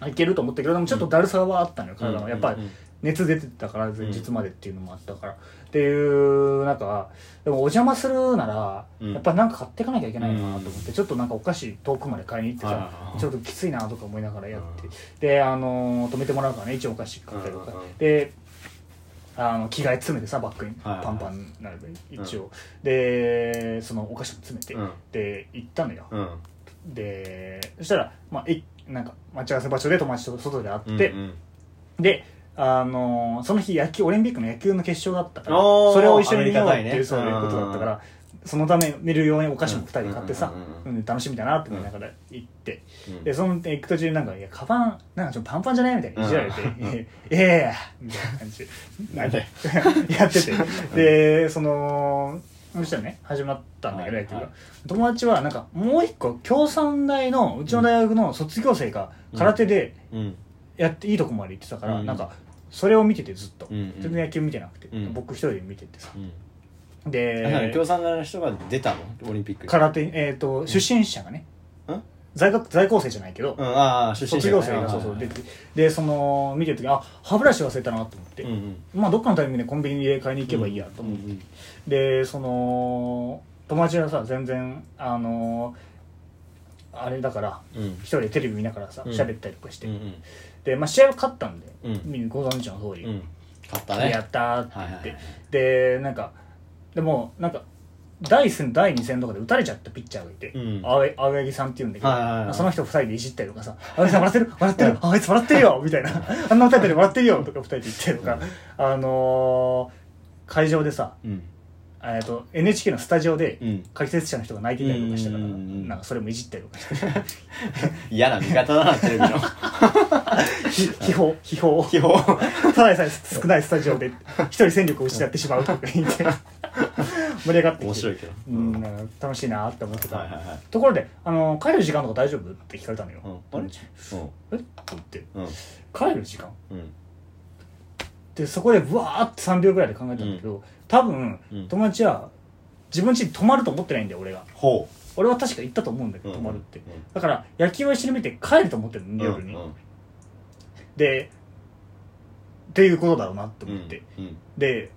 Speaker 1: うん
Speaker 2: いけると思ったけどでもちょっとだるさはあったのよ
Speaker 1: うん
Speaker 2: 体のやっぱ
Speaker 1: うん
Speaker 2: り熱出てたから前日までっていうのもあったから、っていうなんかでもお邪魔するなら、
Speaker 1: うん
Speaker 2: やっぱなんか買っていかなきゃいけないなと思って、
Speaker 1: う
Speaker 2: ちょっとなんかお菓子遠くまで買いに行ってさ
Speaker 1: あ、ー
Speaker 2: ちょっときついなとか思いながらやって、であのー止めてもらうからね一応お菓子買ったりとか、
Speaker 1: うんうんうん
Speaker 2: であの着替え詰めてさバッグに
Speaker 1: はいはい
Speaker 2: パンパンになるべ一応、でそのお菓子も詰めて、
Speaker 1: うん
Speaker 2: で行ったのよ、
Speaker 1: うん
Speaker 2: でそしたら、まあ、えなんか待ち合わせ場所で友達と外で会
Speaker 1: うん
Speaker 2: って、
Speaker 1: うん
Speaker 2: で、あのーその日野球オリンピックの野球の決勝だったから
Speaker 1: おー
Speaker 2: それを一緒に見ようっ
Speaker 1: あ
Speaker 2: て
Speaker 1: りがたい
Speaker 2: いう、
Speaker 1: ね
Speaker 2: そういうことだったか
Speaker 1: う
Speaker 2: らそのため見るようにお菓子も2人買ってさ、
Speaker 1: うんうんうんう
Speaker 2: うん楽しみだなって思いながら行って、
Speaker 1: うん
Speaker 2: でその行く途中になんか「いやカバンなんかちょっとパンパンじゃない?」みたいにいじられて
Speaker 1: うん
Speaker 2: 「いやいやいや」みたいな感じ
Speaker 1: なんで
Speaker 2: やっててでそのそしたらね始まったんだけど、
Speaker 1: はい
Speaker 2: 野球
Speaker 1: は
Speaker 2: が
Speaker 1: い
Speaker 2: 友達はなんかもう一個共産大のうちの大学の卒業生が空手で、
Speaker 1: うん
Speaker 2: やっていいとこまで行ってたから、
Speaker 1: うん
Speaker 2: なんかそれを見ててずっと、
Speaker 1: うんうん
Speaker 2: 全然野球見てなくて、
Speaker 1: うん
Speaker 2: 僕一人で見ててさ
Speaker 1: うんあなん
Speaker 2: で
Speaker 1: か共産側の人が出たのオリンピックに
Speaker 2: 空手、えー、と出身者がね、
Speaker 1: うん
Speaker 2: 在学在校生じゃないけど、
Speaker 1: うんああ出身
Speaker 2: 卒
Speaker 1: 者
Speaker 2: 業
Speaker 1: ね
Speaker 2: 生がそうそう
Speaker 1: はい
Speaker 2: 出てでその見てる時あ歯ブラシ忘れたなと思って、
Speaker 1: うんうん
Speaker 2: まあどっかのタイミングでコンビニで買いに行けばいいやと思って、
Speaker 1: うんうん
Speaker 2: でその友達がさ全然あのあれだから
Speaker 1: うん
Speaker 2: 一人でテレビ見ながらさ
Speaker 1: うん
Speaker 2: 喋ったりとかして、
Speaker 1: うんうん
Speaker 2: で、まあ、試合は勝ったんで、
Speaker 1: うん
Speaker 2: みんなご存知の通り、
Speaker 1: うん勝った
Speaker 2: や
Speaker 1: ね
Speaker 2: ったーって言
Speaker 1: は
Speaker 2: って、
Speaker 1: いはいはい
Speaker 2: でなんかでもなんか第1戦第2戦とかで打たれちゃったピッチャーがいて、
Speaker 1: うん
Speaker 2: 青い青柳さんっていうんだけど、
Speaker 1: はいはいはい
Speaker 2: その人2人でいじったりとかさ「青柳さん笑ってる笑ってるあいつ笑ってるよ」みたいな「あんな打たれたり笑ってるよ」とか2人で言ったりとか、あのー会場でさ
Speaker 1: うん
Speaker 2: えーと NHK のスタジオで
Speaker 1: うん
Speaker 2: 解説者の人が泣いてたりとかしたから、
Speaker 1: うんうんうん
Speaker 2: なんかそれもいじったりとかして
Speaker 1: 嫌な味方だなテレビ の
Speaker 2: ひ秘宝秘宝
Speaker 1: 基本
Speaker 2: ただでさえ少ないスタジオで一人戦力を失ってしまうとか言 って盛り上がって
Speaker 1: 面
Speaker 2: き
Speaker 1: 白
Speaker 2: て
Speaker 1: いけど
Speaker 2: うんなんか楽しいなって思ってた、
Speaker 1: はいはいはい
Speaker 2: ところであの「帰る時間とか大丈夫?」って聞かれたのよ「
Speaker 1: うんあれ
Speaker 2: えっ?」て言って
Speaker 1: うん
Speaker 2: 「帰る時間?」
Speaker 1: うん
Speaker 2: でそこでぶわーって3秒ぐらいで考えたんだけど、多分、
Speaker 1: うん
Speaker 2: 友達は自分家に泊まると思ってないんだよ俺が
Speaker 1: ほ
Speaker 2: 俺は確か行ったと思うんだけ
Speaker 1: う
Speaker 2: ど
Speaker 1: ん
Speaker 2: 泊まるって、
Speaker 1: うん
Speaker 2: だから野球を一緒に見て帰ると思ってる
Speaker 1: う
Speaker 2: の夜に、
Speaker 1: うんうん
Speaker 2: でっていうことだろうなって思って、
Speaker 1: うん
Speaker 2: で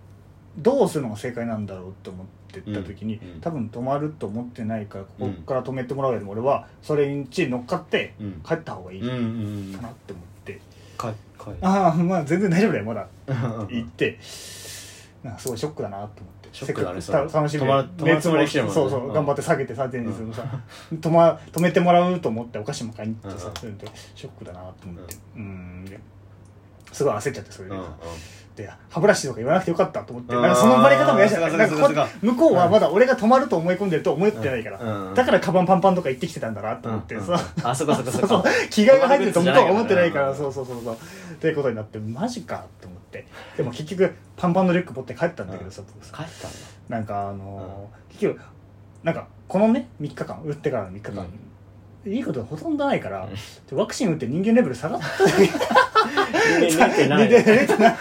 Speaker 2: どうするのが正解なんだろうって思ってった時に、
Speaker 1: うんうん
Speaker 2: 多分止まると思ってないからこ
Speaker 1: う
Speaker 2: こ
Speaker 1: ん
Speaker 2: から止めてもらうよりも俺はそれに乗っかって
Speaker 1: うん
Speaker 2: 帰った方がいい
Speaker 1: うんう
Speaker 2: か
Speaker 1: んうん
Speaker 2: なって思って、
Speaker 1: かか
Speaker 2: ああまあ全然大丈夫だよまだ
Speaker 1: うん
Speaker 2: 行って、なんかすごいショックだなと思って
Speaker 1: ショックだね
Speaker 2: せっかく
Speaker 1: それ
Speaker 2: 楽しみ
Speaker 1: 止まる止まるつもりで来てるもんね
Speaker 2: そうそう、
Speaker 1: うん
Speaker 2: 頑張って下げてさ前日のさ、止ま止めてもらうと思ってお菓子も買いに行ってさ、
Speaker 1: う
Speaker 2: でショックだなと思ってうんですごい焦っちゃってそれで
Speaker 1: う
Speaker 2: さ、
Speaker 1: んうん
Speaker 2: で歯ブラシとか言わなくてよかったと思って
Speaker 1: あー
Speaker 2: なんかそのバレ方も嫌じゃない
Speaker 1: そ
Speaker 2: な
Speaker 1: うんか
Speaker 2: か
Speaker 1: そう
Speaker 2: こ
Speaker 1: かそうか
Speaker 2: 向こうはまだ俺が止まると思い込んでると思ってないから、
Speaker 1: うんうん
Speaker 2: だからカバンパンパンとか行ってきてたんだなと思って、
Speaker 1: うん
Speaker 2: そう
Speaker 1: あそこそこそ
Speaker 2: そう
Speaker 1: こ
Speaker 2: そう着替えが入ってると向こうは思ってないから、
Speaker 1: うん
Speaker 2: そうそうそうそうっていうことになってマジかと思ってでも結局パンパンのリュック持って帰ったんだけどさ、僕さ
Speaker 1: 帰ったんだ
Speaker 2: なんかあのー結局なんかこのね3日間打ってからの3日間、いいことほとんどないから、でワクチン打って人間レベル下がった
Speaker 1: 人間ってない
Speaker 2: で出てない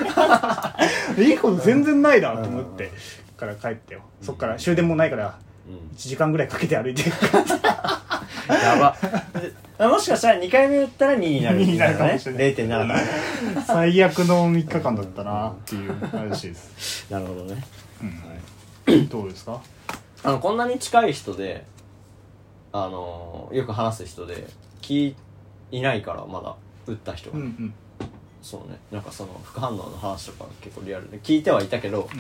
Speaker 2: いいこと全然ないなと思ってから帰ってよそっから終電もないから
Speaker 1: うん
Speaker 2: 1時間ぐらいかけて歩いて
Speaker 1: やばあもしかしたら2回目打ったら2になる
Speaker 2: 2になるかもしれない
Speaker 1: 0.7だね
Speaker 2: 最悪の3日間だったなっていう話です
Speaker 1: なるほどね
Speaker 2: どうですか
Speaker 1: あのこんなに近い人であのよく話す人で聞いないからまだ打った人が、
Speaker 2: うんうん
Speaker 1: そうねなんかその副反応の話とか結構リアルで聞いてはいたけど、
Speaker 2: ん
Speaker 1: 普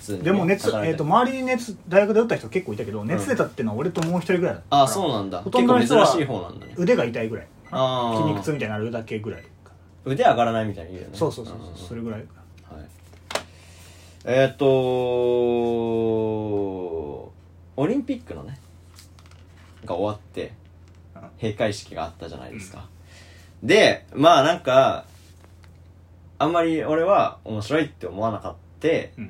Speaker 1: 通にね
Speaker 2: でも熱、
Speaker 1: 語られ
Speaker 2: え
Speaker 1: て
Speaker 2: ー、と周りに熱大学で打った人結構いたけど熱出たっていうのは俺ともう一人ぐらいだったから
Speaker 1: あそうなんだ
Speaker 2: ほ
Speaker 1: 結
Speaker 2: とんど
Speaker 1: 構
Speaker 2: の
Speaker 1: 珍
Speaker 2: 人は
Speaker 1: しい方なんだね
Speaker 2: 腕が痛いぐらい
Speaker 1: あー
Speaker 2: 筋肉痛みたいになるだけぐらいか
Speaker 1: 腕上がらないみたいに言うよね
Speaker 2: そうそうそう
Speaker 1: うん
Speaker 2: そうそれぐらい
Speaker 1: はい、えっ、とオリンピックのねが終わって
Speaker 2: うん
Speaker 1: 閉会式があったじゃないですか、でまあなんかあんまり俺は面白いって思わなかった、
Speaker 2: うん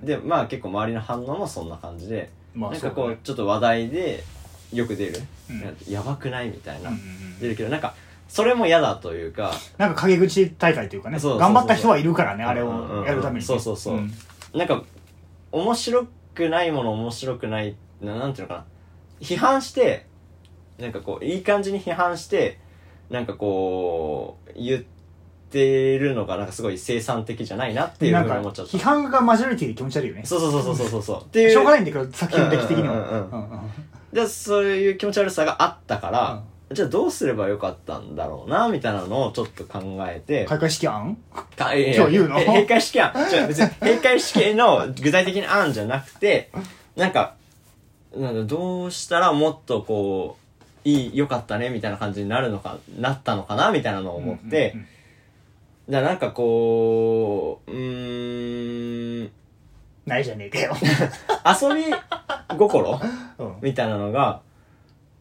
Speaker 1: でまあ結構周りの反応もそんな感じで、
Speaker 2: まあ
Speaker 1: なんかこ
Speaker 2: そう
Speaker 1: う
Speaker 2: だね
Speaker 1: ちょっと話題でよく出る、
Speaker 2: うん
Speaker 1: なんかやばくないみたいな、
Speaker 2: うんうんうん
Speaker 1: 出るけどなんかそれも嫌だというか
Speaker 2: なんか陰口大会というかね
Speaker 1: そうそうそう
Speaker 2: 頑張った人はいるからねあれ
Speaker 1: うんうんう
Speaker 2: を
Speaker 1: ん
Speaker 2: やるためにね
Speaker 1: そうそうそうんなんか面白くないもの面白くないななんていうのかな批判してなんかこういい感じに批判してなんかこう言っってるのがなんかすごい生産的じゃないなっていうふ
Speaker 2: なん
Speaker 1: うに
Speaker 2: か
Speaker 1: 思っちゃった
Speaker 2: 批判がマジョリティで気持ち悪いよねし
Speaker 1: そうそうそうそうそうそうっていう
Speaker 2: ょうがないんだけど作品的的には
Speaker 1: うんうんうん
Speaker 2: うんうん
Speaker 1: でそういう気持ち悪さがあったから、じゃあどうすればよかったんだろうなみたいなのをちょっと考えて
Speaker 2: 開会式案
Speaker 1: かいやいや
Speaker 2: 今日言うの
Speaker 1: え閉会式 案じゃあ別に閉会式の具体的な案じゃなくてなんかなんかどうしたらもっとこういい良かったねみたいな感じになるのかなったのかなみたいなのを思って、
Speaker 2: うんうん
Speaker 1: だからなんかこううーん
Speaker 2: ないじゃねえか よ
Speaker 1: 遊び心
Speaker 2: うん
Speaker 1: みたいなのが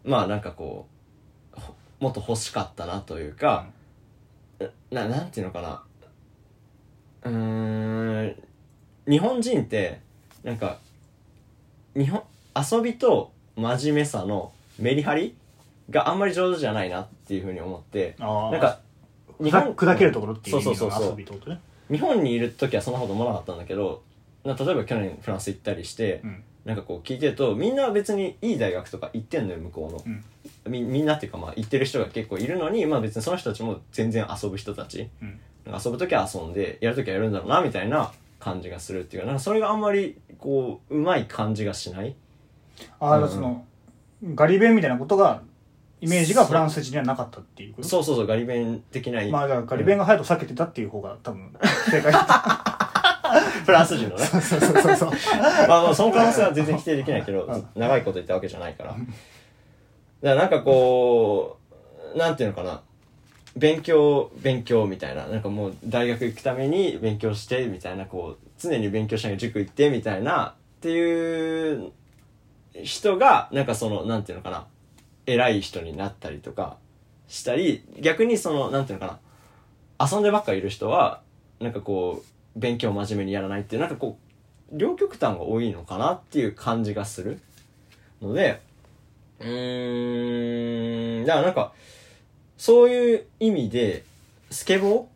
Speaker 1: まあなんかこうほもっと欲しかったなというか、ななんていうのかなうーん日本人ってなんか日本遊びと真面目さのメリハリがあんまり上手じゃないなっていうふうに思って
Speaker 2: あー
Speaker 1: なんか
Speaker 2: 砕砕けるところっていう意
Speaker 1: そう
Speaker 2: 味
Speaker 1: そうそうそう
Speaker 2: の遊びってことね
Speaker 1: 日本にいる時はそんなこと思わなかったんだけどな例えば去年フランス行ったりして、
Speaker 2: うん
Speaker 1: なんかこう聞いてるとみんな別にいい大学とか行ってんのよ向こうの、
Speaker 2: うん
Speaker 1: みみんなっていうかまあ行ってる人が結構いるのに、まあ、別にその人たちも全然遊ぶ人たち
Speaker 2: うん
Speaker 1: なんか遊ぶ時は遊んでやる時はやるんだろうなみたいな感じがするっていうかなんかそれがあんまりこううまい感じがしない
Speaker 2: ああ、
Speaker 1: うんうん
Speaker 2: そのガリ弁みたいなことがイメージがフランス人にはなかったっていうこと
Speaker 1: そうそうそうガリ弁的な、
Speaker 2: まあだからガリ弁が隼人避けてたっていう方が多分正 解
Speaker 1: フランス人のね
Speaker 2: そうそうそう そう
Speaker 1: まあまあその可能性は全然否定できないけど長いこと言ったわけじゃないからだからなんかこうなんていうのかな勉強勉強みたいななんかもう大学行くために勉強してみたいなこう常に勉強しながら塾行ってみたいなっていう人がなんかそのなんていうのかな偉い人になったりとかしたり逆にそのなんていうのかな遊んでばっかいる人はなんかこう勉強を真面目にやらないっていうなんかこう両極端が多いのかなっていう感じがするのでうーんだからなんかそういう意味でスケボ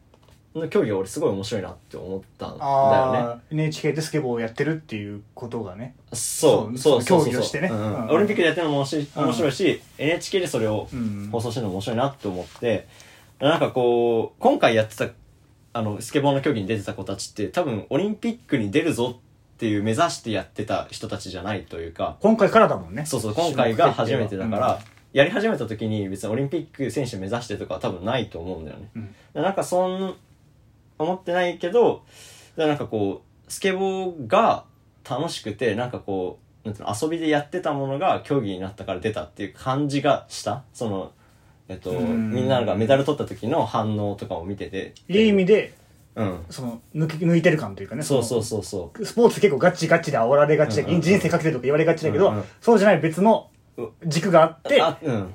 Speaker 1: ーの競技が俺すごい面白いなって思ったんだ
Speaker 2: あ
Speaker 1: よね
Speaker 2: あ、NHK でスケボーをやってるっていうことがね
Speaker 1: そう
Speaker 2: そ
Speaker 1: そううそうそう
Speaker 2: 競技をしてね
Speaker 1: うんうん
Speaker 2: うん
Speaker 1: オリンピックでやってるのも面白い
Speaker 2: うん
Speaker 1: 面白いし、NHK でそれを
Speaker 2: うん
Speaker 1: 放送してるのも面白いなって思って、なんかこう今回やってたあのスケボーの競技に出てた子たちって多分オリンピックに出るぞっていう目指してやってた人たちじゃないというか
Speaker 2: 今回からだもんね
Speaker 1: そうそう今回が初めてだから、
Speaker 2: うん
Speaker 1: やり始めた時に別にオリンピック選手目指してとかは多分ないと思うんだよね、
Speaker 2: うん
Speaker 1: なんかそん思ってないけどだからなんかこうスケボーが楽しくてなんかこうなんていうの遊びでやってたものが競技になったから出たっていう感じがしたそのえっと
Speaker 2: うん
Speaker 1: みんながメダル取った時の反応とかを見てて
Speaker 2: いい意味で
Speaker 1: うん
Speaker 2: その抜き抜いてる感というかね
Speaker 1: そうそううそうそう
Speaker 2: スポーツ結構ガチガチで煽られがちだ
Speaker 1: う
Speaker 2: けど、
Speaker 1: んうんうん
Speaker 2: 人生かけてるとか言われがちだけど、
Speaker 1: うんうん
Speaker 2: そうじゃない別の軸があって
Speaker 1: あうん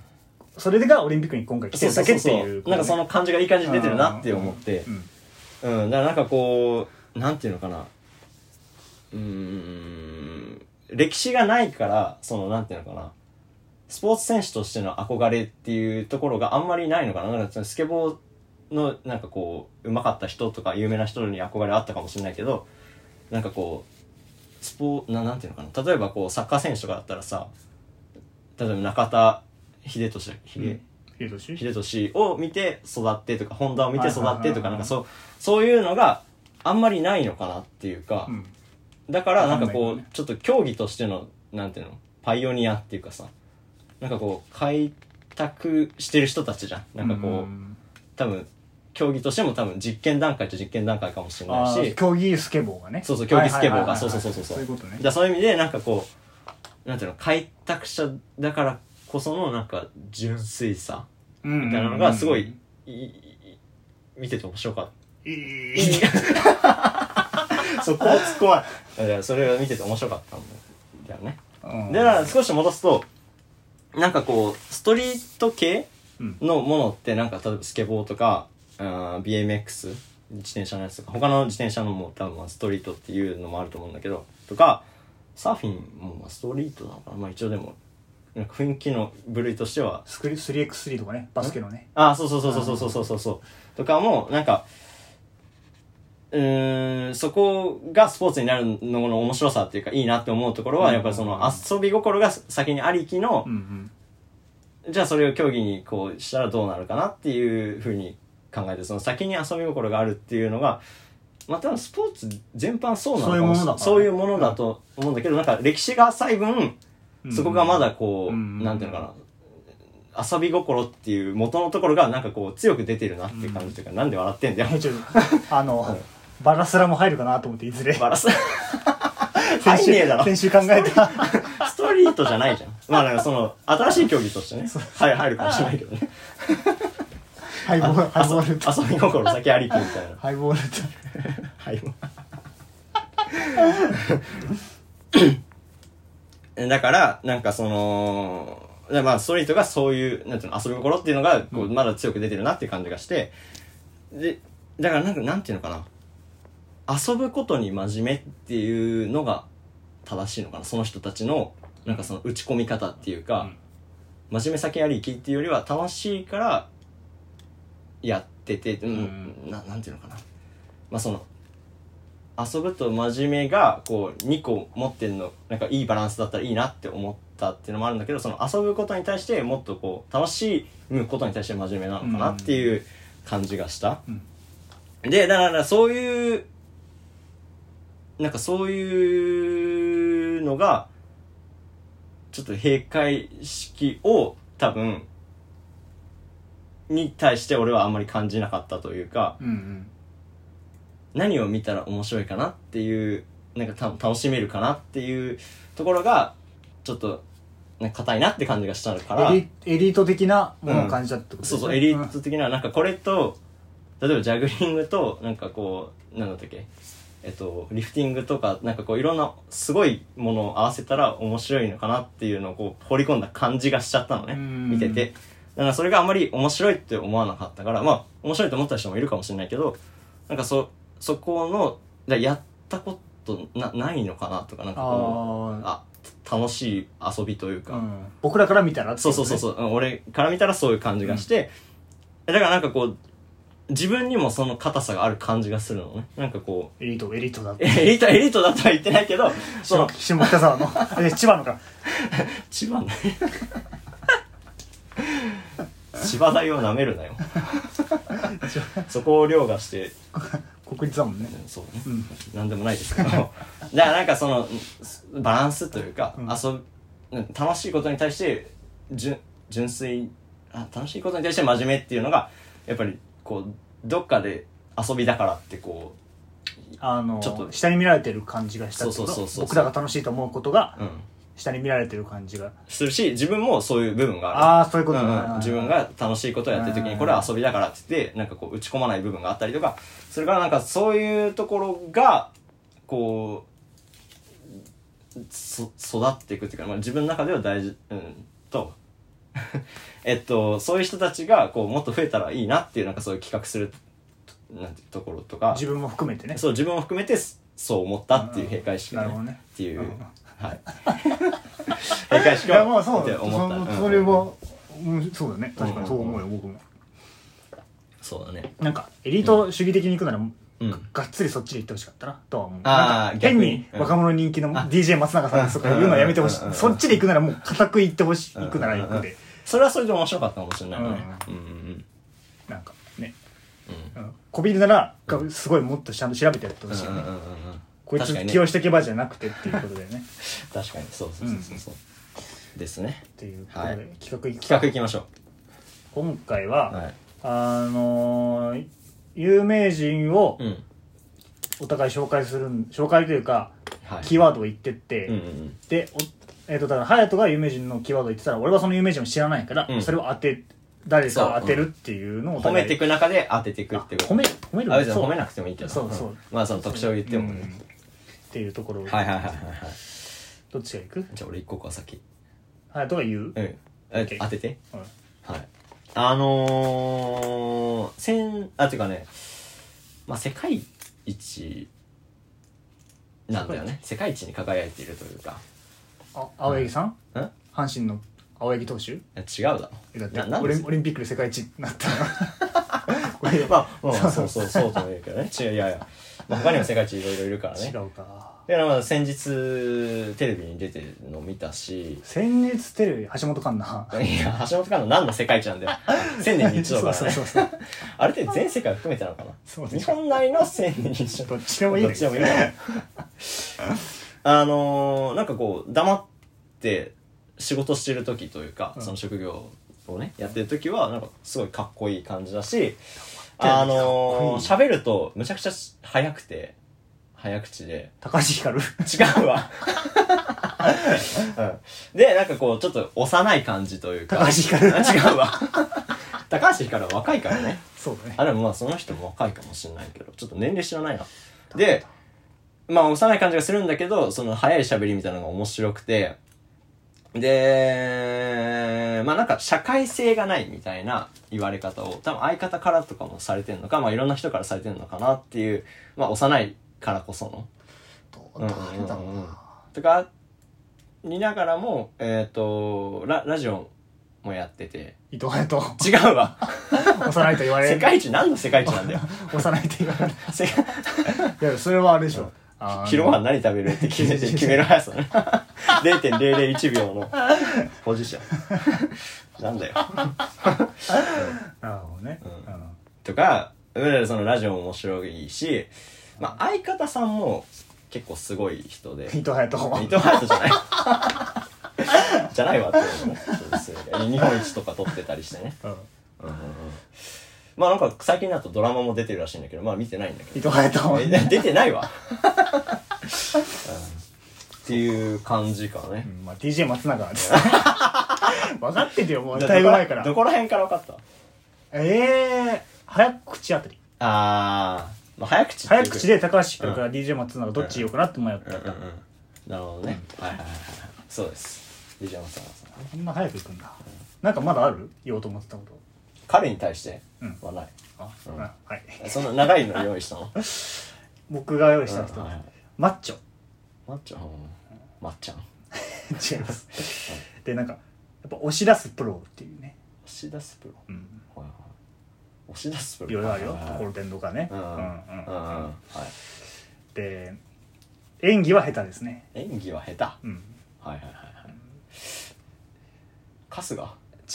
Speaker 2: それがオリンピックに今回来て
Speaker 1: そう
Speaker 2: る
Speaker 1: そ
Speaker 2: だ
Speaker 1: うそ
Speaker 2: け
Speaker 1: う
Speaker 2: っていう
Speaker 1: なんかそ
Speaker 2: の
Speaker 1: の感じがいい感じに出てるなって思って、うん、だからなんかこう、なんていうのかな。うーん、歴史がないから、その、なんていうのかな。スポーツ選手としての憧れっていうところがあんまりないのかな。なんかそのスケボーの、なんかこう、うまかった人とか有名な人に憧れあったかもしれないけど、なんかこう、スポー、ななんていうのかな。例えばこう、サッカー選手とかだったらさ、例えば中田秀俊だっけ、秀
Speaker 2: ヒデトシ
Speaker 1: 秀俊を見て育ってとか本田を見て育ってと
Speaker 2: はいはいはいは
Speaker 1: か
Speaker 2: い
Speaker 1: なんかそうそういうのがあんまりないのかなっていうか、
Speaker 2: うん
Speaker 1: だからなんかこ
Speaker 2: わか
Speaker 1: う
Speaker 2: んないよね
Speaker 1: ちょっと競技としてのなんていうのパイオニアっていうかさなんかこう開拓してる人たちじゃんなんかこう、
Speaker 2: ん
Speaker 1: 多分競技としても多分実験段階と実験段階かもしれな
Speaker 2: あ
Speaker 1: い
Speaker 2: ー
Speaker 1: し
Speaker 2: 競技スケボーがね
Speaker 1: そうそう競技スケボー
Speaker 2: はいはい
Speaker 1: が
Speaker 2: はいはい
Speaker 1: そうそうそうそうそう
Speaker 2: そういうことね
Speaker 1: じゃあそういう意味でなんかこうなんていうの開拓者だからこそのなんか純粋さ
Speaker 2: み
Speaker 1: みたいなのがすごいいいい見てて面白かっ
Speaker 2: いい
Speaker 1: た そこを突っ込まないやそれを見てて面白かったんだよね
Speaker 2: うん
Speaker 1: でだから少し戻すとなんかこうストリート系
Speaker 2: うん
Speaker 1: のものってなんか例えばスケボーとかあー BMX 自転車のやつとか他の自転車のも多分まあストリートっていうのもあると思うんだけどとかサーフィンもまあストリートなのかなまあ一応でもなんか雰囲気の部類としては
Speaker 2: スクリ 3x3 とかねバスケのね
Speaker 1: あ、そうそうそうそうそうそうそうそう。とかも、なんか、うーん、そこがスポーツになるのの面白さっていうか、いいなって思うところ
Speaker 2: う
Speaker 1: は、
Speaker 2: ん
Speaker 1: やっぱりその遊び心が先にありきの
Speaker 2: う、ん
Speaker 1: じゃあそれを競技にこうしたらどうなるかなっていうふうに考えてその先に遊び心があるっていうのがまあ多分スポーツ全般そうなの
Speaker 2: そういう
Speaker 1: か
Speaker 2: も
Speaker 1: も
Speaker 2: のだからね
Speaker 1: そういうものだと思うんだけど、なんか歴史が浅い分
Speaker 2: うん
Speaker 1: そこがまだこう、
Speaker 2: うん
Speaker 1: なんていうのかな遊び心っていう元のところがなんかこう強く出てるなっていう感じというか、なんで笑ってんだよ
Speaker 2: えちょっとあの、バラスラも入るかなと思っていずれ
Speaker 1: バラす入んねえだろ
Speaker 2: 先週考えた
Speaker 1: ストリートじゃないじゃんまあなんかその新しい競技としてねはい入るかもしれないけど ね
Speaker 2: ハイボールハイボールと
Speaker 1: 遊び心先ありきみたいな
Speaker 2: ハイボールと
Speaker 1: はい。 だから、なんかその、でまあ、ストリートがそういう、なんていうの、遊び心っていうのが、こう、まだ強く出てるなっていう感じがして、で、だからなんか、なんていうのかな。遊ぶことに真面目っていうのが正しいのかな。その人たちの、なんかその打ち込み方っていうか、真面目先ありきっていうよりは楽しいからやってて、うん、ななんていうのかな。まあその遊ぶと真面目がこう2個持ってるのなんかいいバランスだったらいいなって思ったっていうのもあるんだけどその遊ぶことに対してもっとこう楽しむことに対して真面目なのかなっていう感じがした、
Speaker 2: うん
Speaker 1: でだからそういうなんかそういうのがちょっと閉会式を多分に対して俺はあんまり感じなかったというか、
Speaker 2: うんうん
Speaker 1: 何を見たら面白いかなっていうなんかた楽しめるかなっていうところがちょっとなんか硬いなって感じがしたのから
Speaker 2: エリエリート的なものを感じたってことです
Speaker 1: そ
Speaker 2: ね
Speaker 1: うそうエリート的ななんかこれと例えばジャグリングとなんかこうなんだったっけえっとリフティングとかなんかこういろんなすごいものを合わせたら面白いのかなっていうのをこう掘り込んだ感じがしちゃったのね
Speaker 2: うん
Speaker 1: 見ててだからそれがあまり面白いって思わなかったからまあ面白いと思った人もいるかもしれないけどなんかそそこのだやったことなないのかなとかなんかこう
Speaker 2: あ
Speaker 1: あ楽しい遊びという
Speaker 2: あ、う
Speaker 1: か、
Speaker 2: ん、僕らから見たらって
Speaker 1: そ
Speaker 2: こ
Speaker 1: う
Speaker 2: と
Speaker 1: そう
Speaker 2: ね
Speaker 1: そうそう、うん俺から見たらそういう感じがして、だからなんかこう自分にもその硬さがある感じがするのねなんかこ
Speaker 2: エリートエリートだ っ
Speaker 1: うエ
Speaker 2: て
Speaker 1: リートエリートだとは言ってないけどそ
Speaker 2: 下
Speaker 1: の
Speaker 2: 北沢 のえ千葉のか
Speaker 1: 千葉ね千葉大を舐める なよそこを凌駕して
Speaker 2: 国立だもんね
Speaker 1: そうね、なんでもないですけど だからなんかそのバランスというか、遊ぶうん楽しいことに対して純純粋あ楽しいことに対して真面目っていうのがやっぱりこうどっかで遊びだからってこ
Speaker 2: あの
Speaker 1: ちょっと
Speaker 2: 下に見られてる感じがしたってこと
Speaker 1: そうそうそうそう
Speaker 2: 僕らが楽しいと思うことが
Speaker 1: う、うん、
Speaker 2: 下に見られてる感じが
Speaker 1: するし自分もそういう部分がある
Speaker 2: ああそういうことね
Speaker 1: うんうん自分が楽しいことをやってる時
Speaker 2: う
Speaker 1: に
Speaker 2: ん
Speaker 1: これは遊びだからって言ってなんかこう打ち込まない部分があったりとかそれからなんかそういうところがこうそ育っていくっていうか、まあ、自分の中では大事、うん、と えっとそういう人たちがこうもっと増えたらいいなっていうなんかそういう企画するなんていうところとか
Speaker 2: 自分も含めてね
Speaker 1: そう自分を含めてそう思ったっていう閉会式、ね
Speaker 2: なるほどね
Speaker 1: っていう、
Speaker 2: うん
Speaker 1: はい 閉会
Speaker 2: い
Speaker 1: 式
Speaker 2: やまあそう
Speaker 1: を
Speaker 2: だ
Speaker 1: 見
Speaker 2: ね
Speaker 1: て
Speaker 2: そ
Speaker 1: 思った
Speaker 2: の
Speaker 1: うん
Speaker 2: それは、うん、そうだね確かにそう思うよ
Speaker 1: う
Speaker 2: 僕も
Speaker 1: そうだね
Speaker 2: なんかエリート主義的に行くなら、
Speaker 1: うん
Speaker 2: がっつりそっちで行ってほしかったなとは思う
Speaker 1: あー
Speaker 2: なんか変
Speaker 1: 逆
Speaker 2: に
Speaker 1: にうん
Speaker 2: 若者人気の DJ 松永さんとかいうのはやめてほしい
Speaker 1: うんうんうん
Speaker 2: そっちで行くならもう固く行ってほしい行くなら行く
Speaker 1: うん
Speaker 2: で
Speaker 1: それはそれで面白かったかもしれないよねうんうんうん
Speaker 2: なんかねうんこびるならがすごいもっとちゃんと調べてやってほしいよ
Speaker 1: うんうんう
Speaker 2: ね
Speaker 1: んうん
Speaker 2: こい
Speaker 1: 確
Speaker 2: つ
Speaker 1: かにね
Speaker 2: 起用してけばじゃなくてっていうこ とだよね
Speaker 1: 確かにそうそうそうそうそうですね
Speaker 2: っていうこと
Speaker 1: は
Speaker 2: で
Speaker 1: い
Speaker 2: 企画行き
Speaker 1: 企画いきましょ
Speaker 2: 今回
Speaker 1: うは
Speaker 2: はいあのー有名人を
Speaker 1: うん
Speaker 2: お互い紹介するん紹介というか
Speaker 1: はい
Speaker 2: キーワードを言ってって、
Speaker 1: うんうん
Speaker 2: でおえっ、とだから隼人が有名人のキーワード言ってたら俺はその有名人を知らないから、
Speaker 1: うん
Speaker 2: それを当て誰かを当てるっていうのを
Speaker 1: うん
Speaker 2: お
Speaker 1: 褒
Speaker 2: 互
Speaker 1: め
Speaker 2: い
Speaker 1: ていく中で当てていくっていう
Speaker 2: あ褒め褒める
Speaker 1: あ別に
Speaker 2: そう
Speaker 1: 褒めなくてもいいけど
Speaker 2: そうそうん
Speaker 1: まあその特徴を言っても
Speaker 2: うんっ
Speaker 1: ね
Speaker 2: ていうところ、
Speaker 1: はいはいはいはいはい
Speaker 2: どっちがいく
Speaker 1: じゃあ俺一個か先
Speaker 2: 隼人が言う、
Speaker 1: うんえ
Speaker 2: OK
Speaker 1: 当てて
Speaker 2: うん
Speaker 1: はい。あのー、先、あ、ていうかね、まあ、世界一なんだよね。世界一に輝いているというか。
Speaker 2: あ青柳さん、
Speaker 1: んい
Speaker 2: 阪神の青柳投手
Speaker 1: や違うだろ。
Speaker 2: えだ
Speaker 1: な
Speaker 2: っ
Speaker 1: な
Speaker 2: て
Speaker 1: ん
Speaker 2: オ
Speaker 1: で
Speaker 2: リ
Speaker 1: す
Speaker 2: ンオリンピックで世界一にな ったのこれ
Speaker 1: まあ、うんそうそうそうとも言うけどね。違う、いやいや。まあ、他にも世界一いろいろいるからね。
Speaker 2: 違うか
Speaker 1: だからまあ先日テレビに出てるの見たし
Speaker 2: 先日テレビ橋本環奈
Speaker 1: いや橋本環奈何の世界一なんだよ千年に一度だか
Speaker 2: そ
Speaker 1: ら
Speaker 2: う
Speaker 1: ね
Speaker 2: そうそう
Speaker 1: あれって全世界含めてなのかな
Speaker 2: そうで
Speaker 1: 日
Speaker 2: しょ
Speaker 1: 本内の千年に一度
Speaker 2: どっちでもいい
Speaker 1: ど
Speaker 2: で
Speaker 1: っち
Speaker 2: す
Speaker 1: でもいいのあのーなんかこう黙って仕事してる時というか、
Speaker 2: うん
Speaker 1: その職業をねやってる時はなんかすごいかっこいい感じだし
Speaker 2: 黙
Speaker 1: あ
Speaker 2: ってるかっこい
Speaker 1: の
Speaker 2: い
Speaker 1: ー喋るとむちゃくちゃ早くて早口で
Speaker 2: 高橋 ひかる
Speaker 1: 違うわ、うん、でなんかこうちょっと幼い感じというか
Speaker 2: 高橋ひかる
Speaker 1: あ違うわ高橋ひかるは若いからね
Speaker 2: そうだね
Speaker 1: あでもまあその人も若いかもしれないけどちょっと年齢知らないなでまあ幼い感じがするんだけどその早い喋りみたいなのが面白くてでまあなんか社会性がないみたいな言われ方を多分相方からとかもされてるのかまあいろんな人からされてるのかなっていうまあ幼いからこその
Speaker 2: どう誰だろ
Speaker 1: う
Speaker 2: うん
Speaker 1: うんうん
Speaker 2: な
Speaker 1: とか見ながらもえっ、とララジオもやってて
Speaker 2: 伊藤 隼人
Speaker 1: 違うわ
Speaker 2: 幼いと言われ
Speaker 1: 世
Speaker 2: る
Speaker 1: 界一何の世界一なんだよ
Speaker 2: 幼いと言われる
Speaker 1: 世界
Speaker 2: いやそれはあれでしょあの
Speaker 1: 昼ご飯何食べるって決めて決める速さね 0.001秒のポジションなんだよ
Speaker 2: なるほどね
Speaker 1: うん
Speaker 2: うん
Speaker 1: とかうんそのラジオも面白いし、まあ、相方さんも結構すごい人で
Speaker 2: 伊 藤隼
Speaker 1: 伊
Speaker 2: 人
Speaker 1: 藤隼人じゃない じゃないわっていうのねそうです日本一とか取ってたりしてね
Speaker 2: うん
Speaker 1: まあなんか最近だとドラマも出てるらしいんだけどまあ見てないんだけ
Speaker 2: 伊
Speaker 1: ど
Speaker 2: 藤隼人
Speaker 1: え出て ないわ、うんっていう感じかね
Speaker 2: うんまあ DJ 松永 ですね分かっててよもう
Speaker 1: ど
Speaker 2: だいぶ前から
Speaker 1: どこら辺から分かった
Speaker 2: ええ早口あたり
Speaker 1: あー、まあ、早口っていう
Speaker 2: 早口で高橋ひかるから DJ 松永どっち言おうかなって迷った
Speaker 1: うんうんうんなるほどね、はいはいはいはいそうですリジャマさんはさ
Speaker 2: こんな早く行くんだなんかまだある言おうと思ってたこと
Speaker 1: 彼に対して
Speaker 2: うん
Speaker 1: はない、
Speaker 2: あ、
Speaker 1: うん
Speaker 2: あはい
Speaker 1: そんな長いの用意した の
Speaker 2: 僕が用意した人
Speaker 1: うんはい
Speaker 2: マッチョ
Speaker 1: まっちゃんまっちゃん押
Speaker 2: 違いますでなんかやっぱ押し出すプロっていうね
Speaker 1: し出すプロ、
Speaker 2: うん
Speaker 1: はいはい押し出すプロ
Speaker 2: いろいろあるよ
Speaker 1: はい
Speaker 2: ところてんとかねう
Speaker 1: うんん
Speaker 2: う
Speaker 1: うんうんうん
Speaker 2: んうん
Speaker 1: はい
Speaker 2: で演技は下手ですね
Speaker 1: 演技は下手、
Speaker 2: うん
Speaker 1: はいはいはいはい春日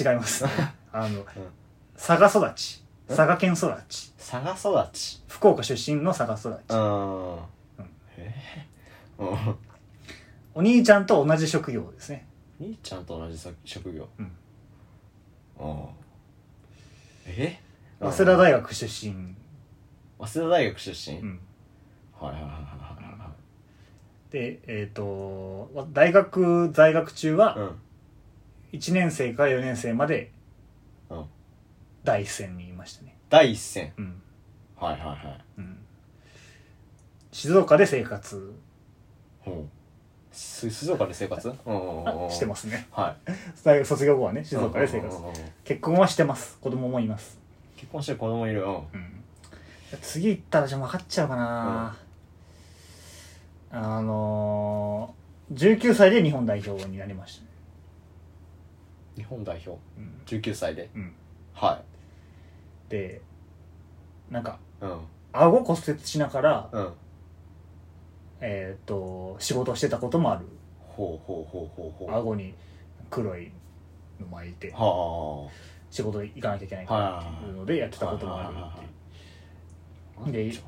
Speaker 2: 違います あの佐賀育ち佐賀県育ち
Speaker 1: 佐賀育ち
Speaker 2: 福岡出身の佐賀育
Speaker 1: う
Speaker 2: ち
Speaker 1: ん
Speaker 2: うん
Speaker 1: えーうん
Speaker 2: お兄ちゃんと同じ職業ですね
Speaker 1: 兄ちゃんと同じさ職業
Speaker 2: うん
Speaker 1: ああえ
Speaker 2: 早稲田大学出身
Speaker 1: 早稲田大学出身、
Speaker 2: うん
Speaker 1: はいはいはいは
Speaker 2: でえっ、と大学在学中
Speaker 1: いはい
Speaker 2: は1年生から4年生まで
Speaker 1: うん、うん、
Speaker 2: 第一線にいましたね
Speaker 1: 第一線
Speaker 2: うん、
Speaker 1: はいはいはい
Speaker 2: うん、静岡で生活
Speaker 1: うんす静岡で生活うんうんうんうん
Speaker 2: してますね
Speaker 1: はい
Speaker 2: 大学卒業後はね静岡で生
Speaker 1: う
Speaker 2: 活
Speaker 1: んうんうんうん
Speaker 2: 結婚はしてます子供もいます、
Speaker 1: 結婚してる子供いるうん
Speaker 2: うん、次行ったらじゃあ分かっちゃうかな、あのー、19歳で日本代表になりましたね、
Speaker 1: 日本代表
Speaker 2: うん
Speaker 1: 19歳で
Speaker 2: うん、
Speaker 1: は
Speaker 2: でなんか
Speaker 1: いうん
Speaker 2: 顎骨折しながら、
Speaker 1: うん
Speaker 2: えー、と仕事をしてたこともある
Speaker 1: ほうほうほうほうほう
Speaker 2: 顎に黒いの巻いて
Speaker 1: は
Speaker 2: 仕事行かなきゃいけないからっていうのでやってたこともあるっていう
Speaker 1: あなん
Speaker 2: で
Speaker 1: ち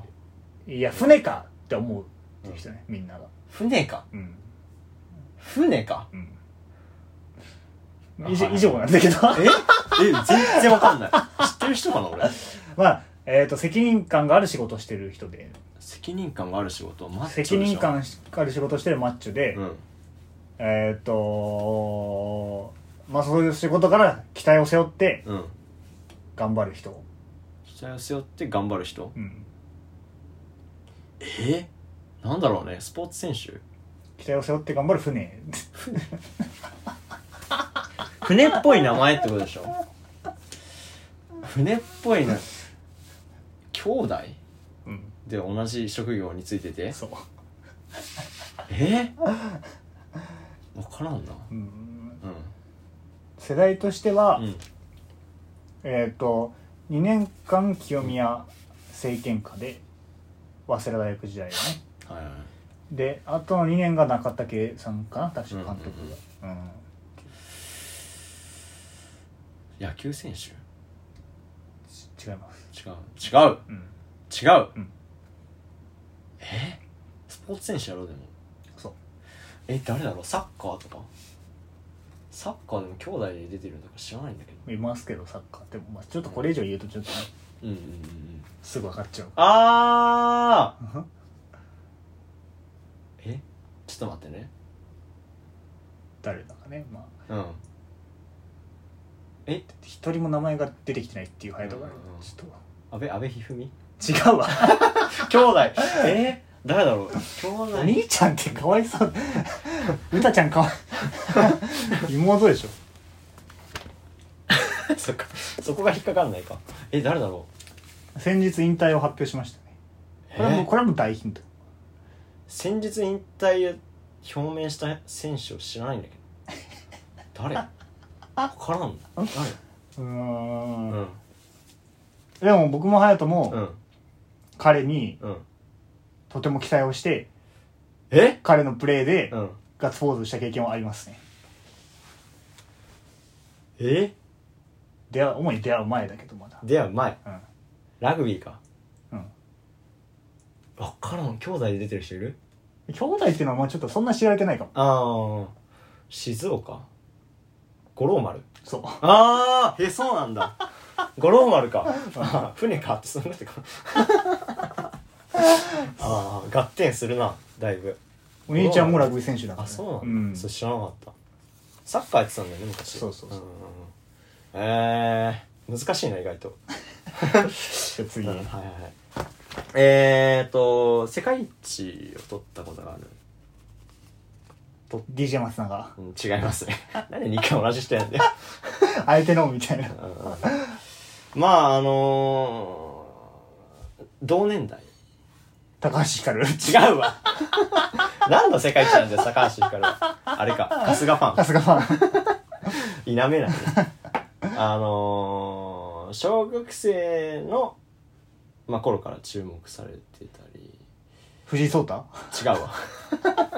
Speaker 1: ょ
Speaker 2: いや船かって思うっていう人ね、みんなが
Speaker 1: 船か
Speaker 2: うん
Speaker 1: 船か
Speaker 2: うん以上以上なんだけど
Speaker 1: ええ 全然わかんない知ってる人かな俺
Speaker 2: まあえっ、と責任感がある仕事をしてる人で
Speaker 1: 責任感がある仕事マッチ
Speaker 2: 責
Speaker 1: ョでし
Speaker 2: 任
Speaker 1: ょ
Speaker 2: 感がある仕事をしてるマッチョで、
Speaker 1: うん
Speaker 2: えっ、とまあそういう仕事から期待を背負って
Speaker 1: うん
Speaker 2: 頑張る人、
Speaker 1: 期待を背負って頑張る人
Speaker 2: うん、
Speaker 1: えなんだろうねスポーツ選手
Speaker 2: 期待を背負って頑張る船
Speaker 1: 船っぽい名前ってことでしょ船っぽいな兄弟
Speaker 2: うん
Speaker 1: で同じ職業についてて
Speaker 2: そう
Speaker 1: えわからんな
Speaker 2: うん
Speaker 1: うん
Speaker 2: 世代としては、
Speaker 1: うん
Speaker 2: えっ、と2年間清宮政権下で早稲田大学時代をね
Speaker 1: はいはい
Speaker 2: であとの2年が中竹さんかな確か監督が、うん
Speaker 1: 野球選手
Speaker 2: ち違います、
Speaker 1: 違う違う
Speaker 2: うん、
Speaker 1: 違う、
Speaker 2: うん
Speaker 1: えスポーツ選手やろでも
Speaker 2: そう
Speaker 1: え誰だろうサッカーとかサッカーでも兄弟で出てるのとか知らないんだけど
Speaker 2: いますけどサッカーでも、まあ、ちょっとこれ以上言うとちょっとね
Speaker 1: うんうんうんうん
Speaker 2: すぐ分かっちゃう
Speaker 1: あーえちょっと待ってね
Speaker 2: 誰だかねまあ
Speaker 1: うんえ
Speaker 2: 一人も名前が出てきてないっていう配当がある
Speaker 1: うんうんうん
Speaker 2: ちょっ
Speaker 1: 安倍安倍一二
Speaker 2: と違うわ
Speaker 1: 三兄 弟え誰だろう兄
Speaker 2: お
Speaker 1: 弟
Speaker 2: 兄ちゃんってかわいそう うたちゃんかわい 妹でしょ
Speaker 1: そっかそこが引っかかんないかえ誰だろ
Speaker 2: 先日引退を発表しましたね
Speaker 1: う
Speaker 2: これはもう
Speaker 1: え
Speaker 2: これはもう大ヒント
Speaker 1: 先日引退を表明した選手を知らないんだけど誰わからん誰
Speaker 2: うー
Speaker 1: うんん
Speaker 2: でも僕も隼人
Speaker 1: う
Speaker 2: も
Speaker 1: ん
Speaker 2: 彼に
Speaker 1: うん
Speaker 2: とても期待をして
Speaker 1: え
Speaker 2: 彼のプレーで
Speaker 1: うん
Speaker 2: ガッツポーズした経験はありますね
Speaker 1: え
Speaker 2: 出会う主に出会う前だけどまだ
Speaker 1: では前
Speaker 2: うん
Speaker 1: ラグビーか
Speaker 2: うん
Speaker 1: わからん兄弟で出てる人いる
Speaker 2: 兄弟っていうのはもうちょっとそんな知られてないかも
Speaker 1: ああ静岡五郎丸
Speaker 2: そう
Speaker 1: ああへそうなんだ 五郎丸かあー船かってそんなって かああ合点するなだいぶ
Speaker 2: お兄ちゃんもラグビー選手だから
Speaker 1: あ
Speaker 2: ね
Speaker 1: そうなんだ、
Speaker 2: うん
Speaker 1: それ知らなかったサッカーやってたんだよね昔
Speaker 2: そうそうそう
Speaker 1: ん
Speaker 2: ん
Speaker 1: んえー、難しいな意外と
Speaker 2: じゃあ次
Speaker 1: はいはいはいえーと世界一を取ったことがある
Speaker 2: DJ 松永
Speaker 1: うん違います ねなんで2回同じ人やんだよ
Speaker 2: 相手のみたいな
Speaker 1: まああのー同年代
Speaker 2: 高橋ひかる
Speaker 1: 違うわ 何の世界一なんだよ高橋ひかるはあれか春日ファン
Speaker 2: 春日ファン
Speaker 1: 否めない あのー小学生の、まあ、頃から注目されてたり
Speaker 2: 藤井聡太
Speaker 1: 違うわ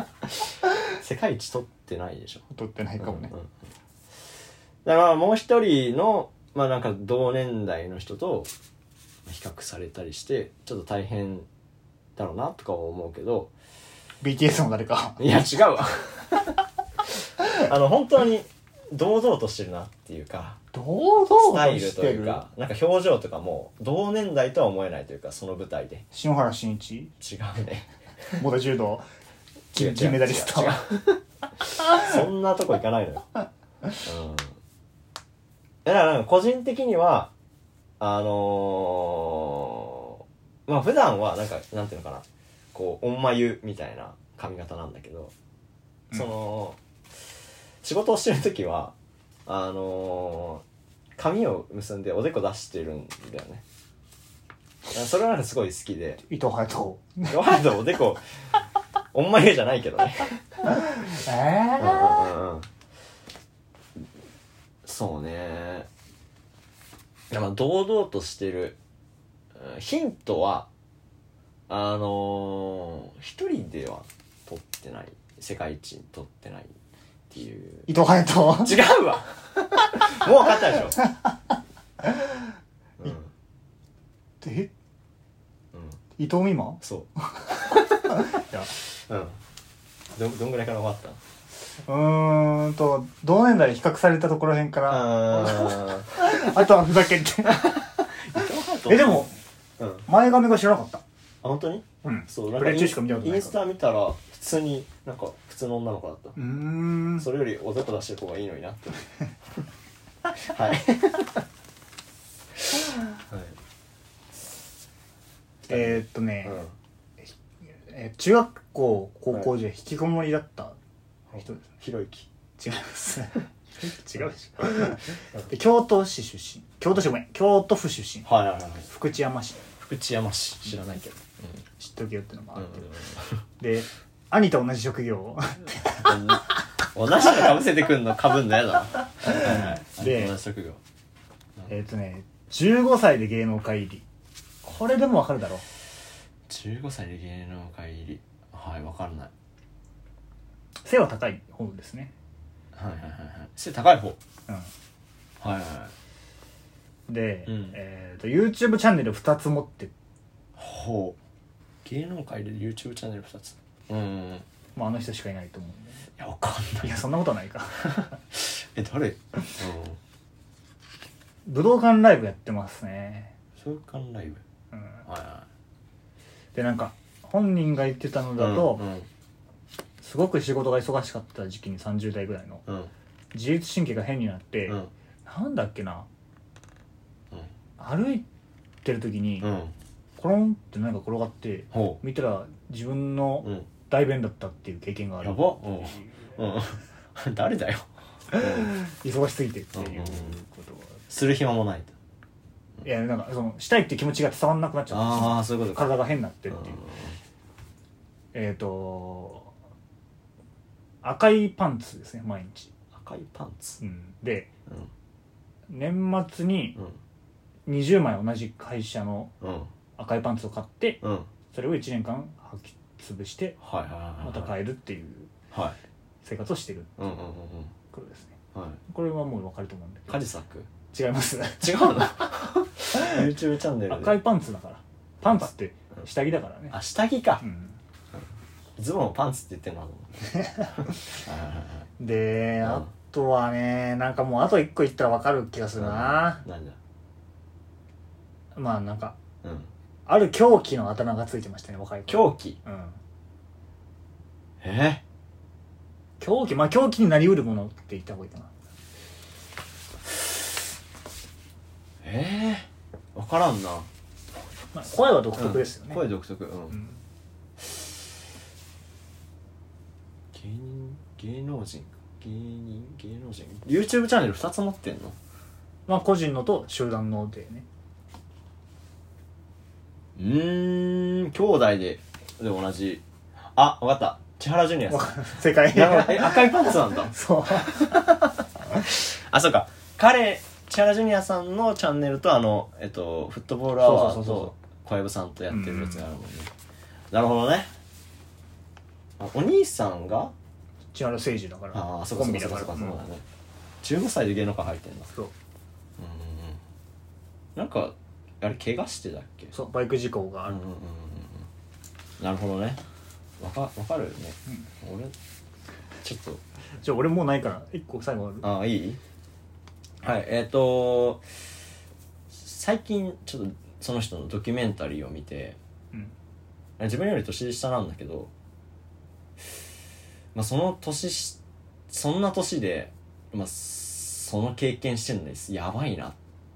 Speaker 1: 世界一取ってないでしょ
Speaker 2: 取ってないかもね
Speaker 1: うんうんうんだからもう一人のまあなんか同年代の人と比較されたりしてちょっと大変だろうなとかは思うけど
Speaker 2: BTS も誰か
Speaker 1: いや違う わあの本当に堂々としてるなっていうか
Speaker 2: 堂
Speaker 1: ス
Speaker 2: 々
Speaker 1: タ
Speaker 2: と
Speaker 1: イル
Speaker 2: し
Speaker 1: と
Speaker 2: て
Speaker 1: いう
Speaker 2: る
Speaker 1: かなんか表情とかも同年代とは思えないというかその舞台で
Speaker 2: 篠原慎一
Speaker 1: 違うね
Speaker 2: 元柔道
Speaker 1: 違う違う
Speaker 2: 金銀メダリスト
Speaker 1: 違う違うそんなとこ行かないのよ、うん、だからなんか個人的にはあのーまあ普段はなんかなんていうのかなこうおんまゆみたいな髪型なんだけどその、仕事をしてる時はあのー髪を結んでおでこ出してるんだよねだからそれはなんかすごい好きで
Speaker 2: 伊藤隼人
Speaker 1: ロハードおでこおんまゆじゃないけどね
Speaker 2: え
Speaker 1: うん
Speaker 2: え
Speaker 1: うんうんそうねいやまあ堂々としてるうんヒントはあのー一人では取ってない世界一取ってないっていう
Speaker 2: 伊藤隼人
Speaker 1: 違うわもう分かったでしょ、 うんうん、
Speaker 2: え伊藤美誠
Speaker 1: そ
Speaker 2: いや
Speaker 1: う、うん、どどんぐらいから分かった
Speaker 2: うーんと同年代で比較されたところへんから
Speaker 1: あ
Speaker 2: あとはふざ けてえでも
Speaker 1: ー、うん、あ
Speaker 2: 前髪が知らなかった
Speaker 1: 本当に
Speaker 2: うん
Speaker 1: そう
Speaker 2: プレイ中しか見たことない
Speaker 1: インスタ見たら普通になんか普通の女の子だった、
Speaker 2: うーん
Speaker 1: それよりおでこ出してる方がいいのになって はい、はい、
Speaker 2: えー、っとね、
Speaker 1: うん
Speaker 2: えー中学校高校時代引きこもりだった人ですね
Speaker 1: ひろゆき
Speaker 2: 違いま す違うでしょ で京都市出身京都市ごめん京都府出身
Speaker 1: はいはいはい
Speaker 2: 福知山市
Speaker 1: 福知山市知らないけど
Speaker 2: 知っとけよってのもあ
Speaker 1: う
Speaker 2: っ
Speaker 1: ん
Speaker 2: て、で兄と同じ職業を
Speaker 1: 同じのかぶせてくんのかぶんのやだな
Speaker 2: で
Speaker 1: 同じ職業
Speaker 2: えっとね15歳で芸能界入りこれでもわかるだろう
Speaker 1: 15歳で芸能界入りあはいわかんない
Speaker 2: 背は高い方ですね、
Speaker 1: はいはいはいはい背高い方
Speaker 2: う
Speaker 1: はいはいはい
Speaker 2: ん、で、
Speaker 1: うん
Speaker 2: えー、と YouTube チャンネル2つ持って、
Speaker 1: ほう芸能界で YouTube チャンネル2つうんうんうんい
Speaker 2: まあ、あの人しかいないと思うんで
Speaker 1: やわかんない
Speaker 2: いやそんなことはないか
Speaker 1: え誰うん
Speaker 2: 武道館ライブやってますね、
Speaker 1: そういう感ライブ
Speaker 2: うん、
Speaker 1: はいは
Speaker 2: でなんか本人が言ってたの
Speaker 1: い
Speaker 2: だと、
Speaker 1: うん
Speaker 2: すごく仕事が忙しかった時期に30代ぐらいの
Speaker 1: うん
Speaker 2: 自律神経が変になって、
Speaker 1: うん
Speaker 2: なんだっけな歩いてる時に、
Speaker 1: うんうん
Speaker 2: コロンって何か転がって
Speaker 1: ほ
Speaker 2: 見たら自分
Speaker 1: うう
Speaker 2: の
Speaker 1: ん
Speaker 2: 大便だったっていう経験がある
Speaker 1: やばうん 誰だようん
Speaker 2: 忙しすぎてって
Speaker 1: うんうん
Speaker 2: いううんことが
Speaker 1: する暇もないと
Speaker 2: いやなんかそのしたいっていう気持ちが伝わんなくなっちゃっ
Speaker 1: ああそういうこ
Speaker 2: て
Speaker 1: とか
Speaker 2: 体が変になってっていう
Speaker 1: う
Speaker 2: えっ、と赤いパンツですね毎日、
Speaker 1: ん赤いパンツ
Speaker 2: うん、で
Speaker 1: うん
Speaker 2: 年末に
Speaker 1: うん
Speaker 2: 20枚同じ会社の
Speaker 1: うん
Speaker 2: 赤いパンツを買って
Speaker 1: うん
Speaker 2: それを1年間履き潰して
Speaker 1: はいはいはいはい
Speaker 2: また買えるっていう
Speaker 1: はい
Speaker 2: 生活をしてる
Speaker 1: うんうんうん
Speaker 2: ことですね
Speaker 1: うんはい
Speaker 2: これはもう分かると思うんだけ
Speaker 1: カジサック
Speaker 2: ど違います
Speaker 1: 違うの YouTube チャンネルで
Speaker 2: 赤いパンツだからパンツって
Speaker 1: うん
Speaker 2: 下着だからね
Speaker 1: あ下着か
Speaker 2: うん
Speaker 1: ズボンをパンツって言ってるのかと思ってはいはいはいはい
Speaker 2: で、
Speaker 1: うん
Speaker 2: あとはねなんかもうあと1個言ったら分かる気が するな、
Speaker 1: なんだ
Speaker 2: まあなんか
Speaker 1: うん
Speaker 2: ある狂気のあだ名がついてましたね若い
Speaker 1: 狂
Speaker 2: 頃
Speaker 1: 気
Speaker 2: うん
Speaker 1: え
Speaker 2: 狂気まあ狂気になりうるものって言った方がいいかな
Speaker 1: ー、えー、分からんな、
Speaker 2: まあ、声は独
Speaker 1: うん
Speaker 2: 特ですよね、
Speaker 1: 声独特うん、
Speaker 2: うん
Speaker 1: 芸人芸能人芸人芸能人 YouTube チャンネル2つ持ってんの
Speaker 2: まあ個人のと集団のでね
Speaker 1: うーん兄弟でで同じあわかった千原ジュニア
Speaker 2: わ
Speaker 1: さ
Speaker 2: かる世界
Speaker 1: んなるほどえ赤いパンツなんだ
Speaker 2: そう
Speaker 1: あそうか彼千原ジュニアさんのチャンネルとあのえっとフットボールアワ
Speaker 2: そ
Speaker 1: ー
Speaker 2: うそうそうそう
Speaker 1: と小籔さんとやってるやつがあるもんね、なるほどねあお兄さんが
Speaker 2: 千原誠司だから
Speaker 1: ああそこ
Speaker 2: コ
Speaker 1: そこ
Speaker 2: ンビ
Speaker 1: そ
Speaker 2: だ
Speaker 1: こ
Speaker 2: か
Speaker 1: そ
Speaker 2: ら
Speaker 1: こそうこ
Speaker 2: ん
Speaker 1: だね15歳で芸能界入ってんだ
Speaker 2: そう
Speaker 1: うんうんうんなんかあれ怪我してだっけ
Speaker 2: そうバイク事故があ
Speaker 1: う
Speaker 2: る
Speaker 1: んうんうんうんうんなるほどねわかわかるよね、俺ちょっと
Speaker 2: じゃあ俺もうないから1個最後ある
Speaker 1: ああいいはいえっ、と最近ちょっとその人のドキュメンタリーを見て
Speaker 2: うん
Speaker 1: 自分より年下なんだけど、まあ、その年しそんな年で、まあ、その経験してるのですやばいなっ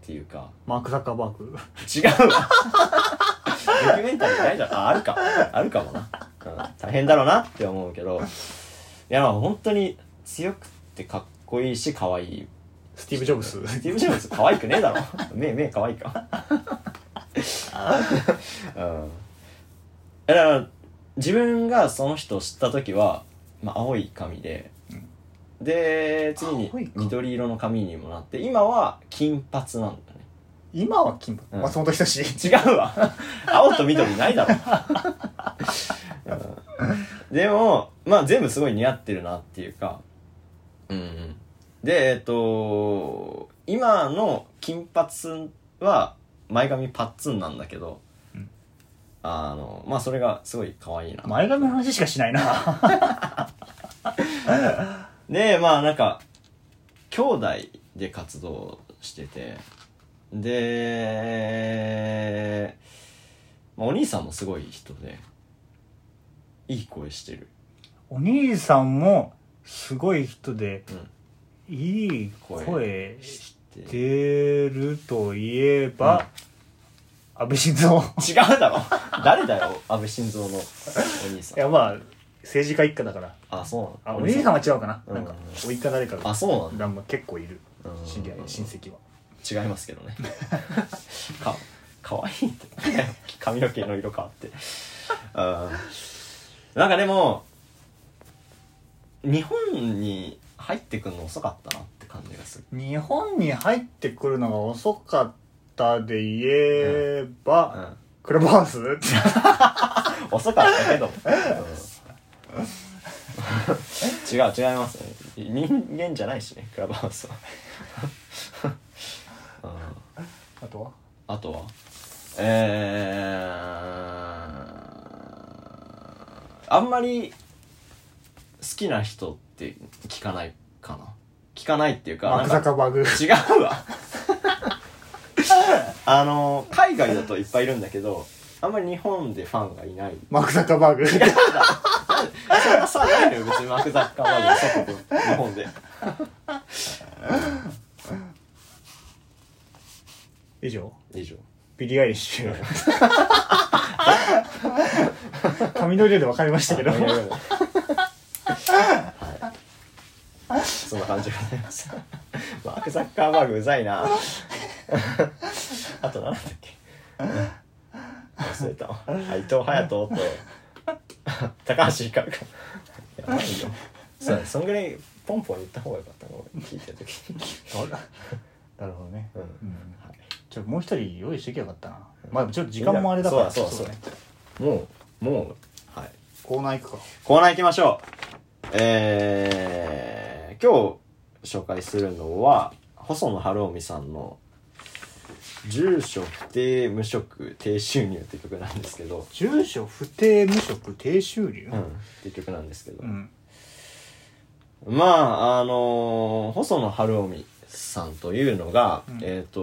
Speaker 1: ていうか
Speaker 2: マーク・ザッカーバーグ
Speaker 1: 違うわドキュメンタリーないじゃんああるかあるかもな、うん大変だろうなって思うけどいやまあ本当に強くてかっこいいし可愛い
Speaker 2: スティーブ・ジョブス
Speaker 1: スティーブ・ジョブズ可愛くねえだろ目目可愛いかうんだから自分がその人を知った時は、まあ、青い髪で、で次
Speaker 2: 青い
Speaker 1: に
Speaker 2: 髪
Speaker 1: 緑色の髪にもなって今は金髪なんだね
Speaker 2: 今は金
Speaker 1: うん
Speaker 2: 松本人志
Speaker 1: 違うわ青と緑ないだろ、うんでもまあ全部すごい似合ってるなっていうかうんうんでえっと今の金髪は前髪パッツンなんだけど、
Speaker 2: うん
Speaker 1: あのまあそれがすごい可愛いな
Speaker 2: 前髪の話しかしないな
Speaker 1: でまあなんか兄弟で活動しててで、まあ、お兄さんもすごい人でいい声してる、
Speaker 2: お兄さんもすごい人で
Speaker 1: うん、
Speaker 2: いい声
Speaker 1: して違う
Speaker 2: 出るといえば、安倍晋三
Speaker 1: だろ誰だよ安倍晋三のお兄さん
Speaker 2: いやまあ政治家一家だから
Speaker 1: あそうな
Speaker 2: あ
Speaker 1: の
Speaker 2: お兄さんは違うかな、
Speaker 1: うん
Speaker 2: なんかおいか誰かが
Speaker 1: あそうなんだ
Speaker 2: だから結構いる
Speaker 1: うん
Speaker 2: 知り合い親戚は
Speaker 1: 違いますけどねかかわいいって髪の毛の色変わってうんなんかでも日本に入ってくるの遅かったなって感じがする
Speaker 2: 日本に入ってくるのが遅かったで言えば、
Speaker 1: うん
Speaker 2: クラブハウス
Speaker 1: 遅かったけど、うん違う違いますね人間じゃないしねクラブハウスはうん
Speaker 2: あとは
Speaker 1: あとはえー、あんまり好きな人って聞かないかな聞かないっていうか
Speaker 2: マ
Speaker 1: な
Speaker 2: ク
Speaker 1: ん
Speaker 2: ザ
Speaker 1: か
Speaker 2: カバ グ
Speaker 1: 違うわ あの海外だといっぱいいるんだけどあんまり日本でファンがいない
Speaker 2: マクザカバグ
Speaker 1: そんな差ないのよ別にマクザッカーバーグの祖国日本で
Speaker 2: 以上
Speaker 1: 以上
Speaker 2: ビリー・アイリッシュ 髪の色で分かりましたけど
Speaker 1: あい やいやいやはいそんな感じでございますマーク・ザッカーバーグうざいな あと何だっけ忘れたわあ伊藤隼人と高橋ひかるかやばいよそうだそんぐらいポンポン言った方がよかったの聞いてる時に
Speaker 2: なるほどね、
Speaker 1: うん
Speaker 2: うん
Speaker 1: は
Speaker 2: ちょもう一人用意してきゃよかったなまあちょっと時間もあれだから
Speaker 1: そうだそうだ
Speaker 2: ね
Speaker 1: いもうもうはい
Speaker 2: コーナー行くか
Speaker 1: コーナー行きましょう。えー、今日紹介するのは、細野晴臣さんの、住所不定無職低収入って曲なんですけど、
Speaker 2: 住所不定無職低収入
Speaker 1: うん、っていう曲なんですけど、
Speaker 2: うん
Speaker 1: まあ、あのー細野晴臣さんというのが、
Speaker 2: うん
Speaker 1: えっ、と、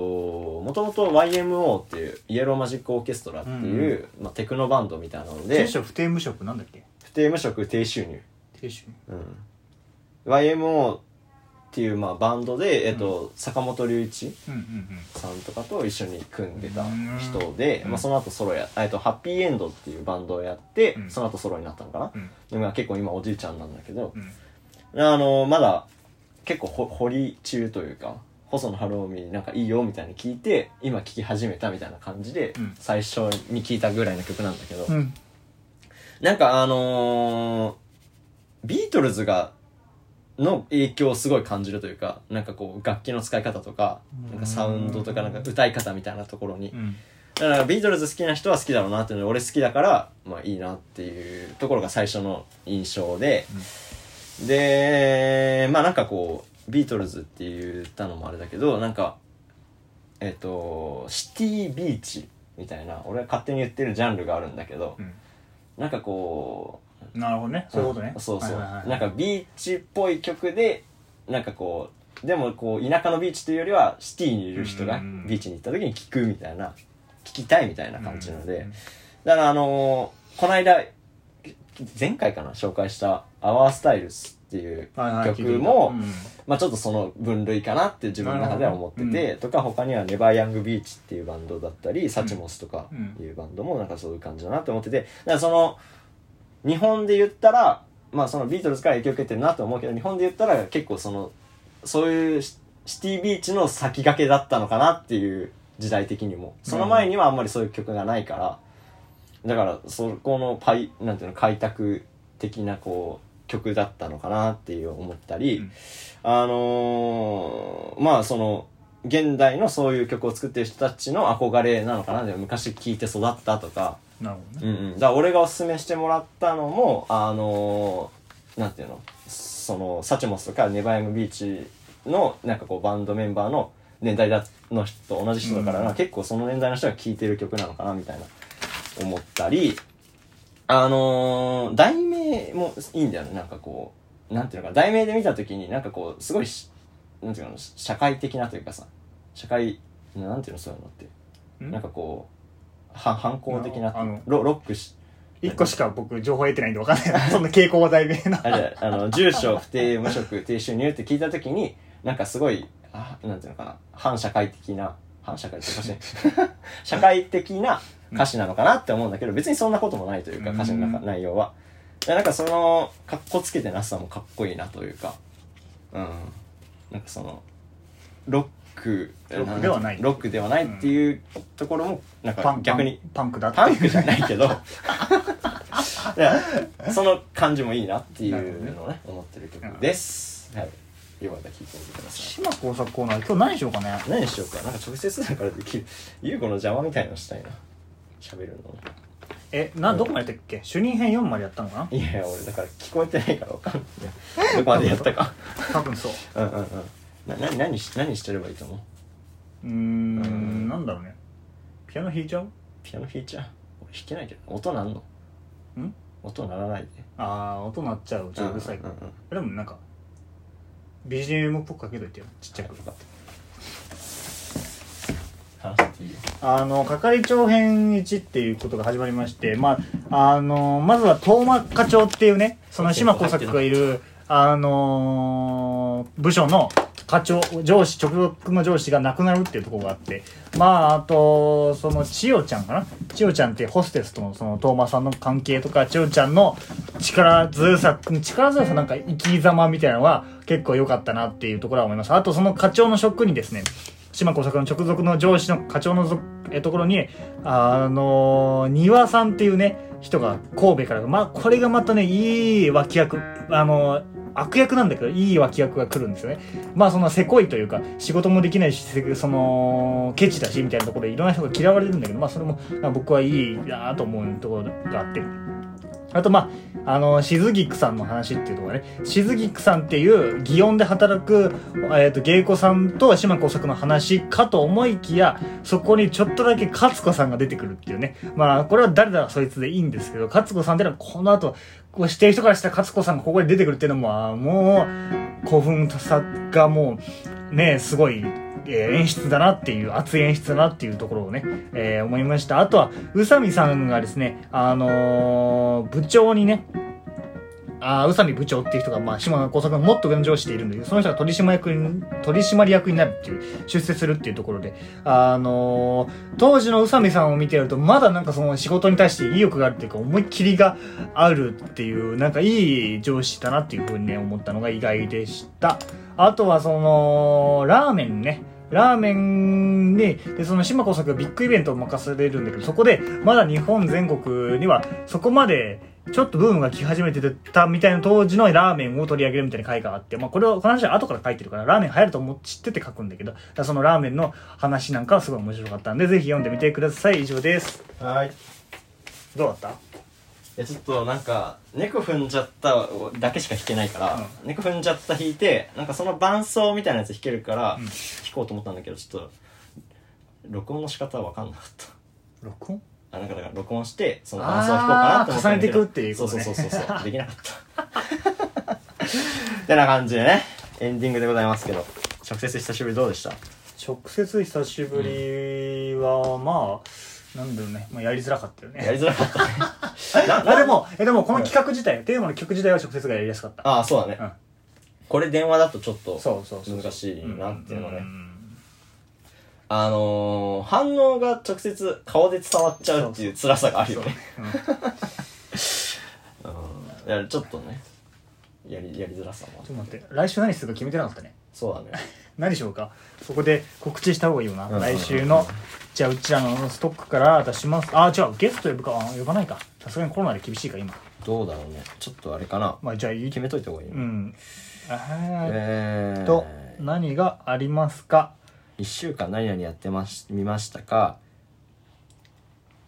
Speaker 1: もともと YMO っていう、イエローマジックオーケストラっていう、まあ、テクノバンドみたいなので
Speaker 2: 住、所不定無職なんだっけ
Speaker 1: 不定無職低収入
Speaker 2: 低収入
Speaker 1: うん、YMO っていうまあバンドで、えっと坂本龍一
Speaker 2: うんうん
Speaker 1: さんとかと一緒に組んでた人
Speaker 2: う
Speaker 1: で
Speaker 2: ん、うん
Speaker 1: まあ、その後ソロや、えっとハッピーエンドっていうバンドをやって、
Speaker 2: うん
Speaker 1: その後ソロになったのかな、
Speaker 2: うん
Speaker 1: でまあ結構今おじいちゃんなんだけど
Speaker 2: う、ん
Speaker 1: あのまだ結構ほ掘り中というか細野晴臣なんかいいよみたいに聞いて今聴き始めたみたいな感じで、
Speaker 2: うん
Speaker 1: 最初に聴いたぐらいの曲なんだけど、
Speaker 2: うんうん
Speaker 1: なんかあのービートルズが、の影響をすごい感じるというか、なんかこう、楽器の使い方とか、なんかサウンドとか、なんか歌い方みたいなところに
Speaker 2: う。ん
Speaker 1: だからビートルズ好きな人は好きだろうなっていうので、俺好きだから、まあいいなっていうところが最初の印象で、で、まあなんかこう、ビートルズって言ったのもあれだけど、なんか、えっ、と、シティビーチみたいな、俺は勝手に言ってるジャンルがあるんだけど、
Speaker 2: うん
Speaker 1: なんかこう、
Speaker 2: なるほどねそういうことね
Speaker 1: んそうそう、
Speaker 2: はいはいはい
Speaker 1: なんかビーチっぽい曲でなんかこうでもこう田舎のビーチというよりはシティにいる人が
Speaker 2: うんうんうん
Speaker 1: ビーチに行った時に聴くみたいな聴きたいみたいな感じなので、だからあのーこの間前回かな紹介した「アワースタイルスっていう
Speaker 2: はいはい
Speaker 1: 曲も、
Speaker 2: 聞いてみ
Speaker 1: まあ、ちょっとその分類かなって自分の中では思って
Speaker 2: なる
Speaker 1: て、
Speaker 2: ほ
Speaker 1: とか他には「ネバーヤングビーチ」っていうバンドだったり、サチモスとかいうバンドもなんかそういう感じだなって思っててだからその日本で言ったら、まあ、そのビートルズから影響受けてるなと思うけど日本で言ったら結構そのそういうシシティビーチの先駆けだったのかなっていう時代的にもその前にはあんまりそういう曲がないから、だからそこのパイなんていうの開拓的なこう曲だったのかなっていう思ったり、
Speaker 2: うん
Speaker 1: あのーまあその現代のそういう曲を作ってる人たちの憧れなのかなでも昔聴いて育ったとか、
Speaker 2: うんなるほど
Speaker 1: う
Speaker 2: ね
Speaker 1: んうん、だから俺がおすすめしてもらったのもあのーなんていうのそのサチモスとかネバヤムビーチのなんかこうバンドメンバーの年代だの人と同じ人だからな、
Speaker 2: うん
Speaker 1: 結構その年代の人が聴いてる曲なのかなみたいな思ったりあのー題名もいいんだよねなんかこうなんていうのか題名で見た時になんかこうすごいしなんていうの社会的なというかさ社会なんていうのそういうのって
Speaker 2: ん
Speaker 1: なんかこうは反抗的な
Speaker 2: あの
Speaker 1: ロロックし
Speaker 2: 一個しか僕情報得てないんで分かんない そんな傾向は題名な
Speaker 1: あれだよあの住所不定無職低収入って聞いた時になんかすごいあなんていうのかな反社会的な反社会ってお かしい社会的な歌詞なのかなって思うんだけど別にそんなこともないというか歌詞の中
Speaker 2: うん
Speaker 1: 内容はでなんかそのかっこつけてなさもかっこいいなというかうんなんかそのロック
Speaker 2: ロックではない
Speaker 1: ロックではないっていうところもなん
Speaker 2: パ
Speaker 1: か
Speaker 2: ン
Speaker 1: 逆に
Speaker 2: パンクだって
Speaker 1: パンクじゃない けどいやその感じもいいなっていうのをね思ってる曲です、はいよかったら聴いてみてくださ
Speaker 2: 島工作コーナー今日何しようかね
Speaker 1: い何しようかなんか直接だからできる優子の邪魔みたいのしたいな喋るの
Speaker 2: えなどこまでやったっけ主任編4までやったのかない
Speaker 1: やいや俺だから聞こえてないからわかんないどこまでやったか
Speaker 2: 多分そう
Speaker 1: うんうんうんな何何し何してればいいと思う
Speaker 2: うーんなんだろうねピアノ弾いちゃう
Speaker 1: ピアノ弾いちゃう俺弾けないけど音なんの
Speaker 2: ん
Speaker 1: 音ならないで
Speaker 2: ああ音鳴っちゃううちうるさい
Speaker 1: うんうんうん
Speaker 2: でもなんか BGM っぽくかけといてよちっちゃく
Speaker 1: 分かった話していいよ
Speaker 2: あの係長編1っていうことが始まりまして、まあ、あのまずは東間課長っていうねその島耕作がいるあの部署の課長上司直属の上司が亡くなるっていうところがあってまああとその千代ちゃんかな千代ちゃんってホステスとのその東間さんの関係とか千代ちゃんの力強さ力強さなんか生き様みたいなのは結構良かったなっていうところは思いますあとその課長の職にですね島耕作の直属の上司の課長のぞえところに、あのー、庭さんっていうね、人が神戸から、まあ、これがまたね、いい脇役、あのー悪役なんだけど、いい脇役が来るんですよね。まあ、その、せこいというか、仕事もできないし、せその、ケチだし、みたいなところで、いろんな人が嫌われるんだけど、まあ、それも、まあ僕はいいなと思うところがあって。あと、まあ、あの、しずぎくさんの話っていうところね、しずぎくさんっていう、祇園で働く、えっ、と、芸妓さんと島耕作の話かと思いきや、そこにちょっとだけ勝子さんが出てくるっていうね。まあ、これは誰だそいつでいいんですけど、勝子さんってのはこの後、こうしてる人からしたら勝子さんがここに出てくるっていうのも、あーもう、興奮さがもう、ね、すごい、えー演出だなっていう、熱い演出だなっていうところをね、えー思いました。あとは、宇佐美さんがですね、あのー部長にね、あー宇佐美部長っていう人が、まあ、島耕作のもっと上の上司でいるんだけど、その人が取締役に、取締役になるっていう、出世するっていうところで、あのー当時の宇佐美さんを見てると、まだなんかその仕事に対して意欲があるっていうか、思いっきりがあるっていう、なんかいい上司だなっていうふうにね、思ったのが意外でした。あとはその、ラーメンね。ラーメンに、で、その島耕作がビッグイベントを任されるんだけど、そこで、まだ日本全国には、そこまで、ちょっとブームが来始めてたみたいな当時のラーメンを取り上げるみたいな回があって、まあこれを、この話は後から書いてるから、ラーメン流行ると思って知ってて書くんだけど、だからそのラーメンの話なんかはすごい面白かったんで、ぜひ読んでみてください。以上です。
Speaker 1: はいい
Speaker 2: どうだった
Speaker 1: やちょっとなんか「猫踏んじゃった」だけしか弾けないから「猫踏んじゃった」弾いてなんかその伴奏みたいなやつ弾けるから弾こうと思ったんだけどちょっと録音の仕方は分かんなかった
Speaker 2: 録音
Speaker 1: あなんかだから録音してその伴奏を弾こうかなと思ったんだけど
Speaker 2: あー重ねてくっていうことね
Speaker 1: そうそうそうそうそうできなかった ってな感じでねエンディングでございますけど直接久しぶりどうでした
Speaker 2: 直接久しぶりは、まあ、なんだろうね、まあやりづらかったよ
Speaker 1: やりづ
Speaker 2: ね。
Speaker 1: らかったね な
Speaker 2: あ、
Speaker 1: な
Speaker 2: でも、え、でもこの企画自体、テーマの企画自体は直接がやりやすかった。
Speaker 1: ああそうだね、
Speaker 2: うん
Speaker 1: これ電話だとちょっと
Speaker 2: そうそうそう。
Speaker 1: 難しいなっていうのね、
Speaker 2: ん
Speaker 1: あのー、反応が直接顔で伝わっちゃうっていう辛さがあるよね
Speaker 2: うん
Speaker 1: うんいやちょっとねやりやりづらさもあ
Speaker 2: ち
Speaker 1: る
Speaker 2: ょっと待って、来週何するか決めてなかったね。
Speaker 1: そうだね
Speaker 2: 何しようかそこで告知した方がいいよな、
Speaker 1: うん
Speaker 2: 来週のじゃあうちらのストックから出しますあ違うゲスト呼ぶかあ呼ばないかさすがにコロナで厳しいか今
Speaker 1: どうだろうねちょっとあれかな
Speaker 2: まあじゃあいい
Speaker 1: 決めといた方がいい、
Speaker 2: う、んえ
Speaker 1: え
Speaker 2: ー
Speaker 1: ー
Speaker 2: っと、何がありますか
Speaker 1: 1週間何々やってまし見ましたか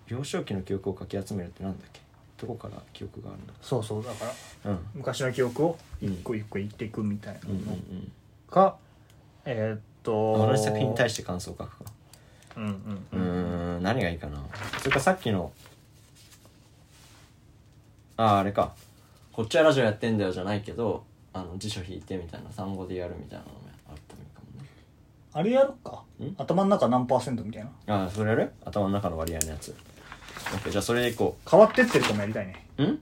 Speaker 1: 幼少期の記憶をかき集めるってなんだっけどこから記憶があるんだ
Speaker 2: そうそうだから
Speaker 1: うん
Speaker 2: 昔の記憶を一個一個言っていくみたいな
Speaker 1: うんうん
Speaker 2: の
Speaker 1: うん
Speaker 2: か、えーっと
Speaker 1: 同じ作品に対して感想を書くか
Speaker 2: うんうん
Speaker 1: うーん何がいいかなそれかさっきのあああれかこっちはラジオやってんだよじゃないけどあの辞書引いてみたいな単語でやるみたいなのもあったのかもね
Speaker 2: あれやろっか
Speaker 1: ん
Speaker 2: 頭の中何パーセントみたいな
Speaker 1: ああそれやる頭の中の割合のやつ OK じゃあそれでいこ
Speaker 2: 変わってってるかもやりたいね
Speaker 1: ううん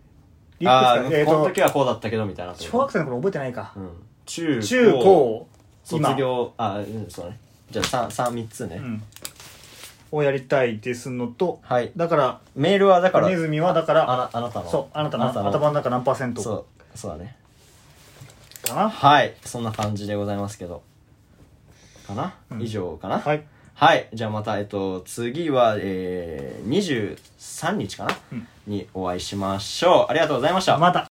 Speaker 2: リ
Speaker 1: ああ
Speaker 2: ップスかえーっ
Speaker 1: この
Speaker 2: と
Speaker 1: 時はこうだったけどみたいな
Speaker 2: 小学生の頃覚えてないか、
Speaker 1: うん中
Speaker 2: 中高今
Speaker 1: 卒業あうんそうねじゃあ三三三つね、
Speaker 2: うん、をやりたいですのと、
Speaker 1: はい
Speaker 2: だから
Speaker 1: メールはだから
Speaker 2: ネズミはだか
Speaker 1: あ
Speaker 2: ら
Speaker 1: なあなたの
Speaker 2: そうあなたの頭の中何パーセン
Speaker 1: そ
Speaker 2: ト
Speaker 1: うそうだね
Speaker 2: かな
Speaker 1: はいそんな感じでございますけどかな、以上かな、
Speaker 2: はいい
Speaker 1: はいじゃあまたえっと次はえー、23日かな、
Speaker 2: うん
Speaker 1: にお会いしましょうありがとうございました
Speaker 2: また